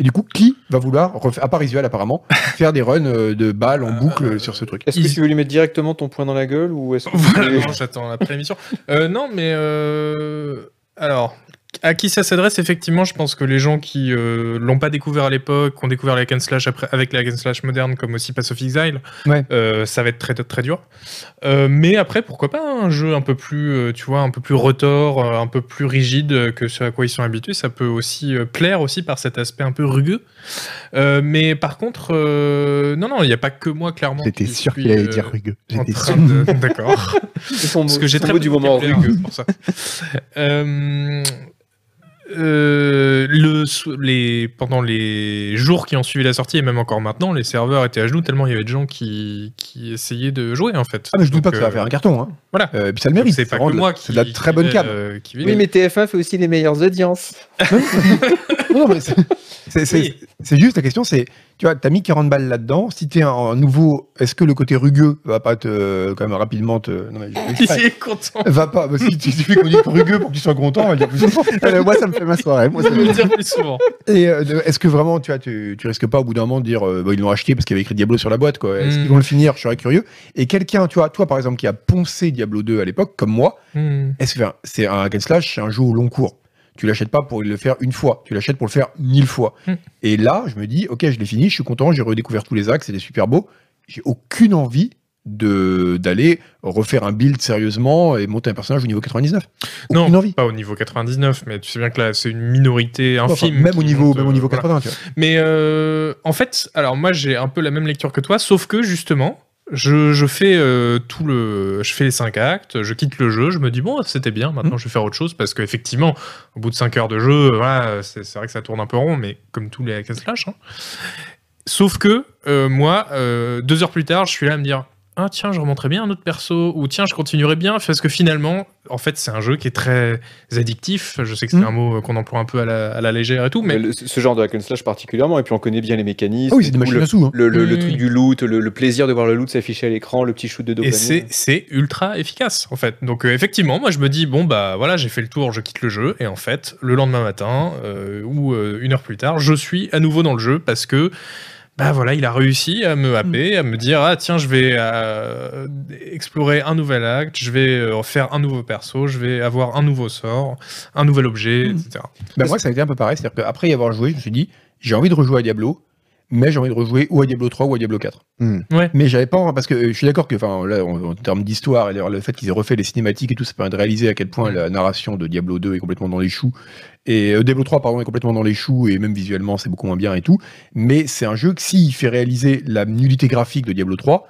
Et du coup, qui va vouloir, refaire, à part Isuel apparemment, faire des runs euh, de balles en boucle euh, sur ce truc
Est-ce que
Ils-
tu veux lui mettre directement ton poing dans la gueule ou est-ce que tu
Voilà,
veux-
non, j'attends après l'émission. Euh, non, mais euh, alors, à qui ça s'adresse Effectivement, je pense que les gens qui euh, l'ont pas découvert à l'époque, qui ont découvert les hack and slash après, avec les hack and slash modernes, comme aussi Pass of Exile,
Ouais.
euh, ça va être très très dur. Euh, mais après, pourquoi pas un jeu un peu plus, euh, tu vois, un peu plus retors, euh, un peu plus rigide euh, que ce à quoi ils sont habitués, ça peut aussi euh, plaire aussi par cet aspect un peu rugueux. Euh, mais par contre, euh, non non, il n'y a pas que moi clairement.
J'étais
qui
sûr
suis,
qu'il allait
euh,
dire rugueux.
en
J'étais
train
sûr.
de- D'accord.
C'est son
Parce
mot-
que j'ai
son
très
mot
peu
du
de
moment
vocabulaire
rugueux.
que pour ça. Euh, euh, le, sou- les, pendant les jours qui ont suivi la sortie et même encore maintenant, les serveurs étaient à genoux tellement il y avait de gens qui, qui essayaient de jouer en fait.
Ah, mais je doute
Donc,
pas que ça va
euh,
faire un carton, hein.
voilà.
Euh, et puis ça le
donc
mérite.
C'est pas
vraiment
que
de-
moi qui.
C'est de la très bonne
qui-
cam.
euh, qui
Oui, mais TF1 fait aussi les meilleures audiences.
Non, non, mais c'est- c'est- c'est-
Oui.
C'est juste la question, c'est, tu vois, t'as mis 40 balles là-dedans. Si t'es un, un nouveau, est-ce que le côté rugueux va pas te, quand même rapidement te. Non, mais je-
Il est content.
Va pas, bah, si tu fais qu'on dit rugueux pour que tu sois content, on va dire plus souvent.
Euh, moi, ça me fait ma soirée. Moi,
Je
ça
vais
me-
le dire plus souvent.
Et euh, de- est-ce que vraiment, tu vois, tu, tu risques pas au bout d'un moment de dire, euh, bah, ils l'ont acheté parce qu'il y avait écrit Diablo sur la boîte, quoi. Est-ce
Mm.
qu'ils vont le finir Je serais curieux. Et quelqu'un, tu vois, toi par exemple, qui a poncé Diablo 2 à l'époque, comme moi,
Hmm.
est-ce que enfin, Eh, c'est un hack and slash, c'est un jeu au long cours tu l'achètes pas pour le faire une fois, tu l'achètes pour le faire mille fois.
Mm.
Et là, je me dis, ok, je l'ai fini, je suis content, j'ai redécouvert tous les axes, c'était super beau. J'ai aucune envie de d'aller refaire un build sérieusement et monter un personnage au niveau 99.
Non,
Aucune envie.
pas au niveau 99, mais tu sais bien que là, c'est une minorité
Enfin,
infime.
même au
qui
niveau
monte,
même au
euh,
niveau
voilà.
80, tu vois.
Mais euh, en fait, alors moi j'ai un peu la même lecture que toi, sauf que justement, je, je fais euh, tout le, je fais les cinq actes, je quitte le jeu, je me dis bon c'était bien, maintenant je vais faire autre chose parce qu'effectivement, au bout de 5 heures de jeu, voilà, c'est c'est vrai que ça tourne un peu rond, mais comme tous les hack and slash. hein. Sauf que euh, moi, euh, deux heures plus tard, je suis là à me dire. Ah tiens, je remonterai bien un autre perso, ou tiens, je continuerai bien, parce que finalement, en fait, c'est un jeu qui est très addictif. Je sais que c'est
Mhm.
un mot qu'on emploie un peu à la, à la légère et tout, mais
Mais le- ce genre de hack and slash particulièrement, et puis on connaît bien les mécanismes.
Ah oui, c'est des
tout,
machines
le,
à sous. hein.
le, le- le
Oui,
truc
oui.
du loot, le, le plaisir de voir le loot s'afficher à l'écran, le petit shoot de
Et
dopamine.
c'est, c'est ultra efficace en fait. Donc euh, effectivement, moi je me dis bon bah voilà j'ai fait le tour, je quitte le jeu et en fait le lendemain matin euh, ou euh, une heure plus tard, je suis à nouveau dans le jeu parce que bah voilà il a réussi à me happer,
Mm.
à me dire ah tiens je vais euh, explorer un nouvel acte, je vais euh, faire un nouveau perso, je vais avoir un nouveau sort, un nouvel objet,
Mm.
etc.
Bah, moi, ça a été un peu pareil. C'est-à-dire qu'après y avoir joué, je me suis dit, j'ai envie de rejouer à Diablo, mais j'ai envie de rejouer ou à Diablo 3 ou à Diablo 4.
Hmm.
Ouais.
Mais j'avais pas. Parce que euh, je suis d'accord que, enfin, là, en, en termes d'histoire, et d'ailleurs, le fait qu'ils aient refait les cinématiques et tout, ça permet de réaliser à quel point la narration de Diablo 2 est complètement dans les choux. Et euh, Diablo 3, pardon, est complètement dans les choux, et même visuellement, c'est beaucoup moins bien et tout. Mais c'est un jeu que, s'il fait réaliser la nullité graphique de Diablo 3,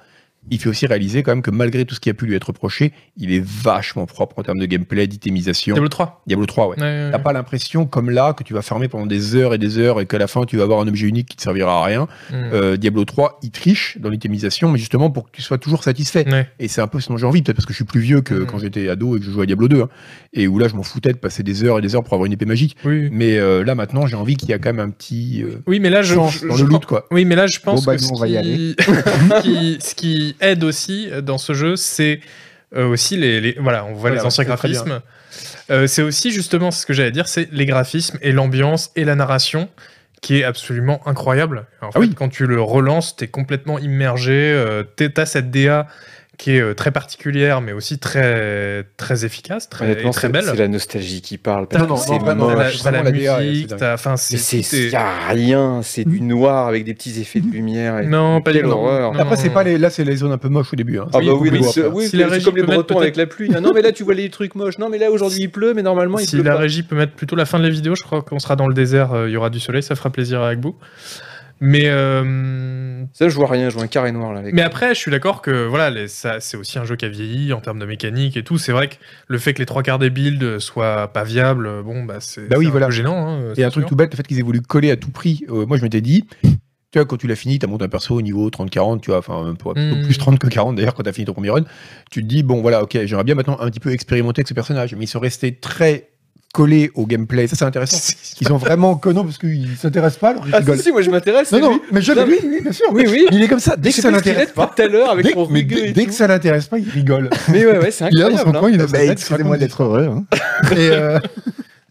il fait aussi réaliser quand même que malgré tout ce qui a pu lui être reproché, il est vachement propre en termes de gameplay, d'itémisation.
Diablo 3.
Diablo 3, ouais.
Ouais, ouais,
T'as
ouais.
pas l'impression, comme là, que tu vas farmer pendant des heures et des heures et qu'à la fin, tu vas avoir un objet unique qui te servira à rien.
Mm.
Euh, Diablo 3, il triche dans l'itémisation, mais justement pour que tu sois toujours satisfait.
Ouais.
Et c'est un peu ce dont j'ai envie, peut-être parce que je suis plus vieux que
Mhm.
quand j'étais ado et que je jouais à Diablo 2. hein. et où là, je m'en foutais de passer des heures et des heures pour avoir une épée magique.
Oui.
Mais euh, là, maintenant, j'ai envie qu'il y a quand même un petit euh,
oui mais là je,
sens
je-
dans
je
le
pense-
loot, quoi.
Oui, mais là, je pense
Bon, bah,
que
nous,
ce,
on va y
qui...
aller.
ce qui- ce qui aide aussi euh, dans ce jeu, c'est euh, aussi les, les- Voilà, on voit
Voilà,
les anciens
c'est très bien.
graphismes. Euh, c'est aussi justement ce que j'allais dire, c'est les graphismes et l'ambiance et la narration qui est absolument incroyable. En fait,
Ah oui.
quand tu le relances, t'es complètement immergé, euh, t'es- t'as cette DA qui est euh, très particulière, mais aussi très, très efficace, très, et
Honnêtement,
très
c'est
belle.
c'est la nostalgie qui parle. Parce
Non,
que
non,
c'est
non, vraiment,
T'as
moche.
la-
c'est
t'as la,
vraiment la DA,
musique,
c'est dingue.
t'as- enfin,
Mais
c'est... tout
c'est
est-
y a rien, c'est du noir avec des petits effets de lumière. et-
Non, pas du
Quelle
tout.
horreur.
Non,
Après,
non,
c'est
non.
pas les... là, c'est les zones un peu moches au début. hein.
Ah
C'est
bah
beaucoup
oui,
plus
mais
beau
c'est
après.
oui,
Si la
c'est
régie
comme les
peut mettre
Bretons avec la pluie. Non, non, mais là tu vois les trucs moches. Non, mais là aujourd'hui il pleut, mais normalement il
Si
pleut
la
pas.
régie peut mettre plutôt la fin de la vidéo, je crois qu'on sera dans le désert, euh, il y aura du soleil, ça fera plaisir à Agbou. Mais, euh,
Ça, je vois rien, je vois un carré noir là. les
mais
gars.
après, je suis d'accord que voilà, les- ça, c'est aussi un jeu qui a vieilli en termes de mécanique et tout. C'est vrai que le fait que les trois quarts des builds soient pas viables, bon, bah, c'est
Bah oui,
c'est un
voilà.
peu gênant. hein,
Et
c'est
un truc
sûr.
tout bête, le fait qu'ils aient voulu coller à tout prix. euh, moi, je m'étais dit, tu vois, quand tu l'as fini, tu as monté un perso au niveau 30-40, tu vois, enfin, même pour- plutôt
Hmm.
Mm.
plus 30 que 40 d'ailleurs, quand tu as fini ton premier run, tu te dis, bon, voilà, ok, j'aimerais bien maintenant un petit peu expérimenter avec ce personnage. Mais ils sont restés très collés au gameplay. Ça, c'est intéressant. Ils ont vraiment que non, parce qu'ils s'intéressent pas, alors ils
Ah,
rigolent.
si, si, moi je m'intéresse.
non,
c'est
non,
lui.
mais je
Non,
oui, oui, bien sûr.
Oui, oui.
Il est comme ça, dès
Je
que
sais
ça
pas ce qu'il est
l'intéresse
depuis
pas.
Tout à l'heure avec
Dès,
son
mais
rugueux
dès-
et
dès
tout.
que ça l'intéresse pas, il rigole.
Mais ouais, ouais, c'est
Il a dans son
incroyable. hein.
coin, il a sa
Bah,
tête,
excusez-moi
raconte des
d'être heureux. hein.
Et, euh,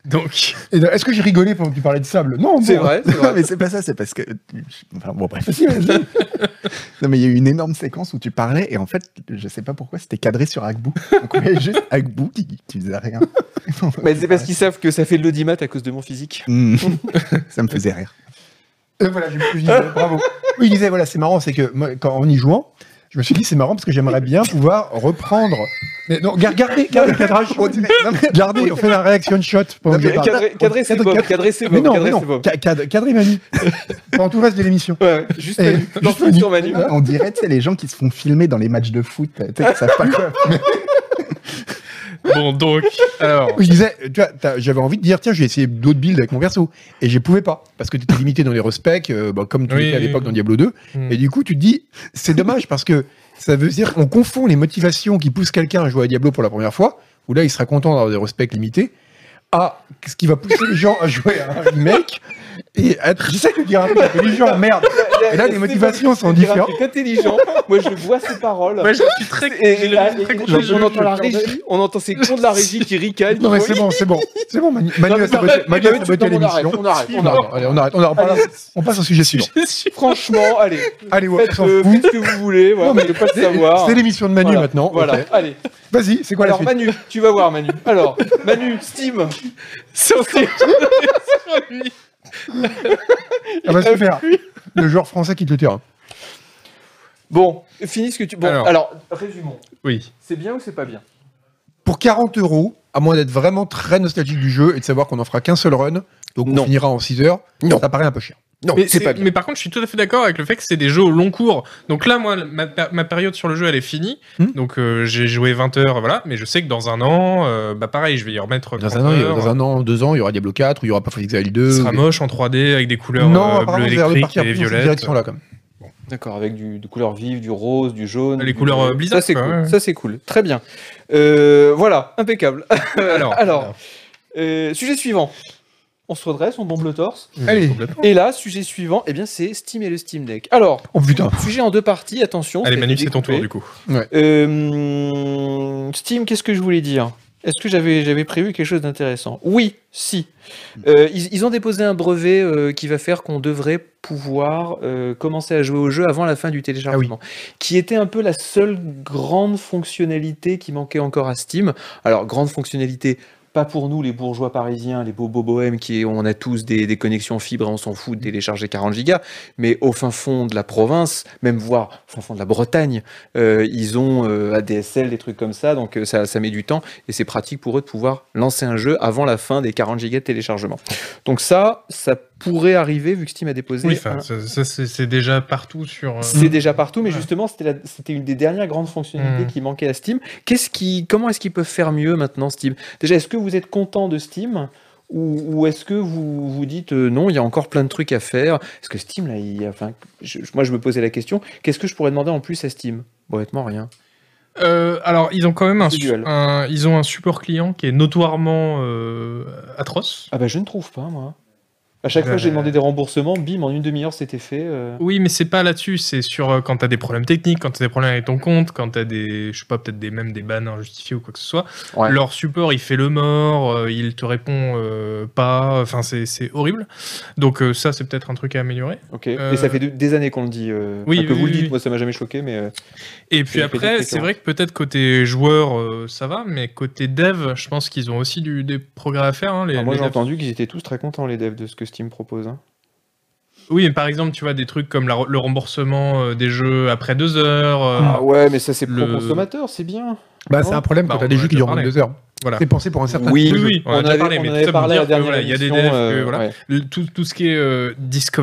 Donc,
et de- Est-ce que j'ai rigolé pendant que tu parlais de sable Non,
C'est
bon. hein.
vrai, c'est
Non,
vrai.
mais c'est pas ça, c'est parce que. Enfin, bon, bref. non, mais il y a eu une énorme séquence où tu parlais et en fait, je sais pas pourquoi, c'était cadré sur Agbou. Donc, on voyait juste Agbou qui, qui faisait rien.
Mais c'est parce qu'ils savent que ça fait de l'audimat à cause de mon physique.
Hmm. ça me faisait rire.
Euh, voilà, j'ai plus d'idées, bravo. Oui, il disait, voilà, c'est marrant, c'est que moi, quand, en y jouant, je me suis dit, c'est marrant parce que j'aimerais bien pouvoir reprendre. Mais non, gar- gardez, gardez le cadrage.
On dirait- non, mais-
Gardez, on fait un reaction shot. pendant que je parle.
Cadrer- Cadrer ses
Cadrer-
bobs,
cadrer-
cadrer ses
Mais
bobs,
non, mais
cadrer
non,
ses bobs.
ca- cadre- cadrez Manu. Pendant tout le reste de l'émission.
Ouais, ouais, juste
Eh,
Manu. J'en
juste
fais
Manu.
sur Manu.
On dirait, tu sais, les gens qui se font filmer dans les matchs de foot, tu sais, qui savent pas quoi.
bon, donc, alors,
Oui, Je disais, tu vois, t'as- j'avais envie de dire, tiens, j'ai essayé d'autres builds avec mon perso. Et je pouvais pas. Parce que t'étais limité dans les respects, euh, bah, comme tu
Oui,
l'étais à
oui,
l'époque
oui.
dans Diablo 2.
Hmm.
Mm.
Et du coup, tu te dis, c'est dommage parce que ça veut dire qu'on confond les motivations qui poussent quelqu'un à jouer à Diablo pour la première fois, où là, il sera content d'avoir des respects limités, à ce qui va pousser les gens à jouer à un remake. Et à être- j'essaie de dire un peu intelligent, merde. Et là, les
C'est
motivations
bon,
sont
c'est grave,
différentes.
C'est intelligent. Moi, je vois ses paroles.
ouais, je suis très,
Et- et
j'ai
là,
l'air très
et-
content,
on
je-
entend la régie, on entend ces cons de la régie qui ricanent.
Non, mais
qui
c'est
font-
bon, c'est bon. C'est bon, Manu, Manu
Non,
a
mais
saboté,
non,
Manu a
mais
saboté
non, mais on arrête,
l'émission.
On arrête, on
Non,
arrête.
non, allez, on arrête, on arrête. On parle-
Allez.
On passe au sujet suivant.
Franchement, allez,
Allez, ouais, on
faites,
s'en
euh,
fout.
faites ce que vous voulez, voilà,
Non,
mais
mais
je veux pas
c'est-
savoir.
C'est l'émission de Manu
Voilà,
maintenant.
Voilà,
Ok.
allez.
Vas-y, c'est quoi
Alors,
la suite
Manu, tu vas voir, Manu. Alors, Manu, Steam.
C'est
Ah
Il
bah
a
super.
plus.
Ah bah, Le joueur français qui te le terrain.
Bon, finis ce que tu. Bon, alors,
Alors.
résumons.
Oui.
C'est bien ou c'est pas bien
Pour 40 euros, à moins d'être vraiment très nostalgique du jeu et de savoir qu'on en fera qu'un seul run, donc
Non.
on finira en 6 heures,
Non.
ça paraît un peu cher.
Non,
Mais, c'est- mais par contre, je suis tout à fait d'accord avec le fait que c'est des jeux au long cours. Donc là, moi, ma, pa- ma période sur le jeu, elle est finie.
Hmm.
Donc euh, j'ai joué 20 heures, voilà. Mais je sais que dans un an, euh, bah pareil, je vais y remettre.
Dans
30
un, an, il y a-
heures.
dans un an, deux ans, il y aura Diablo 4, ou il y aura Path of Exile 2.
Ce
ou
sera
des-
moche en 3D avec des couleurs euh,
Non,
bleues
apparemment, vous allez
électriques
repartir
et
plus dans cette
violettes.
direction-là, quand même.
D'accord, avec du, des couleurs vives, du rose, du jaune.
Les
du-
couleurs, euh, Blizzard,
Ça c'est
quoi,
cool.
ouais.
Ça c'est cool. Très bien. Euh, voilà, impeccable.
Alors,
Alors, euh, sujet suivant. On se redresse, on bombe le torse.
Allez.
Et là, sujet suivant, eh bien, c'est Steam et le Steam Deck. Alors,
Oh putain.
sujet en deux parties. Attention.
allez,
ça a
Manu,
été
c'est ton
découpé.
tour du coup.
Euh, Steam, qu'est-ce que je voulais dire Est-ce que j'avais j'avais prévu quelque chose d'intéressant Oui, si. Euh, ils, ils ont déposé un brevet euh, qui va faire qu'on devrait pouvoir euh, commencer à jouer au jeu avant la fin du téléchargement, qui était un peu la seule grande fonctionnalité qui manquait encore à Steam. Alors, grande fonctionnalité. Pas pour nous, les bourgeois parisiens, les bobos bohèmes, qui on a tous des, des connexions fibres et on s'en fout de télécharger 40 gigas, mais au fin fond de la province, même voire au fin fond de la Bretagne, euh, ils ont euh, ADSL, des trucs comme ça, donc euh, ça, ça met du temps et c'est pratique pour eux de pouvoir lancer un jeu avant la fin des 40 gigas de téléchargement. Donc ça, ça pourrait arriver vu que Steam a déposé.
Oui,
euh,
un-
enfin, ça, ça, c'est c'est déjà partout sur. euh,
C'est déjà partout, mais
Ouais.
justement, c'était la- c'était une des dernières grandes fonctionnalités
Mm.
qui manquait à Steam. Qu'est-ce qui, comment est-ce qu'ils peuvent faire mieux maintenant, Steam Déjà, est-ce que vous êtes content de Steam ou, ou est-ce que vous vous dites euh, non, il y a encore plein de trucs à faire Parce que Steam, là, il y a- enfin, je- je- moi, je me posais la question qu'est-ce que je pourrais demander en plus à Steam Bon, Honnêtement, rien.
Euh, alors, ils ont quand même un,
C'est
su-
duel.
un- ils ont un support client qui est notoirement euh, atroce.
Ah bah, je ne trouve pas, moi. À chaque
Euh,
fois que j'ai demandé des remboursements, bim, en une demi-heure, c'était fait. euh.
Oui, mais c'est pas là-dessus. C'est sur euh, quand t'as des problèmes techniques, quand t'as des problèmes avec ton compte, quand t'as des, je sais pas, peut-être des même des bans injustifiés ou quoi que ce soit.
Ouais.
Leur support, il fait le mort, euh, il te répond euh, pas. Enfin, c'est c'est horrible. Donc euh, ça, c'est peut-être un truc à améliorer.
Ok.
Euh,
Et ça fait de- des années qu'on le dit. euh,
oui,
enfin, que
oui,
vous
oui,
le dites,
oui.
moi, ça m'a jamais choqué, mais. euh,
Et puis
Et
après,
des
c'est vrai que peut-être côté joueur, euh, ça va, mais côté dev, je pense qu'ils ont aussi du, des progrès à faire. hein, les-
ah, moi,
les
j'ai
devs.
entendu qu'ils étaient tous très contents, les devs, de ce que Steam propose. hein.
Oui, mais par exemple, tu vois, des trucs comme la- le remboursement euh, des jeux après deux heures. euh,
Ah ouais, mais ça c'est
Le-
pro-consommateur, c'est bien.
Bah,
Non.
c'est un problème quand
Bah,
t'as
on
des
en a
jeux qui
déjà
durent
parlé.
22 heures.
Voilà.
C'est pensé pour un certain
Oui,
Oui, oui, on, en a déjà parlé, mais
on
tout
avait
ça pour
parlé
dire
à la
que,
dernière
voilà, il y a des
émission,
devs, que,
euh,
voilà,
ouais.
le- tout, tout ce qui est euh,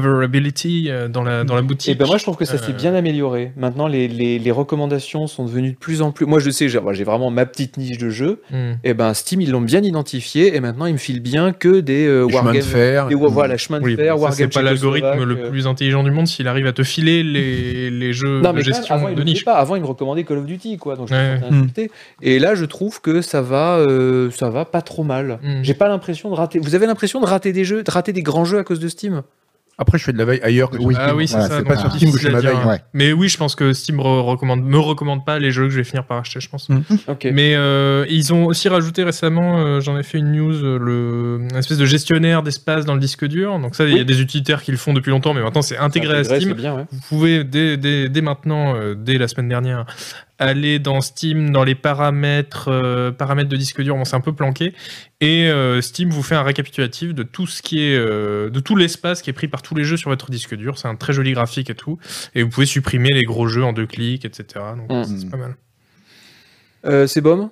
discoverability euh, dans la, dans la boutique.
Et ben moi je trouve que ça s'est
Euh.
bien amélioré. Maintenant les, les, les recommandations sont devenues de plus en plus. Moi je sais, j'ai j'ai vraiment ma petite niche de jeu.
Hmm.
Et ben Steam ils l'ont bien identifié et maintenant ils me filent bien que des euh,
Des chemins de
wargames.
fer.
Des, wa- voilà, chemin de
Oui,
fer,
bon, ça, c'est
wargame
pas l'algorithme
tchécoslovaque,
le
euh.
plus intelligent du monde s'il arrive à te filer les, les jeux de
Non, mais quand même,
gestion
avant, ils
de
le faisaient
niche.
pas. Avant, ils me recommandaient Call of Duty, quoi. Donc, je me
Ouais.
sentais insulté. Et là, je trouve que ça va, euh, ça va pas trop mal.
Mm.
J'ai pas l'impression de rater. Vous avez l'impression de rater des jeux, de rater des grands jeux à cause de Steam
Après, je fais de la veille ailleurs que
Oui.
sur-
Ah oui, c'est
Voilà,
ça.
c'est
donc,
pas
c'est
sur
difficile
Steam que je
à
m'avais,
dire, hein.
ouais.
Mais oui, je pense que Steam re- recommande, me recommande pas les jeux que je vais finir par acheter, je pense.
Ok.
Mais euh, ils ont aussi rajouté récemment, euh, j'en ai fait une news, euh, le, une espèce de gestionnaire d'espace dans le disque dur. Donc ça, il y a
Oui.
des utilitaires qui le font depuis longtemps, mais maintenant c'est intégré à Steam.
c'est bien, ouais.
Vous pouvez dès, dès- dès maintenant, euh, dès la semaine dernière, aller dans Steam, dans les paramètres, euh, paramètres de disque dur, bon, c'est un peu planqué, et euh, Steam vous fait un récapitulatif de tout ce qui est, euh, de tout l'espace qui est pris par tous les jeux sur votre disque dur. C'est un très joli graphique et tout, et vous pouvez supprimer les gros jeux en deux clics, etc. Donc
Mm.
c'est pas mal.
Euh, c'est Bom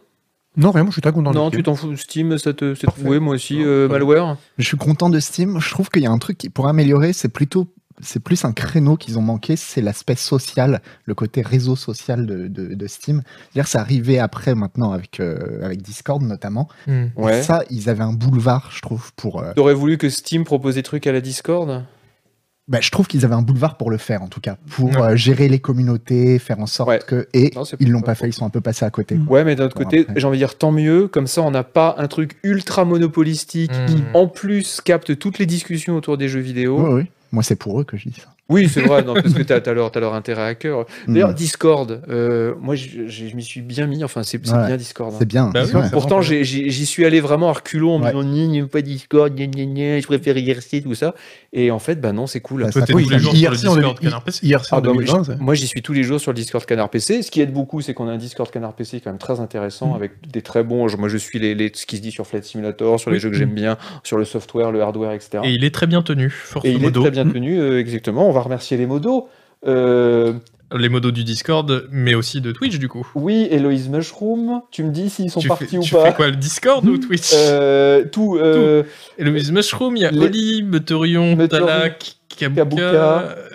Non, vraiment, je suis très content.
Non,
de-
tu t'en fous. Steam, ça te, c'est
Parfait.
trouvé, moi aussi.
Non,
euh,
pas mal.
malware
Je suis content de Steam. Je trouve qu'il y a un truc qui pourrait améliorer, c'est plutôt. C'est plus un créneau qu'ils ont manqué, c'est l'aspect social, le côté réseau social de, de, de Steam. C'est-à-dire, c'est arrivé après maintenant avec, euh, avec Discord notamment.
Mm.
Et Ça, ils avaient un boulevard, je trouve, pour. euh,
T'aurais voulu que Steam propose des trucs à la Discord
bah, je trouve qu'ils avaient un boulevard pour le faire en tout cas, pour
Ouais.
euh, gérer les communautés, faire en sorte
Ouais.
que. Et
Non, c'est
ils l'ont
pas
pas
faux.
fait, ils sont un peu passés à côté.
Mm.
quoi.
Ouais, mais d'un autre
Bon,
côté,
après.
j'ai envie de dire tant mieux. Comme ça, on n'a pas un truc ultra monopolistique qui,
Mm.
en plus, capte toutes les discussions autour des jeux vidéo.
Ouais, ouais. Moi, c'est pour eux que je dis ça.
Oui, c'est vrai, non, parce que t'as as leur, t'as leur intérêt à cœur. D'ailleurs,
Mm.
Discord, euh, moi, je je- je m'y suis bien mis. Enfin, c'est c'est
Ouais.
bien Discord. hein.
C'est bien.
Bah oui,
c'est vrai.
c'est-
Pourtant, j'ai- j'ai- j'y suis allé vraiment à reculons en me
Ouais.
disant, Gna, gna, pas Discord, gna, gna, gna, je préfère IRC, tout ça. Et en fait, bah non, c'est cool.
Bah,
Toi,
ça
t'es
coûte,
tous les
ça.
jours sur le
Ah Hier, si, on
Discord
avait-
Canard PC.
Hier, c'est en
Ah, non, mais
2020. ça.
Moi, j'y suis tous les jours sur le Discord Canard PC. Ce qui aide beaucoup, c'est qu'on a un Discord Canard PC quand même très intéressant,
Mm.
avec des très bons. je- Moi, je suis les, les- ce qui se dit sur Flight Simulator, sur les
Oui.
jeux que j'aime bien, sur le software, le hardware, etc.
Et il est très bien tenu, force
Et il est
modo.
très bien tenu, euh, exactement. On va remercier les modos. Euh,
les modos du Discord, mais aussi de Twitch du coup.
Oui, Eloise Mushroom, tu me dis s'ils sont
tu
partis
fais,
ou
tu
pas.
fais quoi, le Discord ou Twitch
Euh, tout, euh,
Et Louise Mushroom, il y a
les-
Oli, Meteorion,
Meteorion,
Talak, Kabuka.
Kabuka.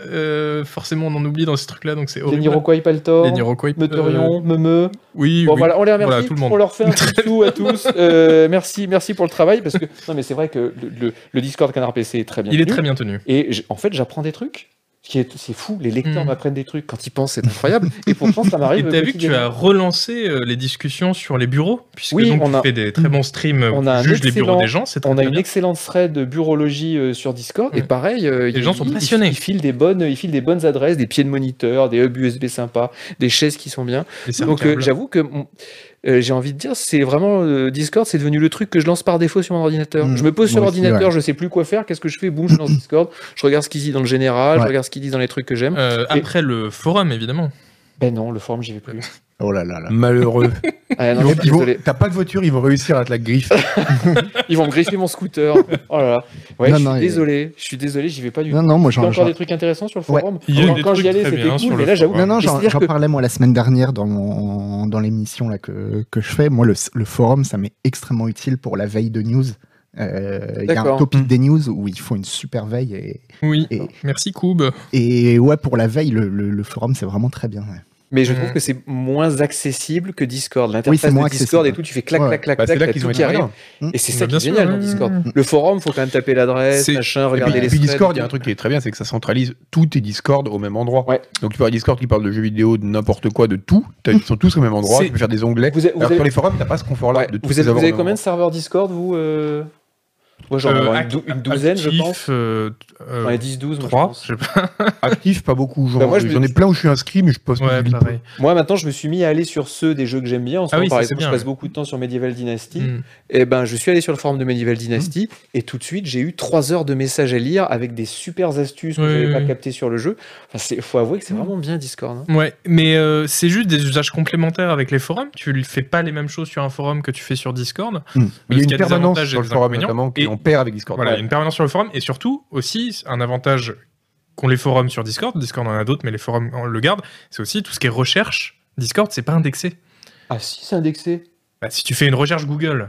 euh, forcément, on en oublie dans ces trucs-là, donc c'est
les
horrible.
Niroquois Paltor,
Les Niroquois, euh,
Meteorion, Memeux.
oui,
Bon,
oui.
voilà, on les remercie.
Voilà, tout le monde.
On leur fait un bisou à tous. Euh, merci, merci pour le travail parce que non, mais c'est vrai que le, le- le Discord Canard PC est très bien.
il est
tenu.
très bien tenu.
Et j- en fait, j'apprends des trucs. Ce qui est- C'est fou, les lecteurs
Mm.
m'apprennent des trucs. Quand ils pensent, c'est incroyable. Et pourtant, ça
Et
m'arrive.
t'as vu que tu
quotidiennement.
as relancé euh, les discussions sur les bureaux, puisque
Oui,
donc
on
tu
a-
fais des très bons streams,
on a un
on juge les bureaux
excellent-
des gens, c'est très
On a
très
une
bien.
excellente thread de bureaulogie euh, sur Discord. Et
Mm.
pareil, euh,
Les
ils-
gens sont
ils-
passionnés.
Ils, filent des bonnes, ils filent des bonnes adresses, des pieds de moniteur, des hubs USB sympas, des chaises qui sont bien.
Et c'est
Donc euh,
incroyable.
j'avoue que mon- euh, j'ai envie de dire, c'est vraiment euh, Discord, c'est devenu le truc que je lance par défaut sur mon ordinateur.
Mm,
je me pose sur
moi aussi,
l'ordinateur,
ouais.
je sais plus quoi faire, qu'est-ce que je fais, boum, je lance Discord, je regarde ce qu'ils disent dans le général, je
Ouais.
regarde ce qu'ils disent dans les trucs que j'aime.
Euh, après le forum, évidemment.
Ben non, le forum, j'y vais plus.
Oh là là là.
Malheureux.
Ah, non,
Ils vont-
je suis
ils vont-
désolé.
T'as pas de voiture, ils vont réussir à te la griffe.
Ils vont griffer mon scooter. Oh là là. Ouais,
Non,
je suis
non, il-
désolé. Je suis désolé, j'y vais pas du tout.
Non, non, moi
Tu as
j'en
encore
j'en-
des trucs intéressants sur le
Ouais.
forum
Il y a eu
Quand-
des
Quand
trucs
j'y allais,
très
c'était
bien
cool,
sur le
mais là, j'avoue.
forum.
non, non,
Mais
j'en
c'est-à-dire
j'en
que-
parlais moi la semaine dernière dans, mon- dans l'émission là que, que je fais. Moi, le, le forum, ça m'est extrêmement utile pour la veille de news. Euh, Il y a un
D'accord. Mmh.
topic
Mm.
des news où il faut une super veille. Et,
Oui,
Et-
merci Koub.
et ouais, pour la veille, le, le- le forum, c'est vraiment très bien. ouais.
Mais je
Mm.
trouve que c'est moins accessible que Discord. L'interface
c'est moins
de Discord
accessible.
et tout, tu fais clac,
Ouais. Mm.
clac, clac,
Bah, c'est
clac,
là
t'as
qu'ils
tout
ont Mm.
qui
été
arrive.
malins.
Et c'est
Bah,
ça qui
bien
est
sûr,
génial dans
ouais,
Discord.
ouais,
Le forum, faut quand même taper l'adresse,
C'est-
machin,
Et
regarder
puis,
les
puis
threads
Discord,
et
il y a un
tout.
truc qui est très bien, c'est que ça centralise tous tes Discord au même endroit.
Ouais.
Donc tu peux avoir Discord qui parle de jeux vidéo, de n'importe quoi, de tout. T'as- Ils sont tous au même endroit.
C'est-
Tu peux faire des onglets.
Vous avez- vous
Alors
avez-
sur les forums, t'as pas ce confort-là.
Ouais.
de tout
Vous avez,
avoir
vous avez
au même
combien de
endroit.
serveurs Discord, vous euh Moi, j'en ai
Euh,
avoir une,
act-
dou- une douzaine, je
actif,
pense.
euh, euh,
J'en ai 10-12, moi, je
trois,
pense.
je sais pas.
Actif, pas beaucoup. Genre, euh,
Bah, moi, je me-
j'en ai plein où je suis inscrit, mais je poste.
Ouais,
vite peu.
pareil.
Moi, maintenant, je me suis mis à aller sur ceux des jeux que j'aime bien. En ce
Ah
moment,
oui,
par
ça, c'est
exemple,
bien,
je passe
ouais.
beaucoup de temps sur Medieval Dynasty.
Mm.
Et ben, je suis allé sur le forum de Medieval Dynasty
Mmh.
et tout de suite, j'ai eu trois heures de messages à lire avec des super astuces que
Oui,
j'avais
oui,
pas
oui. Mmh.
captées sur le jeu. Enfin, c'est, faut avouer que c'est vraiment bien Discord. hein.
Ouais, mais euh, c'est juste des usages complémentaires avec les forums. Tu ne fais pas les mêmes choses sur un forum que tu fais sur Discord.
Mm.
Hmm. Il y a
Parce
une
qu'il des
permanence
avantages et
sur le
des
forum
inconvénients.
notamment
Et
et on perd avec Discord.
voilà, il y a
Ouais.
une permanence sur le forum. Et surtout, aussi, un avantage qu'ont les forums sur Discord, Discord en a d'autres, mais les forums on le gardent, c'est aussi tout ce qui est recherche. Discord, c'est pas indexé.
Ah, si, c'est indexé.
Bah, si tu fais une recherche Google,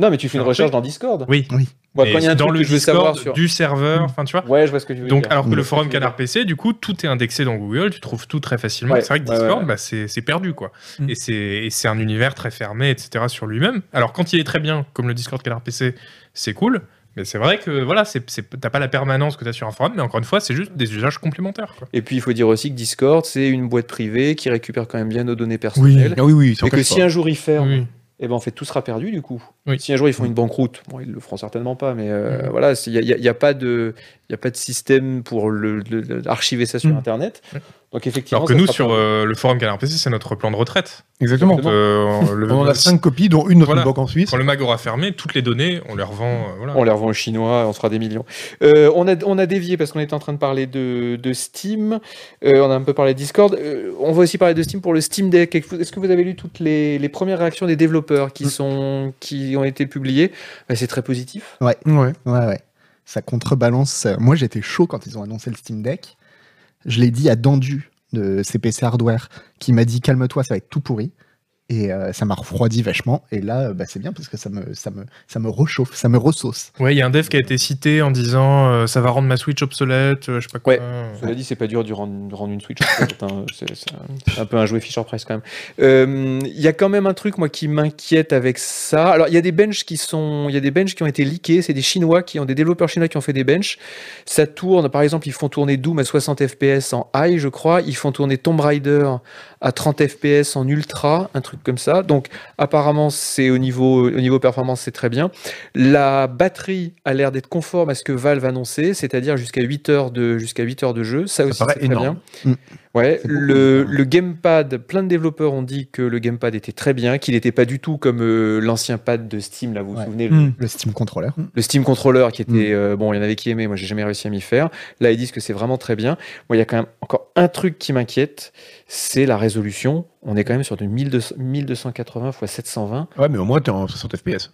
Non, mais tu fais une
Alors,
recherche
oui.
dans Discord.
oui.
Moi,
mais
quand il y a un
dans le
truc que je veux
Discord
savoir sur.
du
Hmm.
serveur, enfin tu vois.
Ouais, je vois ce que tu veux
Donc,
dire.
alors que
Mm.
le forum
Je vois ce que tu veux
Canard PC, du coup, tout est indexé dans Google, tu trouves tout très facilement.
Ouais,
c'est vrai que
ouais,
Discord,
ouais.
bah, c'est c'est perdu, quoi.
Mm.
Et c'est- Et c'est un univers très fermé, etc., sur lui-même. Alors, quand il est très bien, comme le Discord Canard PC, c'est cool. Mais c'est vrai que, voilà, c'est- c'est- t'as pas la permanence que t'as sur un forum, mais encore une fois, c'est juste des usages complémentaires, quoi.
Et puis, il faut dire aussi que Discord, c'est une boîte privée qui récupère quand même bien nos données personnelles.
Ah oui, oui, c'est
Et que si un jour ils ferment,
Oui.
eh ben en fait tout sera perdu du coup.
Oui. Mm.
Si un jour ils font une banqueroute, bon ils le feront certainement pas, mais euh,
Mhm.
voilà, il n'y a, y a pas de, y a pas de système pour le, le- le- archiver ça sur
Mhm.
internet.
Ouais.
Donc effectivement.
Alors que
ça
nous,
sera
sur
pas-
euh, le forum Canard PC, c'est notre plan de retraite.
Exactement.
Euh, le,
On en a 5 copies, dont une dans
Voilà.
une banque en Suisse.
Quand le mag aura fermé, toutes les données, on les revend. euh, voilà.
On les revend aux Chinois, on se fera des millions. Euh, on, a, on a dévié parce qu'on était en train de parler de, de Steam. Euh, on a un peu parlé de Discord. Euh, on va aussi parler de Steam pour le Steam Deck. Est-ce que vous avez lu toutes les, les premières réactions des développeurs
Mm.
qui, sont, qui ont été publiées Bah, C'est très positif.
Ouais.
Ouais, ouais. Ça contrebalance. euh, Moi, j'étais chaud quand ils ont annoncé le Steam Deck. Je l'ai dit à Dandu de CPC Hardware qui m'a dit calme-toi, ça va être tout pourri. Et euh, ça m'a refroidi vachement. Et là, euh, bah, c'est bien parce que ça me, ça, me, ça me rechauffe, ça me ressauce.
Ouais, il y a un dev qui a été cité en disant euh, ça va rendre ma Switch obsolète, euh, je sais pas quoi.
Ouais. Cela dit, c'est pas dur de rendre, de rendre une Switch. en fait, hein. C'est- C'est un- c'est un peu un jouet Fisher Price quand même. Euh, Il y a quand même un truc moi qui m'inquiète avec ça. Alors il y a des benches qui sont, il y a des benches qui ont été leakés. C'est des Chinois qui ont des développeurs chinois qui ont fait des benches. Ça tourne. Par exemple, ils font tourner Doom à 60 FPS en high, je crois. Ils font tourner Tomb Raider à 30 FPS en ultra, un truc comme ça. Donc apparemment, c'est au niveau, au niveau performance, c'est très bien. La batterie a l'air d'être conforme à ce que Valve annonçait, c'est-à-dire jusqu'à 8 heures de, jusqu'à 8 heures de jeu. Ça, aussi,
paraît
c'est très bien.
énorme.
Mm.
Ouais,
beaucoup,
le,
ça.
le gamepad, plein de développeurs ont dit que le gamepad était très bien, qu'il n'était pas du tout comme euh, l'ancien pad de Steam, là, vous vous
Ouais.
souvenez, le-
Mm.
Le Steam Controller.
le Steam Controller qui était
Mm.
euh, bon, il y en avait qui aimaient, moi j'ai jamais réussi à m'y faire. Là ils disent que c'est vraiment très bien. Moi il y a quand même encore un truc qui m'inquiète, c'est la résolution. On est quand même sur du 1200 1280 x 720.
Ouais, mais au moins, t'es en 60 FPS.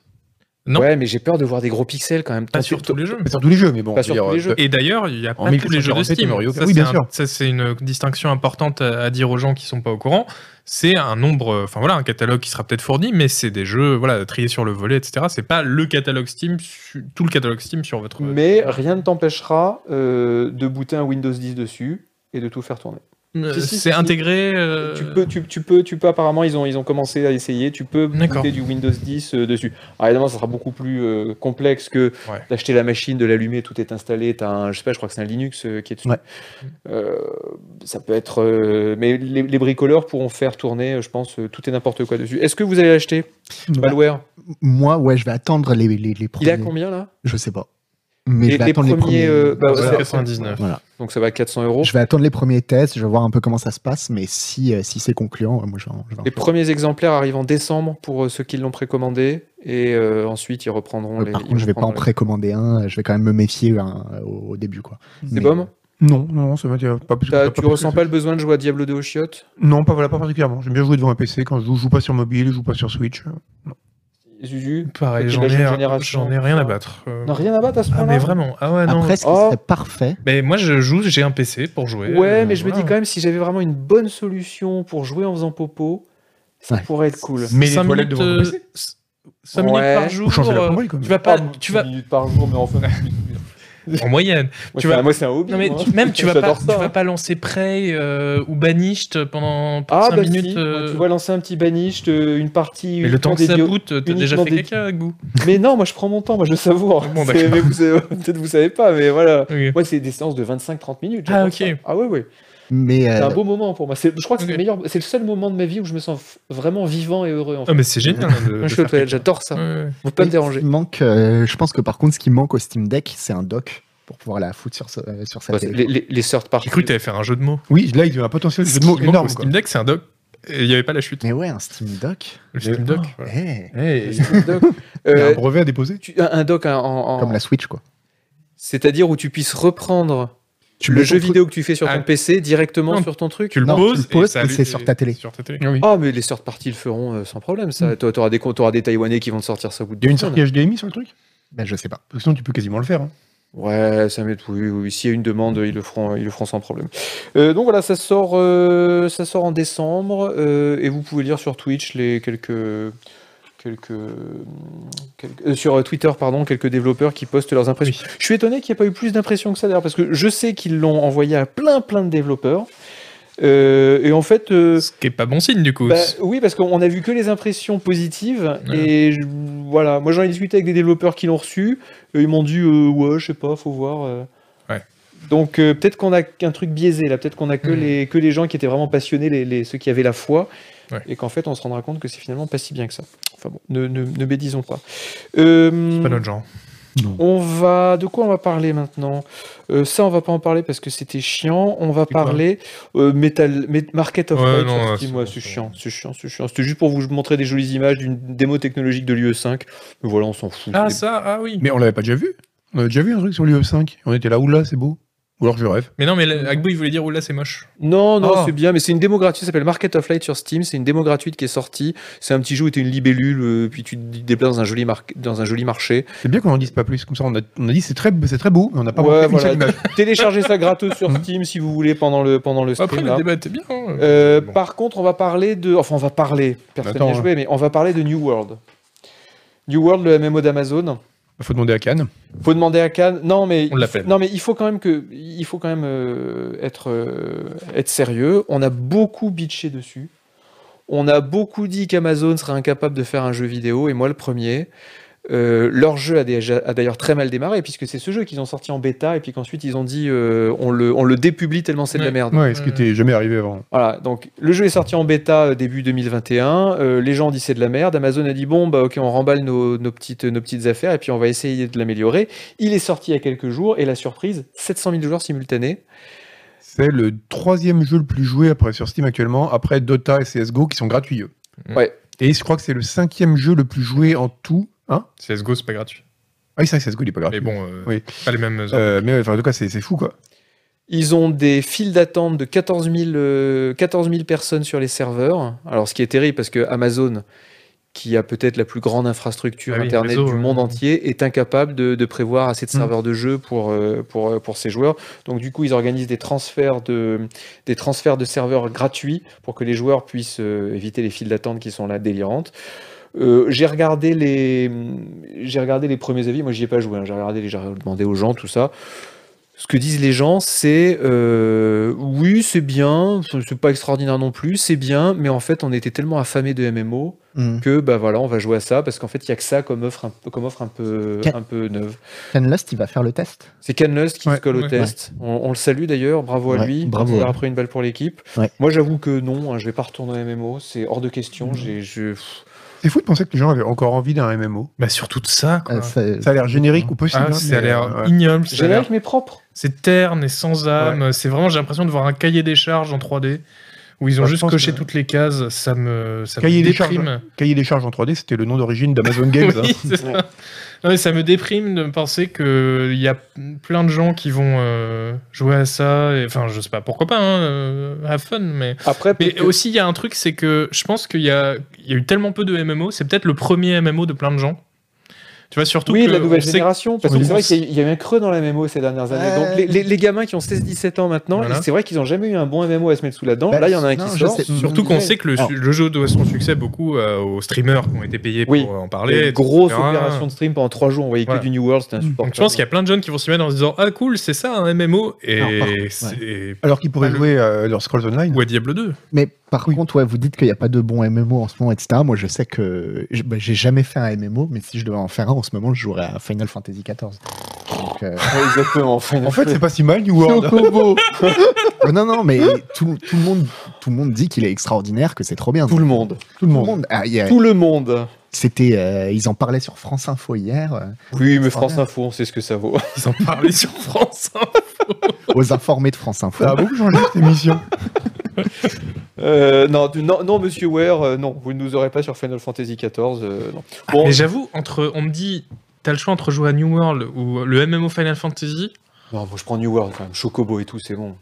Non.
Ouais, mais j'ai peur de voir des gros pixels quand même.
Pas
Tant
sur
pis-
tous les jeux.
Pas sur tous les jeux, mais bon.
Pas
je veux euh,
sur tous les jeux.
Et d'ailleurs, il n'y a
En
pas tous les jeux de
1440p,
Steam.
Mario
Ça,
Kart. Oui,
c'est
bien
un-
sûr.
ça, c'est une distinction importante à, à dire aux gens qui sont pas au courant. C'est un nombre, euh, enfin voilà, un catalogue qui sera peut-être fourni, mais c'est des jeux, voilà, triés sur le volet, etc. C'est pas le catalogue Steam, su- tout le catalogue Steam sur votre.
Mais rien ne t'empêchera euh, de booter un Windows 10 dessus et de tout faire tourner.
Euh,
si, si,
c'est
si.
intégré. euh,
Tu peux, tu, tu peux, tu peux. Apparemment, ils ont, ils ont commencé à essayer. Tu peux
D'accord.
booter du Windows 10 euh, dessus. Alors évidemment, ça sera beaucoup plus euh, complexe que
Ouais.
d'acheter la machine, de l'allumer, tout est installé. T'as un, je sais pas, je crois que c'est un Linux euh, qui est dessus.
Ouais.
Euh, ça peut être, euh, mais les, les bricoleurs pourront faire tourner, euh, je pense, euh, tout et n'importe quoi dessus. Est-ce que vous allez l'acheter,
Bah,
Malware
moi, ouais, je vais attendre les, les, les
Il est à
premiers.
combien là
Je sais pas. Mais
Les-
je vais
les
attendre les
premiers,
premiers.
euh, bah,
voilà,
c'est-
99.
Voilà.
Donc ça va à 400 euros.
Je vais attendre les premiers tests, je vais voir un peu comment ça se passe, mais si, euh, si c'est concluant, euh, moi je vais en- je vais en
Les
faire.
premiers exemplaires arrivent en décembre pour euh, ceux qui l'ont précommandé et euh, ensuite ils reprendront
Euh,
les.
Par
ils
contre, je vais pas en
reprendront les-
précommander un, euh, je vais quand même me méfier hein, au, au début. quoi.
C'est
Mais-
bon
Non, non, ça m'intéresse pas. parce que-
T'as-
pas-
Tu
parce
ressens
que-
pas le besoin de jouer à Diablo 2 aux chiottes
Non, pas, voilà, pas particulièrement. J'aime bien jouer devant un PC. Quand je joue, je joue pas sur mobile, je joue pas sur Switch.
Zuzu
Pareil,
Ok,
j'en
la jeune
ai,
génération.
j'en ai rien à battre. Euh,
Non, rien à battre à ce
Ah,
point-là
mais vraiment. Ah ouais, non.
Après, ce qui
Oh.
serait parfait,
Mais moi, je joue, j'ai un PC pour jouer.
Ouais,
euh,
mais je me dis
voilà.
quand même, si j'avais vraiment une bonne solution pour jouer en faisant popo, ça
Ouais.
pourrait être cool.
Mais les
Cinq
toilettes
minutes,
devant le
euh,
PC.
s- cinq minutes
Ouais.
par jour.
Faut changer la
euh,
commande, quand
tu
même.
vas pas, tu vas
Oh, minutes par jour, mais enfin.
en moyenne. Tu vas-
Moi, c'est un hobby.
Non mais
moi.
tu- même tu vas pas,
J'adore
tu
ça. hein.
vas pas lancer Prey euh, ou Banished pendant, pendant
Ah,
5
bah
minutes.
si,
euh,
moi, tu vois, lancer un petit banished, euh, une partie.
mais le temps que
uniquement
ça
dédiée au-
boot, t'as déjà
uniquement
fait
des-
caca, Goût.
Mais non, moi je prends mon temps, moi je savoure.
Bon,
C'est-
d'accord.
mais vous savez- Peut-être vous savez pas, mais voilà.
Ok.
Moi, c'est des séances de 25-30 minutes.
Ah,
j'adore
ok.
ça. Ah, ouais, ouais.
mais
C'est
euh,
un beau moment pour moi. C'est- Je crois que c'est
Ok.
le meilleur. C'est le seul moment de ma vie où je me sens f- vraiment vivant et heureux. En fait.
Ah mais c'est génial. hein, de-
Moi, je
de
suis aux
faire
toilettes,
caca.
j'adore ça.
Ouais, ouais.
Vous pouvez pas me
ce
déranger.
qui manque, euh, je pense que par contre, ce qui manque au Steam Deck, c'est un dock pour pouvoir la foutre sur, ce- euh, sur sa
Ouais, Bah, c'est-
télé.
les, les, les third parties. euh,
J'ai cru que t'avais fait un jeu de mots.
Oui, là, il y a un potentiel de jeu de mots
Qui manque au
énorme. quoi.
Steam Deck, c'est un doc. Et Il y avait pas la chute.
Mais ouais, un Steam Dock.
Le Steam Deck.
Eh,
voilà.
Eh, il
Steam Dock.
y a un
Euh,
brevet à déposer.
tu- un, un dock en- en- en-
eh, Comme la Switch, quoi.
c'est-à-dire où tu puisses reprendre
Tu
le
mets ton
jeu
truc-
vidéo que tu fais sur ton
Ah.
PC directement
Non,
sur ton truc.
Tu le
Non,
poses,
tu le poses
et ça
et
allume-
c'est sur ta télé.
Sur ta télé.
Ah, mais les third parties le feront euh, sans problème. Ça,
Mm.
Toi, t'auras des, t'auras des Taïwanais qui vont te sortir ça au bout de
Il y a
deux
une
semaines.
sortie HDMI sur le truc
Ben, je sais pas.
Parce que sinon, tu peux quasiment le faire. hein.
Ouais, ça m'aide. Oui, oui. S'il y a une demande, ils le feront, ils le feront sans problème. Euh, donc voilà, ça sort, euh, ça sort en décembre, euh, et vous pouvez lire sur Twitch les quelques, quelques, quelques- euh, sur euh, Twitter pardon, quelques développeurs qui postent leurs impressions. Je suis étonné qu'il n'y ait pas eu plus d'impressions que ça d'ailleurs, parce que je sais qu'ils l'ont envoyé à plein, plein de développeurs, Euh, et en fait. euh,
Ce qui est pas bon signe du coup.
bah, oui, parce qu'on a vu que les impressions positives. Et je- voilà, moi j'en ai discuté avec des développeurs qui l'ont reçu. et ils m'ont dit, euh, ouais, je sais pas, faut voir. euh.
Ouais.
Donc euh, peut-être qu'on a qu'un truc biaisé là, peut-être qu'on a que,
Hmm.
les, que les gens qui étaient vraiment passionnés, les, les- ceux qui avaient la foi.
Ouais.
Et qu'en fait, on se rendra compte que c'est finalement pas si bien que ça. Enfin bon, ne, ne, ne bédisons pas. Euh,
Pas notre genre.
on va. De quoi on va parler maintenant Euh, Ça, on va pas en parler parce que c'était chiant. On va
C'est quoi
parler euh, Metal, Met- Market of
Ouais,
Light
non,
sur
ouais,
Steam.
c'est
Ouais,
bon, c'est
c'est chiant, c'est chiant, c'est chiant. C'était juste pour vous montrer des jolies images d'une démo technologique de l'UE5. Mais voilà, on s'en fout.
Ah
C'est-
ça, ah oui.
Mais on l'avait pas déjà vu On avait déjà vu un truc sur l'UE5. On était là, oula, c'est beau. Ou alors je rêve.
Mais non, mais le- Agbo il voulait dire oula c'est moche.
Non, non,
Ah.
c'est bien, mais c'est une démo gratuite, ça s'appelle Market of Light sur Steam, c'est une démo gratuite qui est sortie, c'est un petit jeu où t'es une libellule, euh, puis tu te déplaces dans un joli, mar- dans un joli marché.
C'est bien qu'on en dise pas plus. Comme ça, on a, on a dit c'est très, c'est très beau, mais
Ah,
on n'a pas
Ouais,
montré une
voilà.
seule image.
Téléchargez ça gratos sur Steam si vous voulez pendant le, pendant le stream.
Hum. Après
là.
le débat était bien. hein.
Euh,
Bon.
Par contre, on va parler de. Enfin, on va parler. Personne
Attends,
n'y a joué, mais on va parler de New World. New World, le MMO d'Amazon.
Faut demander à Cannes.
Faut demander à Cannes. Non, mais
On l'appelle.
non, mais il faut quand même que, il faut quand même euh, être euh, être sérieux. On a beaucoup bitché dessus. On a beaucoup dit qu'Amazon serait incapable de faire un jeu vidéo, et moi le premier. Euh, leur jeu a déjà- a d'ailleurs très mal démarré, puisque c'est ce jeu qu'ils ont sorti en bêta, et puis qu'ensuite ils ont dit euh, on, le, on le dépublie tellement c'est de la
Ouais.
merde.
Ouais, ce qui était jamais arrivé avant.
Voilà, donc le jeu est sorti en bêta euh, début 2021. euh, les gens ont dit c'est de la merde. Amazon a dit bon, bah ok, on remballe nos, nos petites, nos petites affaires et puis on va essayer de l'améliorer. Il est sorti il y a quelques jours et la surprise, 700 000 joueurs simultanés.
C'est le troisième jeu le plus joué après sur Steam actuellement, après Dota et CSGO qui sont gratuits. eux.
Ouais.
Et je crois que c'est le cinquième jeu le plus joué en tout. Hein
CS:GO c'est pas gratuit.
ah oui, c'est vrai que CSGO il est pas gratuit.
Mais bon, euh,
Oui.
pas les mêmes.
Euh, mais ouais, enfin, en tout cas, c'est c'est fou quoi.
Ils ont des files d'attente de 14 000, euh, 14 000 personnes sur les serveurs. Alors ce qui est terrible parce que Amazon, qui a peut-être la plus grande infrastructure
Ah oui,
Internet
réseau, Hmm.
du
hein.
monde entier, est incapable de, de prévoir assez de serveurs de jeu pour, euh, pour, euh, pour ses joueurs. Donc du coup, ils organisent des transferts de, des transferts de serveurs gratuits pour que les joueurs puissent euh, éviter les files d'attente qui sont là délirantes. Euh, j'ai regardé les j'ai regardé les premiers avis. Moi, j'y ai pas joué. hein. J'ai regardé, les- j'ai demandé aux gens tout ça. Ce que disent les gens, c'est euh, oui, c'est bien, c'est- c'est pas extraordinaire non plus, c'est bien, mais en fait, on était tellement affamés de MMO
Hmm.
que bah voilà, on va jouer à ça parce qu'en fait, il y a que ça comme offre un peu, comme offre un peu,
Quel-
un peu neuve.
Ken Lust, il va faire le test.
C'est Canlust qui
Ouais,
se colle au
ouais.
test. On, on le salue d'ailleurs, bravo à
Ouais,
lui.
bravo,
Il a
ouais.
repris une balle pour l'équipe.
Ouais.
Moi, j'avoue que non, hein, je vais pas retourner au MMO, c'est hors de question. J'ai, je...
C'est fou de penser que les gens avaient encore envie d'un MMO.
Bah, surtout de ça,
Ah.
quoi.
Ah,
Euh, c'est-
Ça a l'air générique ou possible.
Ah,
hein,
ça a
mais,
l'air
euh, ouais.
ignoble. ça a
J'ai
l'air-
avec mes propres.
C'est terne et sans âme. C'est vraiment, j'ai l'impression de voir un cahier des charges en 3D où ils ont
Ouais, Bah, je
juste
pense
coché
que-
toutes les cases. Ça me, ça me
Cahier des
déprime.
Cahier des charges en 3D, c'était le nom d'origine d'Amazon Games. hein.
Oui, c'est ça. Non, mais ça me déprime de penser qu'il y a plein de gens qui vont euh, jouer à ça. et- Enfin, je sais pas pourquoi pas, hein, euh, have fun, mais.
Après,
Mais
peut-être que-
aussi, il y a un truc, c'est que je pense qu'il y a, il y a eu tellement peu de MMO, c'est peut-être le premier MMO de plein de gens. Tu vois, surtout
oui,
que
de la nouvelle
on sait-
génération. Parce
Oui.
que c'est vrai qu'il y a eu- il y a eu un creux dans la MMO ces dernières années.
Ouais.
Donc les, les- les gamins qui ont 16-17 ans maintenant,
Voilà.
et c'est vrai qu'ils n'ont jamais eu un bon MMO à se mettre sous la dent.
Bah,
Là, il y en a un
non,
qui
je
sort.
sais- Mm.
Surtout qu'on sait que le, su-
Alors-
le jeu doit son succès beaucoup euh, aux streamers qui ont été payés
Oui.
pour en
Les
parler.
grosses
etc.
opérations de stream pendant 3 jours, on voyait
Voilà.
que du New World, c'était insupportable.
Donc je pense qu'il y a plein de jeunes qui vont s'y mettre en se disant Ah cool, c'est ça un MMO
Alors, par
et,
contre,
c'est-
Alors qu'ils pourraient
Ah, le-
jouer euh, leur Scrolls Online.
ou à Diablo 2.
Mais par contre, ouais, vous dites qu'il n'y a pas de bon MMO en ce moment, etc. Moi, je sais que je- bah, j'ai jamais fait un MMO, mais si je devais en faire un en ce moment, je jouerais à Final Fantasy XIV. Donc, euh,
Ouais, Exactement. Enfin,
En fait, c'est pas si mal, New World.
oh, non, non, mais
Hein
tout, tout le monde, tout le monde dit qu'il est extraordinaire, que c'est trop bien.
tout le monde.
hein.
Tout le monde. Ah, il y a-
Tout le monde.
C'était, euh, ils en parlaient sur France Info hier euh,
Oui, mais France Info, on sait ce que ça vaut.
Ils en parlaient sur France.
aux informés Ah, de France Info.
Ça a beaucoup changé cette émission.
Euh, non, tu- non, non, monsieur Ware, euh, non, vous ne nous aurez pas sur Final Fantasy XIV. euh, non. Bon,
Ah, Mais j'avoue, entre on me dit T'as le choix entre jouer à New World ou le MMO Final Fantasy.
Non, moi je prends New World quand même. Chocobo et tout, c'est bon.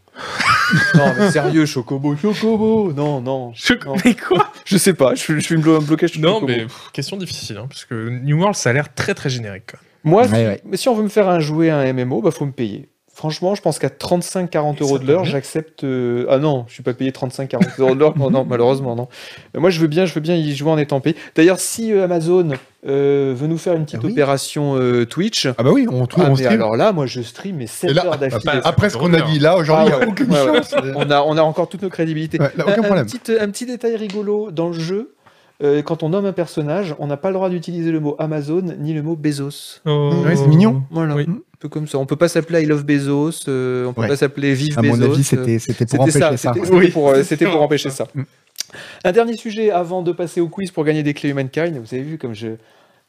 non, mais sérieux, Chocobo, Chocobo Non, non.
Je...
Non.
Mais quoi Oh.
Je sais pas, je, je suis me blo- un blocage sur
Non,
Chocobo.
mais pff, question difficile, hein, parce que New World ça a l'air très très générique. quoi.
Moi,
Ouais,
si,
ouais.
mais si on veut me faire un jouer à un MMO, bah faut me payer. Franchement, je pense qu'à 35-40 euros de l'heure,
combien
j'accepte. euh, Ah non, je suis pas payé 35-40 euros de l'heure. Non, non, malheureusement, non. Euh, Moi, je veux bien, je veux bien y jouer en étant payé. D'ailleurs, si euh, Amazon euh, veut nous faire une petite
Ah oui.
opération euh, Twitch,
Ah bah oui, on trouve,
ah,
on
mais
stream.
alors là, moi, je stream mais 7
Et là, ah,
heures d'affilée.
bah,
Après ce qu'on a dit là, aujourd'hui, il
Ah
n'y
ouais.
a aucune
Ouais, ouais.
chance. Ouais,
on, a, on a encore toute nos crédibilités.
là,
Un-
bah, aucun
un,
problème.
petit, euh, un petit détail rigolo dans le jeu. euh, quand on nomme un personnage, on n'a pas le droit d'utiliser le mot Amazon ni le mot Bezos.
Oh.
Ouais, c'est mignon.
Voilà,
Oui.
un peu comme ça. On peut pas s'appeler I love Bezos, euh, on peut
Ouais.
pas s'appeler Vive
À
Bezos.
mon avis,
euh,
c'était, c'était pour
c'était
empêcher
ça.
ça. Mm.
C'était
ouais.
c'était
Oui,
pour, euh,
c'est
c'était pour
sûr.
empêcher ça. Un dernier sujet avant de passer au quiz pour gagner des clés Humankind. Vous avez vu comme je,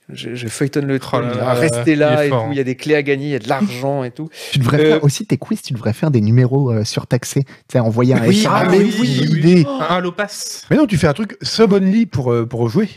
je, je feuilletonne le
Oh
truc.
là là,
Restez
il
là
est
et
fort,
tout.
hein.
Il y a des clés à gagner, il y a de l'argent et tout.
Tu devrais
Euh,
faire aussi tes quiz, tu devrais faire des numéros euh, surtaxés. Tu sais, envoyer un
Oui,
SMS.
ah, mais
une
oui, oui,
idée.
Un Halo Pass.
Mais non, tu fais un truc sub-only pour, euh, pour jouer.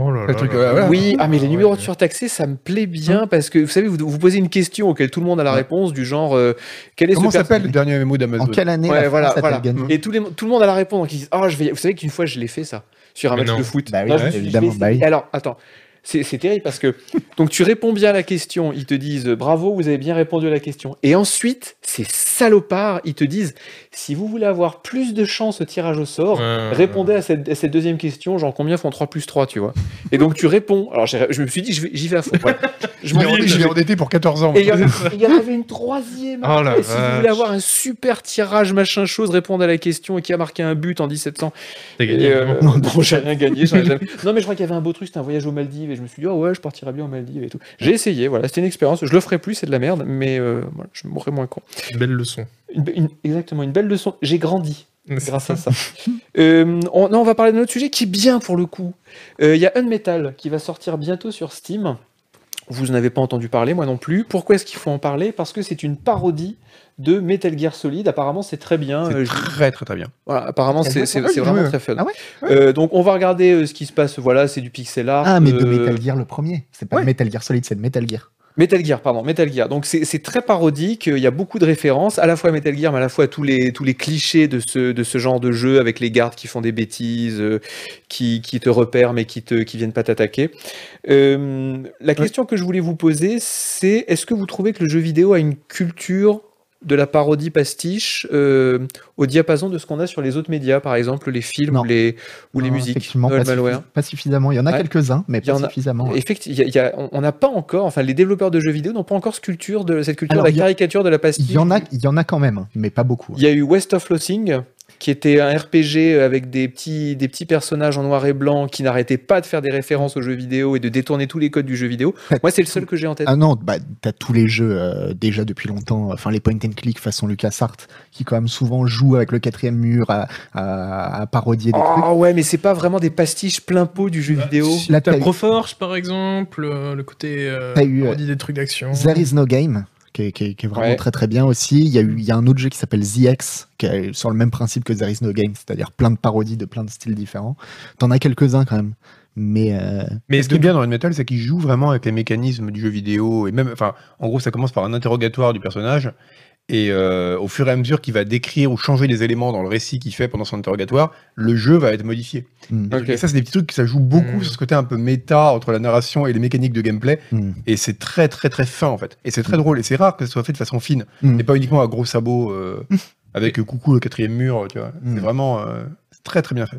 Oh là
Le truc, euh, voilà.
Oui, ah mais les
Ouais, Hein.
numéros de
ouais.
surtaxés, ça me plaît bien parce que vous savez, vous, vous posez une question auquel tout le monde a la réponse du genre euh, quel est
Comment
ce perso-
s'appelle le dernier MMO d'Amazon
En quelle année
Ouais,
la France
voilà,
a-t-elle
voilà. Mm.
gagné
Mmh. Et tout, les, tout le monde a la réponse. Donc ils disent, Ah, je vais. y- Vous savez qu'une fois, je l'ai fait ça sur un
Mais
match
non.
de foot.
Bah oui,
Non, je me suis dit,
évidemment,
je vais
bah
essayer.
oui.
Alors, attends. C'est c'est terrible parce que donc tu réponds bien à la question, ils te disent bravo, vous avez bien répondu à la question. Et ensuite, ces salopards, ils te disent si vous voulez avoir plus de chance au tirage au sort,
Ouais.
répondez à cette, à cette deuxième question, genre combien font 3 plus 3, tu vois. Et donc tu réponds. Alors j'ai- je me suis dit je vais- j'y vais, à fond. Voilà. Je
Je
m'en
l'ai
Bill.
endetté- je l'ai endetté pour 14 ans.
et il y, en a- il y en avait une troisième.
Oh la
Et si vous voulez
vache.
avoir un super tirage, machin chose, répondre à la question et qui a marqué un but en 1700.
T'as
Et,
gagné,
euh,
vraiment.
non, j'ai rien gagné. j'en ai jamais- Non, mais je crois qu'il y avait un beau truc, c'était un voyage aux Maldives et je me suis dit, oh ouais, je partirais bien aux Maldives et tout. J'ai essayé, voilà, c'était une expérience. Je le ferai plus, c'est de la merde, mais euh, voilà, je mourrai moins con.
Belle leçon.
Une be- une- exactement, une belle leçon. J'ai grandi grâce à ça. Euh, on, non, on va parler d'un autre sujet qui est bien pour le coup. Euh, Il y a Unmetal qui va sortir bientôt sur Steam. Vous n'avez pas entendu parler, moi non plus. Pourquoi est-ce qu'il faut en parler Parce que c'est une parodie de Metal Gear Solid. Apparemment, c'est très bien. Euh,
C'est
je-
très très très bien.
voilà, apparemment,
Ah,
c'est
j'ai
c'est-
joué,
c'est
j'ai
vraiment
joué.
très fun.
Ah ouais
Euh, donc, on va regarder euh, ce qui se passe. Voilà, c'est du pixel art.
Ah, mais de
Euh,
Metal Gear le premier. C'est pas
ouais.
Metal Gear Solid, c'est de Metal Gear.
Metal Gear, pardon, Metal Gear. Donc c'est c'est très parodique, il y a beaucoup de références, à la fois à Metal Gear, mais à la fois à tous les, tous les clichés de ce, de ce genre de jeu, avec les gardes qui font des bêtises, euh, qui, qui te repèrent mais qui ne qui viennent pas t'attaquer. Euh, la question que je voulais vous poser, c'est est-ce que vous trouvez que le jeu vidéo a une culture de la parodie pastiche euh, au diapason de ce qu'on a sur les autres médias, par exemple les films
Non.
ou les, ou les
Non,
musiques
Ah, effectivement,
Noël hein
pas, suffi-
Malware.
pas suffisamment. Il y en a
Ouais.
quelques-uns, mais
Il y
pas
en a-
suffisamment. ouais.
Effectivement, il y a- il y a- on- on n'a pas encore, enfin, les développeurs de jeux vidéo n'ont pas encore cette culture de, cette culture
Alors,
de la
il y a-
caricature de la pastiche.
Il y en a, il y en a quand même, hein, mais pas beaucoup.
Il y a eu West of Losing, qui était un RPG avec des petits, des petits personnages en noir et blanc qui n'arrêtaient pas de faire des références aux jeux vidéo et de détourner tous les codes du jeu vidéo. Moi, c'est le seul que j'ai en tête.
Ah non, bah, t'as tous les jeux euh, déjà depuis longtemps, enfin les point and click façon LucasArts, qui quand même souvent jouent avec le quatrième mur à, à- à parodier des trucs. Bah,
Ah ouais, mais c'est pas vraiment des pastiches plein pot du jeu vidéo.
Si
La
t'as
taille.
Proforge, par exemple, euh, le côté. Euh,
T'as eu, euh,
on dit des trucs d'action.
There is no game, qui est, qui est- qui est vraiment
Ouais.
très très bien aussi. Il y, a eu, il y a un autre jeu qui s'appelle ZX, qui est sur le même principe que There is no game, c'est-à-dire plein de parodies de plein de styles différents. T'en as quelques-uns quand même, mais euh,
Mais
Et ce qui est
de-
bien dans Red Metal, c'est qu'il joue vraiment avec les mécanismes du jeu vidéo. Et même, enfin, en gros, ça commence par un interrogatoire du personnage. Et euh, au fur et à mesure qu'il va décrire ou changer les éléments dans le récit qu'il fait pendant son interrogatoire, le jeu va être modifié.
hmm,
Ok.
Et ça, c'est des petits trucs que ça joue beaucoup
Mm.
sur ce côté un peu méta entre la narration et les mécaniques de gameplay.
hmm,
Et c'est très, très, très fin, en fait. Et c'est très drôle. Et c'est rare que ça soit fait de façon fine.
hmm.
Et pas uniquement à gros sabots euh, avec euh, coucou le quatrième mur, tu vois.
Mm.
C'est vraiment euh, c'est très, très bien fait.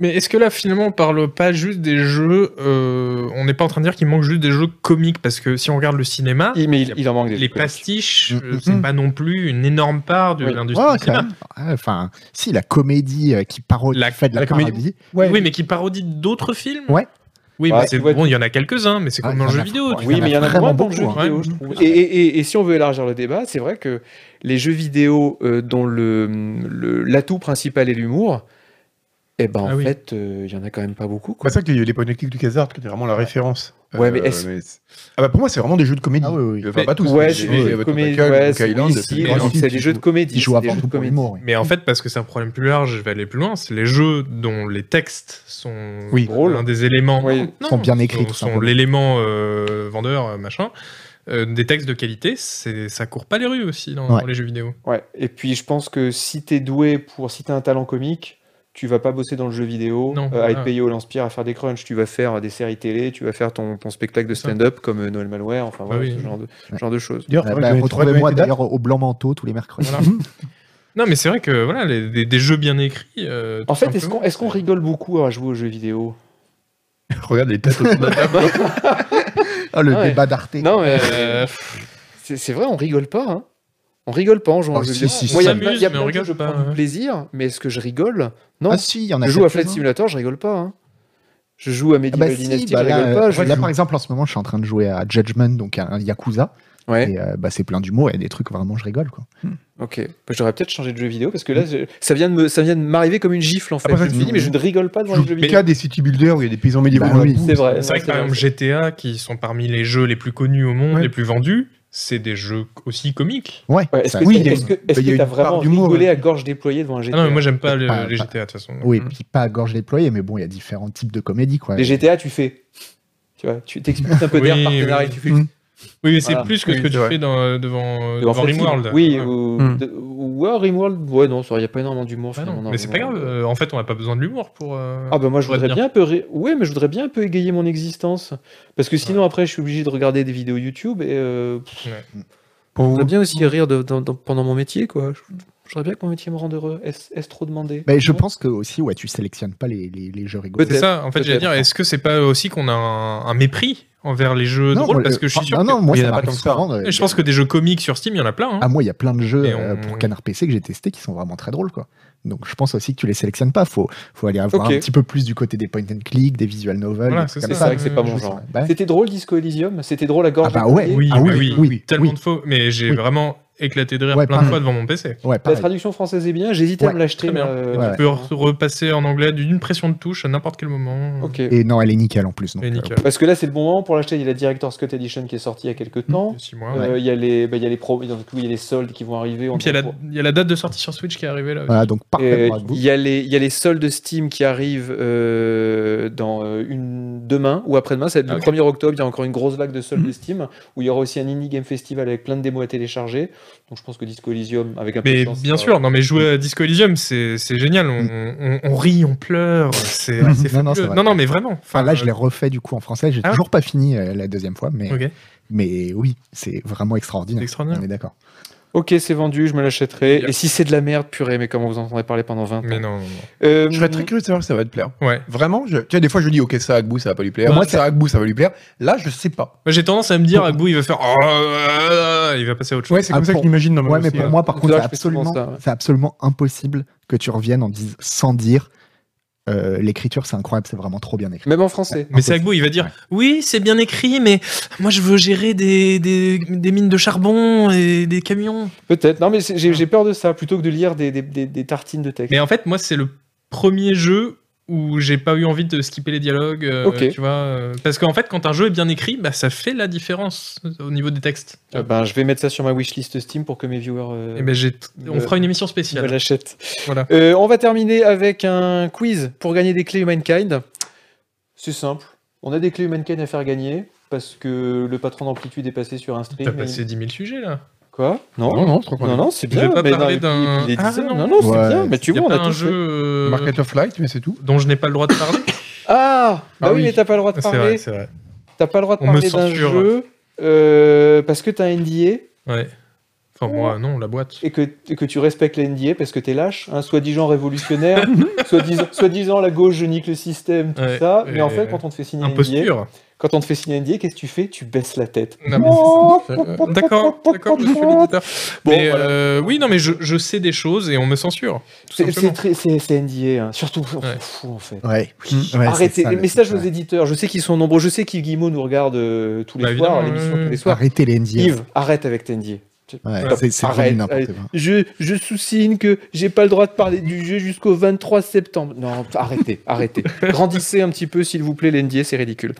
Mais est-ce que là, finalement, on parle pas juste des jeux. euh, on n'est pas en train de dire qu'il manque juste des jeux comiques, parce que si on regarde le cinéma,
Il- Mais il, il en manque des
les
jeux comiques.
pastiches,
Mhm.
euh, c'est pas non plus une énorme part de
Oui.
l'industrie.
Ouais,
du
quand
cinéma.
même. Ouais, Enfin, si la comédie euh, qui parodie,
La-
qui fait de la,
la comédie-
parodie.
Oui, mais qui parodie d'autres films
Ouais.
Oui,
Ouais,
mais c'est
tu vois,
bon, il y en a quelques-uns, mais c'est
Ah,
comme dans
il
le
y en
jeu
a-
vidéo.
ouais,
tu
Il y
Oui,
en a
mais il y en a
vraiment
moins dans le jeu
beaucoup,
hein.
vidéo, je trouve.
Ouais.
Et, et- et- et si on veut élargir le débat, c'est vrai que les jeux vidéo euh, dont le- le- l'atout principal est l'humour, eh ben, en
Ah oui.
fait, euh, il y en a quand même pas beaucoup.
C'est
Quoi.
pour ça que les, les point and click du Casard, qui était vraiment la référence. Euh,
Ouais, mais est-ce-
c'est- Ah bah pour moi, c'est vraiment des jeux de comédie.
Ah oui, oui.
Enfin,
Mais-
pas tous.
Ouais,
mais
c'est
des-
des
des-
jeux
Abbott
comédies,
Hotel,
ouais,
Monkey
c'est- Ah
Island,
oui,
c'est
si,
des
mais
grands
non,
films.
c'est des jeux de comédie.
Ils jouent
c'est des
avant
jeux
tout
de
pour
comédie.
l'humour. oui.
Mais en fait, parce que c'est un problème plus large, je vais aller plus loin, c'est les jeux dont les textes sont
Oui.
Drôle.
l'un des éléments.
Oui.
non,
Sont bien écrits,
Sont,
tout
sont
simplement.
l'élément euh, vendeur, euh, machin. Euh, des textes de qualité, c'est ça court pas les rues aussi dans,
Ouais.
dans les jeux vidéo.
Ouais. Et puis, je pense que si t'es doué pour, si t'as un talent comique, tu vas pas bosser dans le jeu vidéo,
Non,
euh, à être
ouais.
payé au lance-pierre, à faire des crunchs. Tu vas faire euh, des séries télé, tu vas faire ton, ton spectacle de
C'est ça.
stand-up comme euh, Noël Malware, enfin voilà,
oui.
ce genre de,
Ouais.
genre de choses.
D'ailleurs,
Ah
faudrait
bah,
que je- faudrait que
Retrouvez-moi
je mette les dates.
d'ailleurs au Blanc Manteau tous les mercredis.
Voilà. Non, mais c'est vrai que voilà, les- des, des jeux bien écrits. euh, tout
En fait, est-ce
simplement,
qu'on est-ce qu'on
c'est-
rigole beaucoup à jouer aux jeux vidéo
Regarde les têtes autour de la table.
Ah, le
Ah ouais.
débat d'Arte.
Non, mais
Euh,
c'est c'est vrai, on rigole pas. Hein. On rigole pas en jouant
Ah,
aux jeux
si,
vidéo.
si, si.
Moi, il y a
On
plein- il y a
s'amuse,
plein
mais on
de jeux,
rigole
je prends
pas, hein.
du
ouais.
plaisir, mais est-ce que je rigole Non.
Ah si, il y en a
je joue à
quelques-uns.
Flight Simulator, je rigole pas. hein. Je joue à
Ah
Medieval
bah si,
Dynasty,
bah
je
là,
rigole
euh,
pas. Je...
là, par exemple en ce moment je suis en train de jouer à Judgment, donc à un Yakuza,
Ouais,
et euh, bah, c'est plein d'humour, il y a des trucs vraiment je rigole quoi.
ok. Bah, J'aurais peut-être changé de jeu vidéo parce que
Mm.
là, je- ça vient de me- ça vient de m'arriver comme une gifle
Ah, bah,
en fait.
Après,
je
ça,
me
tu-
dis, mais je ne rigole pas devant
Je
les jeux
joue
vidéo.
qu'à des city builders où il y a des paysans médiévaux.
Bah
dans la
oui.
boue.
C'est vrai.
C'est vrai que par
Non,
exemple GTA, qui sont parmi les jeux les plus connus au monde,
Ouais.
les plus vendus, c'est des jeux aussi comiques.
Ouais,
Ouais, Est-ce
ça-
que
Oui,
t'as-
il y a-
est-ce que
il y a
est-ce que
une
t'as
part
vraiment
d'humour,
rigolé
ouais.
à gorge déployée devant un
Ah non, mais
GTA
moi j'aime pas, le-
Pas-
les
pas-
GTA de toute façon.
oui, et
Mm.
Mhm.
puis pas à gorge déployée, mais bon, il y a différents types de comédies quoi.
Les GTA, tu fais. Tu vois, tu t'expliques un peu
Oui,
d'air par
oui.
tes narines, tu fais.
Mm.
Oui, mais c'est
Voilà.
plus que ce
Oui,
que
c'est
tu
vrai.
fais dans, euh, devant, euh,
Devant
devant
Fred Hill.
Rimworld.
Oui,
Ouais.
ou,
Hmm.
de- ou- ouais, Rimworld, ouais, non, il n'y a pas énormément d'humour.
Bah non,
finalement, dans
mais c'est pas grave,
Rimworld.
euh, en fait on n'a pas besoin de l'humour pour... euh,
Ah bah moi je
pour être
voudrais
bien.
bien un peu ré- ouais mais je voudrais bien un peu égayer mon existence parce que sinon après je suis obligé de regarder des vidéos YouTube et euh, pff,
Pour
je
vous-
voudrais bien aussi rire de- dans- dans- pendant mon métier quoi. Je- J'aurais bien que mon métier me rende heureux. Est-ce est-ce trop demandé
Mais je
Non.
pense que aussi ouais, tu sélectionnes pas les, les, les jeux rigolos.
C'est
Peut-être.
ça, en fait j'allais
peut-être.
dire, est-ce que c'est pas aussi qu'on a un, un mépris envers les jeux
Non,
drôles
moi,
Parce
le-
que je suis
ah,
sûr
non, non, moi
il y
ça
en a pas
m'arrive
tant que ça.
souvent, euh,
que... Je pense que des jeux comiques sur Steam, il y en a plein. hein.
Ah, moi, il y a plein de jeux
Et
euh,
on-
pour Canard PC que j'ai testé qui sont vraiment très drôles, quoi. Donc, je pense aussi que tu les sélectionnes pas. Faut, faut aller avoir
Ok.
un petit peu plus du côté des point and click, des visual novels.
Voilà,
des trucs
c'est
comme
C'est
ça.
ça.
vrai que c'est pas
euh,
mon
je
genre.
sais pas.
C'était drôle Disco Elysium, c'était drôle à gorge.
Ah bah
déployée.
ouais, ah oui, oui, oui,
tellement de faux. Mais j'ai
Oui.
vraiment éclaté de rire
Ouais,
plein de
pareil.
fois devant mon PC.
Ouais,
La
pareil.
traduction française est bien, j'hésitais à
Ouais,
me l'acheter.
très bien.
mais, euh,
Ouais.
Tu peux re- repasser en anglais d'une pression de touche à n'importe quel moment.
Ok.
Et non, elle est nickel en plus. donc,
Et
euh,
nickel.
Parce que là, c'est le bon moment pour l'acheter. Il y a la Director's Cut Edition qui est sortie il y a quelques temps.
Six mois.
Euh, Il y a les, bah, il y a les pro- donc, oui, il y a les soldes qui vont arriver. on
Puis il y, a
peut-
la- il y a la date de sortie sur Switch qui est arrivée là. aussi.
Voilà, donc parfait
Euh,
pour Agbou.
Il y, a les- il y a les soldes Steam qui arrivent euh, dans euh, une, demain ou après-demain, ça va être le
Ah, ok.
1er octobre. Il y a encore une grosse vague de soldes Steam où il y aura aussi un Indie Game Festival avec plein de démos à télécharger. Donc je pense que Disco Elysium, avec un peu de
Mais
chance,
bien
ça- Mm.
sûr, non mais jouer à Disco Elysium, c'est c'est génial. On, on- on rit, on pleure, c'est
Mhm.
c'est
Non, non,
fabuleux.
c'est vrai.
non, non, mais vraiment. euh,
Enfin, là, je l'ai refait du coup en français. J'ai
Ah ouais
toujours pas fini euh, la deuxième fois, mais,
Ok,
mais oui, c'est vraiment
c'est
extraordinaire.
extraordinaire.
On est d'accord.
Ok, c'est vendu, je me l'achèterai.
Yeah.
Et si c'est de la merde, purée, mais comment vous en entendrez parler pendant 20 ans
Mais non. non, non.
Euh,
Je serais très curieux de savoir si ça va te plaire.
Ouais.
Vraiment, je... tu vois, des fois je dis ok, ça Agbou, ça va pas lui plaire.
Ouais,
Moi, ça Agbou, ça va lui plaire. Là, je sais pas.
Moi, J'ai tendance à me dire, Agbou, il va faire. Oh, euh, il va passer à autre chose.
Ouais, c'est
Ah,
comme ça que
pour-
je l'imagine dans ma
Ouais,
aussi,
mais pour
hein.
moi, par
Là,
contre, c'est
je fais souvent
absolument,
ça, ouais.
c'est absolument impossible que tu reviennes en dis- sans dire euh, l'écriture, c'est incroyable, c'est vraiment trop bien écrit.
Même en français.
Mais c'est Agbou, il va dire
Ah, Ouais.
Oui, c'est bien écrit, mais moi je veux gérer des, des, des mines de charbon et des camions.
Peut-être. Non, mais c'est- j'ai j'ai peur de ça, plutôt que de lire des, des- des- des tartines de texte.
Mais en fait, moi, c'est le premier jeu où j'ai pas eu envie de skipper les dialogues. euh,
Ok.
Tu vois, euh, parce qu'en fait, quand un jeu est bien écrit, bah, ça fait la différence au niveau des textes.
Euh, ben, je vais mettre ça sur ma wishlist Steam pour que mes viewers euh,
Eh ben, j'ai- on
euh,
fera une émission
me
spéciale.
l'achètent.
Voilà.
Euh, on va terminer avec un quiz pour gagner des clés Humankind. C'est simple. On a des clés Humankind à faire gagner parce que le patron d'amplitude est passé sur un stream.
T'as
et-
passé 10 000 sujets là.
Quoi Non,
Non, non, je crois
non, non, c'est
Je
bien.
vais pas
mais non,
parler
et puis-
d'un-
et puis il est
Ah,
10,
non.
non, non, c'est
Ouais.
bien. Mais tu
Il y a
vois, on
pas
a
un
tout
jeu
fait.
euh,
Market of Light, mais c'est tout.
dont je n'ai pas le droit de parler.
Ah, bah
Ah
oui,
oui.
mais t'as pas le droit de
c'est vrai,
parler.
c'est vrai.
T'as pas le droit de
On me
parler d'un
censure.
jeu euh, parce que t'as un NDA.
Ouais. Enfin, moi, non, la boîte.
et que, et que tu respectes la NDA parce que t'es lâche, hein, soi-disant révolutionnaire, soi-disant soi-disant la gauche, je nique le système, tout
Ouais,
ça. Mais en
et
fait, quand on te fait signer un NDA,
Imposture.
quand on te fait signer un NDA, qu'est-ce que tu fais Tu baisses la tête.
Non, mais
Oh,
Euh, D'accord, d'accord, monsieur l'éditeur.
Bon,
mais
voilà.
euh, oui, non, mais je, je sais des choses et on me censure. tout
C'est- C'est
simplement.
très- c'est- c'est NDA, hein. surtout, on
Ouais.
s'en fout en fait.
Ouais. Ouais, c'est
Arrêtez,
ça,
les
le
messages
truc,
aux
ouais.
éditeurs, je sais qu'ils sont nombreux, je sais qu'Iguillemot nous regarde euh, tous les
Bah,
soirs,
évidemment,
l'émission
ouais,
tous les
ouais.
soirs.
Arrêtez les NDA.
Yves, arrête avec tes NDA.
Ouais,
Stop.
c'est- c'est
Arrête,
devenu n'importe
allez.
quoi.
Je, je sousigne que j'ai pas le droit de parler du jeu jusqu'au 23 septembre. Non, arrêtez, arrêtez. Grandissez un petit peu, s'il vous plaît, l'NDA, c'est ridicule.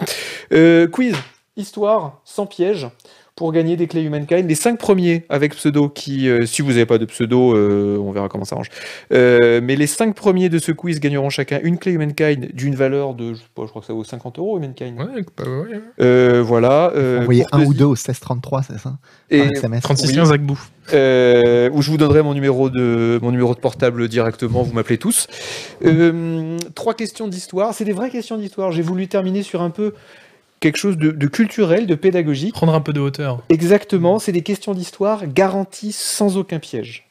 Euh, quiz, histoire, sans piège, pour gagner des clés Humankind. Les 5 premiers avec pseudo qui, euh, si vous n'avez pas de pseudo, euh, on verra comment ça arrange. Euh, mais les 5 premiers de ce quiz gagneront chacun une clé Humankind d'une valeur de, je, sais pas, je crois que ça vaut 50 euros Humankind.
Ouais, bah ouais.
Euh, voilà. euh,
Envoyez un
courtoisie-
ou deux au 1633, c'est ça
Et,
Par SMS.
36-15 Agbou.
euh, où je vous donnerai mon numéro de mon numéro de portable directement. Vous m'appelez tous. Euh, trois questions d'histoire. C'est des vraies questions d'histoire. J'ai voulu terminer sur un peu quelque chose de, de culturel, de pédagogique.
Prendre un peu de hauteur.
Exactement. C'est des questions d'histoire garanties sans aucun piège.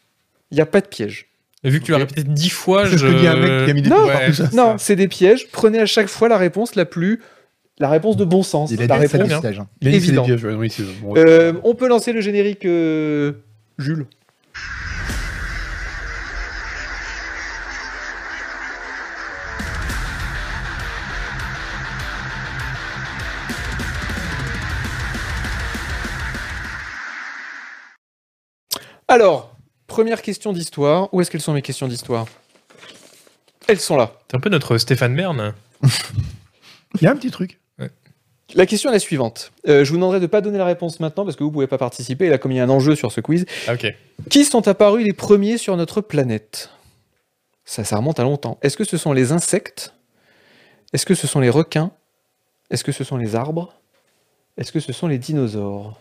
Il n'y a pas de piège.
Et vu que tu l'as
Ok.
répété 10 fois,
C'est
je.
ce que dit un mec qui a mis des
Non,
trucs partout, ça.
Non, c'est des pièges. Prenez à chaque fois la réponse la plus la réponse de bon sens.
Il
la
a dit
réponse.
ça
réponse,
du
hein.
stage. hein.
Il a dit que c'est des
Évident.
pièges, ouais, oui, c'est- bon,
Euh, on peut lancer le générique, euh, Jules. Alors, première question d'histoire. Où est-ce qu'elles sont mes questions d'histoire Elles sont là.
T'es un peu notre Stéphane Bern.
Il y a un petit truc.
La question est la suivante. Euh, je vous demanderai de ne pas donner la réponse maintenant parce que vous ne pouvez pas participer. Et là, comme il y a un enjeu sur ce quiz,
Ah, ok.
Qui sont apparus les premiers sur notre planète ça, ça remonte à longtemps. Est-ce que ce sont les insectes Est-ce que ce sont les requins Est-ce que ce sont les arbres Est-ce que ce sont les dinosaures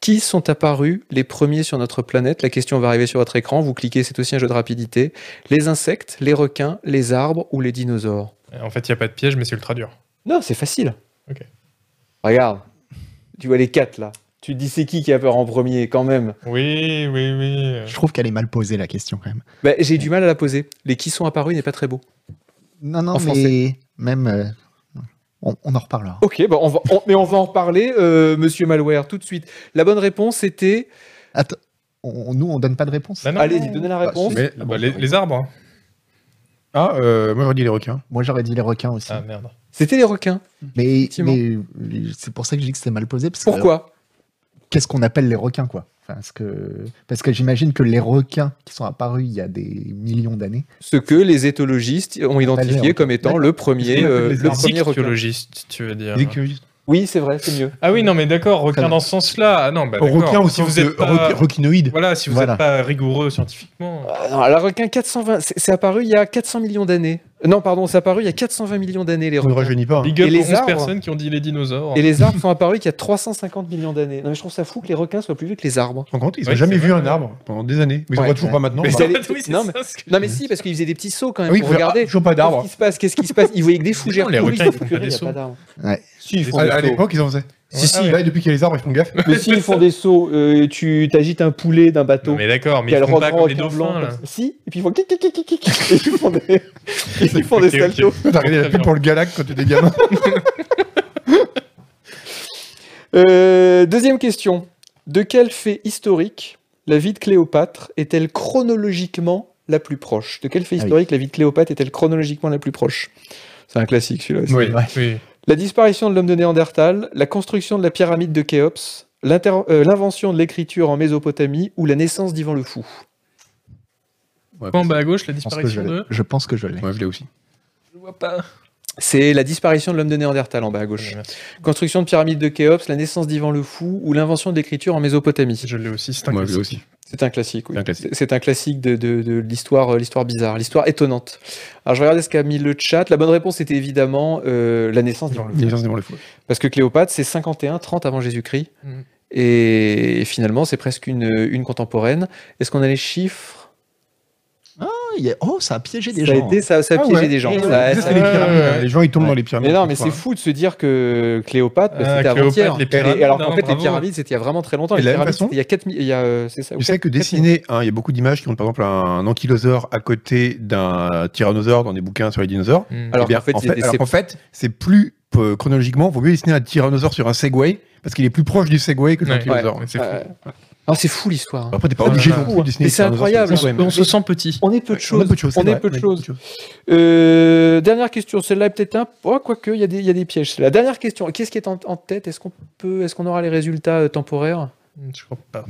Qui sont apparus les premiers sur notre planète La question va arriver sur votre écran. Vous cliquez, c'est aussi un jeu de rapidité. Les insectes, les requins, les arbres ou les dinosaures
En fait, il n'y a pas de piège, mais c'est ultra dur.
Non, c'est facile.
Ok.
Regarde, tu vois les quatre là. Tu te dis c'est qui qui a peur en premier quand même
Oui, oui, oui.
Je trouve qu'elle est mal posée la question quand même.
Bah, j'ai du mal à la poser. Les qui sont apparus n'est pas très beau.
Non, non,
En
mais
français.
même. euh, on, on en reparlera.
Ok, bah on va, on- mais on va en reparler, euh, monsieur Malware, tout de suite. La bonne réponse était.
Attends, on- on- nous, on donne pas de réponse
Bah non.
Allez-y, donnez la réponse.
Mais-
Ah bah, les, les arbres.
Ah, euh, moi j'aurais dit les requins.
Moi, j'aurais dit les requins aussi.
Ah merde.
C'était les requins.
mais
effectivement.
mais, euh, c'est pour ça que je dis que c'est mal posé. Parce que
Pourquoi
qu'est-ce qu'on appelle les requins, quoi. Enfin, parce que, parce que j'imagine que les requins qui sont apparus il y a des millions d'années,
Ce que les éthologistes ont identifié
requins.
comme étant le premier, euh,
les
le premier requin.
archéologistes, tu veux dire.
Dès que-
Oui, c'est vrai, c'est mieux.
Ah oui, non, mais d'accord,
Très
requin
bien.
dans ce sens-là. Ah non, bah, d'accord.
Requin aussi,
si vous êtes pas...
requinoïde.
Voilà, si vous n'êtes
Voilà.
pas rigoureux scientifiquement.
Ah, non, la requin 420, c'est c'est apparu il y a 400 millions d'années. Euh, Non, pardon, c'est apparu il y a 420 millions d'années les
On ne
requins.
rajeunit pas. hein.
Big up
Et les
aux 11
arbres
personnes qui ont dit les dinosaures.
Et les arbres sont apparus qu'il y a 350 millions d'années. Non, mais je trouve ça fou que les requins soient plus vieux que les arbres.
Tu te rends compte Ils n'ont
Ouais,
jamais
c'est
vu
vrai.
un arbre pendant des années. Mais ils ne
Ouais.
voient toujours pas maintenant.
Mais
bah.
c'est-
en fait, oui, c'est
non, mais-
ça, ce que je
Non, mais
dis.
si, parce qu'ils faisaient des petits sauts quand même.
Ah oui,
pour
bah,
ils faisaient-
regarder.
ah, toujours pas
Qu'est-ce
d'arbre.
qui se passe Qu'est-ce qui se passe Ils voyaient que des fougères.
Non, les
pourries,
requins, ils
sauf
font
que
pas
là,
des
il y a
sauts.
pas d'arbres.
Si, ils font
Ah,
des
ouais. Ah
À l'époque, ils en faisaient.
Si, si.
bah,
Là, depuis qu'il y a les arbres, ils font gaffe.
Mais si, ils font des sauts, euh, tu t'agites un poulet d'un
Non,
bateau.
mais d'accord, mais
Puis
ils
elle
font pas
reprend
comme les
requin blanc,
dauphins, là.
comme ça. Si, et puis ils font kick, kick, kick, kick, kick, et ils font des, ils font des
Ok, ok.
saltos.
T'as regardé la pub
Très bien.
pour le Galac quand t'étais gamin.
Euh, deuxième question. De quel fait historique la vie de Cléopâtre est-elle chronologiquement la plus proche De quel fait
Ah oui.
historique la vie de Cléopâtre est-elle chronologiquement la plus proche C'est un classique celui-là. aussi.
Oui,
Ouais.
oui.
La disparition de l'homme de Néandertal, la construction de la pyramide de Khéops, l'inter- euh, l'invention de l'écriture en Mésopotamie ou la naissance d'Ivan le Fou.
Ouais,
En bas bah, à gauche, la
je pense que je
disparition
l'ai.
de.
Je pense que je l'ai.
Moi, je l'ai aussi.
Je vois pas.
C'est la disparition de l'homme de Néandertal en bas à gauche. Construction de pyramide de Khéops, la naissance d'Ivan le Fou ou l'invention de l'écriture en Mésopotamie.
Je l'ai aussi, c'est un
Moi, je l'ai
classique.
aussi.
C'est un classique, oui.
C'est un classique.
C'est- C'est un classique de, de- de l'histoire, euh, l'histoire bizarre, l'histoire étonnante. Alors je regardais ce qu'a mis le chat. La bonne réponse était évidemment euh, la naissance d'Ivan le Fou.
Naissance d'Ivan le Fou.
Parce que Cléopâtre, c'est 51-30 avant Jésus-Christ.
Mhm.
Et, et finalement, c'est presque une, une contemporaine. Est-ce qu'on a les chiffres
Oh, il y a- oh, ça a piégé des
ça a,
gens.
été, ça, ça a
Ah
piégé
ouais.
des gens.
Eh
Ça-
ouais,
ça-
ça, c'est les pyramides,
ouais.
hein. Les gens, ils tombent
Ouais.
dans les pyramides.
Mais non, mais
parfois,
c'est fou de se dire que Cléopâtre, bah,
Ah,
c'était
Cléopâtre,
avant-hier.
les
Et-
pyramides,
et alors qu'en
non,
fait, les
bravo.
pyramides, c'était il y a vraiment très longtemps.
Et
Les
de la même
pyramides,
façon-
c'était il y a 4000. Il y a, euh, c'est ça,
Tu sais que dessiner, hein, il y a beaucoup d'images qui ont par exemple un ankylosaure à côté d'un tyrannosaure dans des bouquins sur les dinosaures.
Hmm.
Alors
Eh bien,
qu'en fait,
en
il y a
fait,
des
alors qu'en fait, c'est plus euh, chronologiquement, vaut mieux dessiner un tyrannosaure sur un Segway parce qu'il est plus proche du Segway que
Ouais,
d'un ankylosaure.
ouais, c'est fou.
Euh, ah, c'est fou l'histoire. hein.
Bah, Après, t'es pas
Ah,
obligé
là, là.
non plus de dessiner.
Mais c'est
un tyrannosaure sur un
incroyable.
Segway, mais-
On se sent petit.
On est peu de
On
choses.
a peu de choses.
On
c'est
est
vrai,
peu de
on a
choses. Euh, dernière question, celle-là est peut-être un. Oh, quoique, il y, a des- il y a des pièges. La dernière question, qu'est-ce qui est en, en tête Est-ce qu'on peut, est-ce qu'on aura les résultats euh, temporaires
Je crois pas.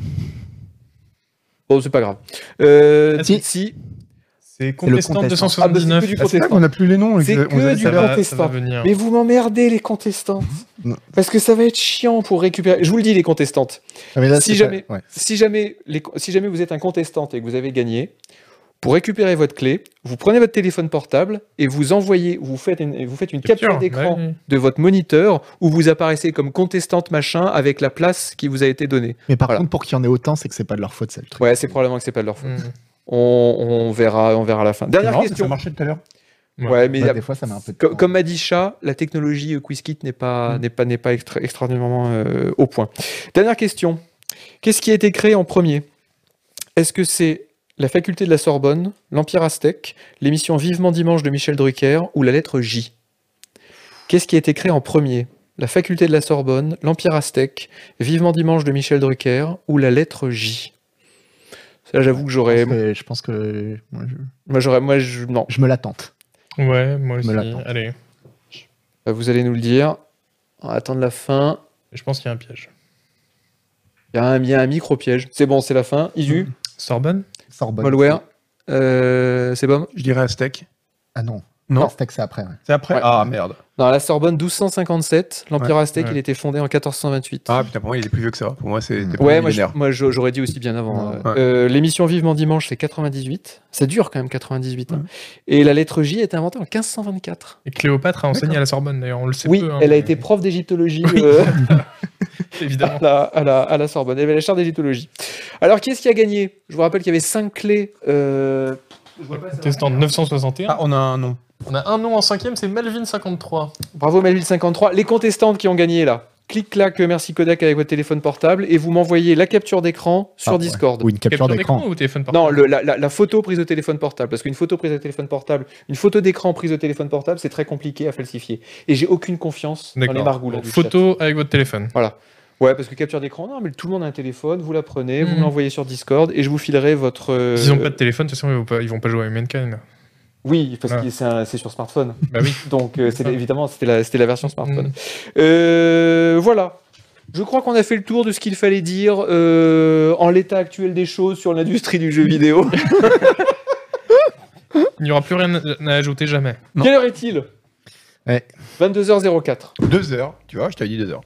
Bon, c'est pas grave. Euh,
Ah,
si,
si.
si.
C'est contestant
contestant.
279.
Ah, bah, c'est que du
Ah, C'est là qu'on n'a plus les noms.
C'est
et
que
on les a-
du
ça, va, ça
contestant.
va venir.
Mais vous m'emmerdez, les contestantes.
Non.
Parce que ça va être chiant pour récupérer. Je vous le dis, les contestantes.
Ah, mais là,
Si
c'est
jamais.
pas- ouais.
Si jamais, les- si jamais vous êtes un contestant et que vous avez gagné, pour récupérer votre clé, vous prenez votre téléphone portable et vous envoyez, vous faites une, vous faites une capture d'écran
ouais.
de votre moniteur où vous apparaissez comme contestante machin avec la place qui vous a été donnée.
Mais par
Voilà.
contre, pour qu'il y en ait autant, c'est que c'est pas de leur faute, c'est le truc.
Ouais, c'est probablement que c'est pas de leur faute.
Hmm.
On, on verra, on verra à la fin.
C'est
Dernière
marrant, Ça
question.
marchait tout à l'heure.
Ouais, mais
Bah,
y a-
Des fois, ça met un peu de
comme,
temps.
comme m'a dit Chat, la technologie euh, QuizKit n'est pas, n'est pas, n'est pas extra- extraordinairement euh, au point. Dernière question. Qu'est-ce qui a été créé en premier Est-ce que c'est la faculté de la Sorbonne, l'Empire aztèque, l'émission Vivement Dimanche de Michel Drucker ou la lettre J Qu'est-ce qui a été créé en premier La faculté de la Sorbonne, l'Empire aztèque, Vivement Dimanche de Michel Drucker ou la lettre J Ça, j'avoue que
Je
j'aurais.
pense que- je pense que moi, je,
Moi, j'aurais. Moi, je- non.
je me l'attente.
Ouais, moi aussi.
Me l'attends.
Allez,
Vous allez nous le dire. On va attendre la fin.
je pense qu'il y a un piège.
Il y a un, il y a un micro-piège. C'est bon, c'est la fin. Isu,
Sorbonne
Sorbonne.
Malware, euh, c'est bon
Je dirais Aztec.
Ah non.
Non.
Aztec, c'est après. ouais.
C'est après
Ouais.
Ah merde.
Non, la Sorbonne 1257, l'Empire aztèque,
ouais.
il était fondé en 1428.
Ah putain, pour moi, il est plus vieux que ça. Pour moi, c'est.
Mm.
t'es pas
ouais, moi, je-
millénaire.
moi, je- j'aurais dit aussi bien avant.
Ouais.
euh. Euh, L'émission Vivement Dimanche, c'est 98. Ça dure quand même 98. hein. Et la lettre J a été inventée en 1524.
Et Cléopâtre a enseigné à la Sorbonne, d'ailleurs, on le sait
Oui,
peu. hein,
elle a
mais-
été prof d'égyptologie euh, à,
Évidemment.
la, à la- à la Sorbonne. Elle avait la chaire d'égyptologie. Alors, qui est-ce qui a gagné Je vous rappelle qu'il y avait 5 clés. euh,
Contestant 961.
Ah, on a un nom.
On a un nom en cinquième, c'est Melvin53.
Bravo Melville 53. Les contestantes qui ont gagné là. Clic clac, merci Kodak avec votre téléphone portable et vous m'envoyez la capture d'écran sur
Ah, ouais.
Discord.
Ou une capture d'écran.
ou téléphone portable
Non, le- la, la- la photo prise au téléphone portable, parce qu'une photo prise au téléphone portable, une photo d'écran prise au téléphone portable, c'est très compliqué à falsifier. Et j'ai aucune confiance dans les
D'accord.
margoules. là,
Donc,
du
Photo avec votre téléphone.
chat. Ouais, parce que capture d'écran, non, mais tout le monde a un téléphone, vous la prenez, vous
Hmm.
l'envoyez sur Discord et je vous filerai votre. euh,
S'ils n'ont pas de téléphone, de toute façon, ils vont pas, ils vont pas jouer à Humankind.
Oui, parce
Ah.
que c'est un- c'est sur smartphone.
Bah oui.
Donc, euh, c'est-
Ah.
évidemment, c'était la, c'était la version smartphone.
Mm.
Euh, voilà. Je crois qu'on a fait le tour de ce qu'il fallait dire euh, en l'état actuel des choses sur l'industrie du jeu vidéo.
Il n'y aura plus rien à à ajouter jamais.
Non.
Quelle heure est-il
Ouais.
22h04.
Deux heures, tu vois, je t'avais dit deux heures.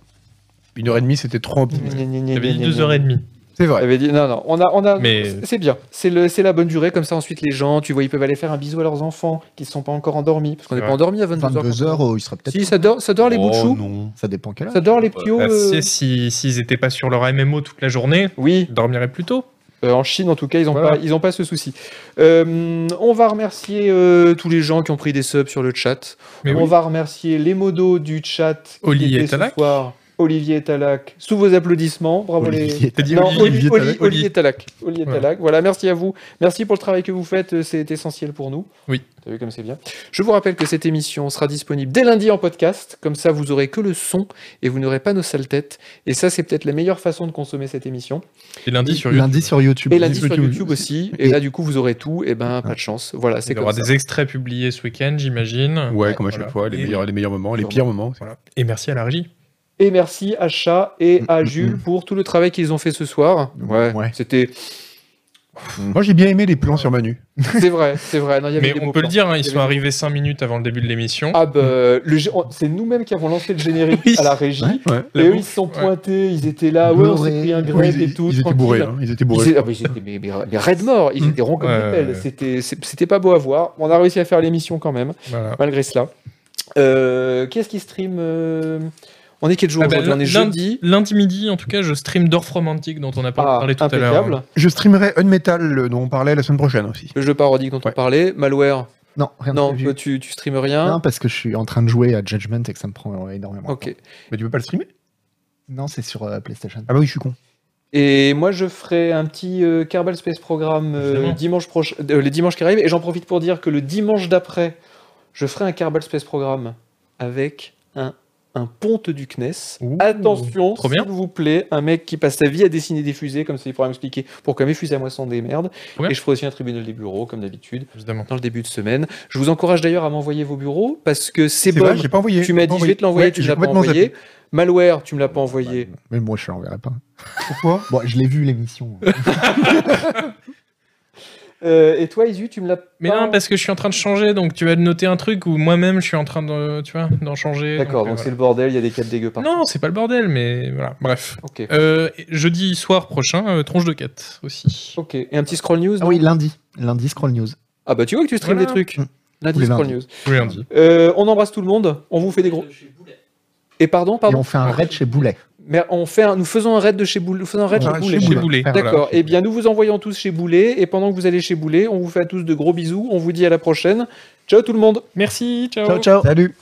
Une heure et demie, c'était trop optimiste.
J'avais dit deux heures et demie.
C'est vrai.
T'avais dit- non, non, on a, on a,
Mais-
c'est- c'est bien, c'est le, c'est la bonne durée, comme ça ensuite les gens, tu vois, ils peuvent aller faire un bisou à leurs enfants qui ne sont pas encore endormis, parce qu'on n'est
Ouais.
pas endormis à 22h.
22 heures, oh, il sera peut-être.
Si, ça dort, ça dort les bouts de chou,
Oh, non.
Ça dépend quelle heure.
ça dort les ptios.
Bah,
euh,
si- si- S'ils n'étaient pas sur leur MMO toute la journée,
Oui,
ils dormiraient plus tôt.
Euh, en Chine, en tout cas, ils n'ont
Voilà.
pas, ils ont pas ce souci. Euh, on va remercier euh, tous les gens qui ont pris des subs sur le chat.
Mais
on
oui.
va remercier les modos du chat. qui
Oli
étaient
et Talak.
Ce soir. Olivier et Talak, sous vos applaudissements. Bravo les.
Olivier,
T'as dit
Non,
Olivier, Talac.
Oli- Oli- Oli et Talak. Oli et
Voilà.
Talak. Voilà, merci à vous. Merci pour le travail que vous faites, euh, c'est essentiel pour nous.
Oui.
T'as vu comme c'est bien. Je vous rappelle que cette émission sera disponible dès lundi en podcast. Comme ça, vous aurez que le son et vous n'aurez pas nos sales têtes. Et ça, c'est peut-être la meilleure façon de consommer cette émission.
Et lundi sur YouTube.
lundi sur YouTube.
Et lundi sur YouTube aussi. Et
Et-
là, du coup, vous aurez tout. Et ben, pas de chance. Voilà, c'est
Il y
comme
aura
ça.
des extraits publiés ce week-end, j'imagine.
Ouais, comme à chaque
Voilà.
fois, les
Et-
meilleurs, les meilleurs moments, les pires moments.
Voilà. Et merci à la régie.
Et merci à Chat et à
Mm, mm,
Jules
mm.
pour tout le travail qu'ils ont fait ce soir. Ouais.
Ouais.
C'était.
Moi, j'ai bien aimé les plans sur Manu.
C'est vrai, c'est vrai. Non, il y avait
Mais
des
on
beaux
peut le
plans.
dire, hein, ils
Il y
sont
avait-
arrivés 5 minutes avant le début de l'émission.
Ah bah, le gé- on- c'est nous-mêmes qui avons lancé le générique à la régie.
Ouais.
La
Et eux,
bouffe,
ils se sont
ouais.
pointés, ils étaient là, ouais, on s'est
Bourrés.
pris un
Oui,
grec
ils,
et tout.
ils étaient
tranquille.
bourrés, hein, ils étaient
Ils
bourrés.
étaient, ah, mais ils étaient- mais, mais, mais raides morts, ils
Mm.
étaient ronds comme
Ouais,
des pelles.
ouais.
C'était- c'est- C'était pas beau à voir. On a réussi à faire l'émission quand même.
Voilà.
malgré cela. Euh, qui est-ce qui stream euh, On est quel jour
Ah ben,
aujourd'hui On est
lundi-
jeudi.
Lundi midi, en tout cas, je stream Dorf Romantique dont on a pas
Ah,
parlé tout à l'heure.
impeccable.
Je streamerai Unmetal, le- dont on parlait la semaine prochaine aussi.
Le jeu parodique dont on
Ouais.
parlait. Malware.
Non, rien de
Non,
prévu.
toi, tu, tu streames rien.
Non, parce que je suis en train de jouer à Judgment et que ça me prend euh, énormément. de temps.
Hein Ok.
Mais tu peux pas le streamer
Non, c'est sur euh, PlayStation.
Ah bah oui, je suis con.
Et moi, je ferai un petit euh, Kerbal Space Programme euh,
Évidemment.
dimanche proche, euh, les dimanches qui arrivent. Et j'en profite pour dire que le dimanche d'après, je ferai un Kerbal Space Programme avec un, un ponte du CNES.
Ouh,
Attention,
trop bien.
s'il vous plaît, un mec qui passe sa vie à dessiner des fusées, comme ça, il pourra m'expliquer pourquoi mes fusées à moi sont des merdes.
Trop bien.
Et je ferai aussi un tribunal des bureaux, comme d'habitude,
Évidemment.
dans le début de semaine. Je vous encourage d'ailleurs à m'envoyer vos bureaux, parce que c'est
C'est vrai,
bon.
j'ai pas envoyé.
Tu m'as
j'ai
dit,
pas
je vais te l'envoyer,
Ouais,
tu ne
j'ai
l'as pas
complètement
envoyé.
zappé.
Malware, tu me l'as pas envoyé.
Mais moi, je l'enverrai pas.
Pourquoi
Bon, je l'ai vu l'émission.
Euh, et toi, Isu, tu me l'as
Mais
pas
non, parce que je suis en train de changer, donc tu vas noter un truc où moi-même je suis en train de, tu vois, d'en changer.
D'accord, donc
euh,
c'est le bordel, il y a des câbles dégueux partout.
voilà. Non, c'est pas le bordel, mais voilà. Bref.
Ok.
Euh, jeudi soir prochain, euh, tronche de quête aussi.
Ok. Et un petit scroll news
ah
non
oui, lundi. Lundi, Scroll News.
Ah bah tu vois que tu streames
Voilà.
des trucs.
Mm.
Lundi,
Tous les
scroll news.
lundis.
Tous les lundis.
Euh, on embrasse tout le monde, on vous fait des gros. Et pardon,
Et
pardon.
on fait un raid chez Boulet.
Mais on fait un- nous faisons un raid de chez Boulet. Nous faisons un raid
Ouais,
chez
chez
Boulet.
Chez
Voilà.
Boulet.
Faire-
voilà.
D'accord. Eh bien, nous vous envoyons tous chez Boulet. Et pendant que vous allez chez Boulet, on vous fait à tous de gros bisous. On vous dit à la prochaine. Ciao tout le monde.
Merci,
Ciao, ciao. Salut.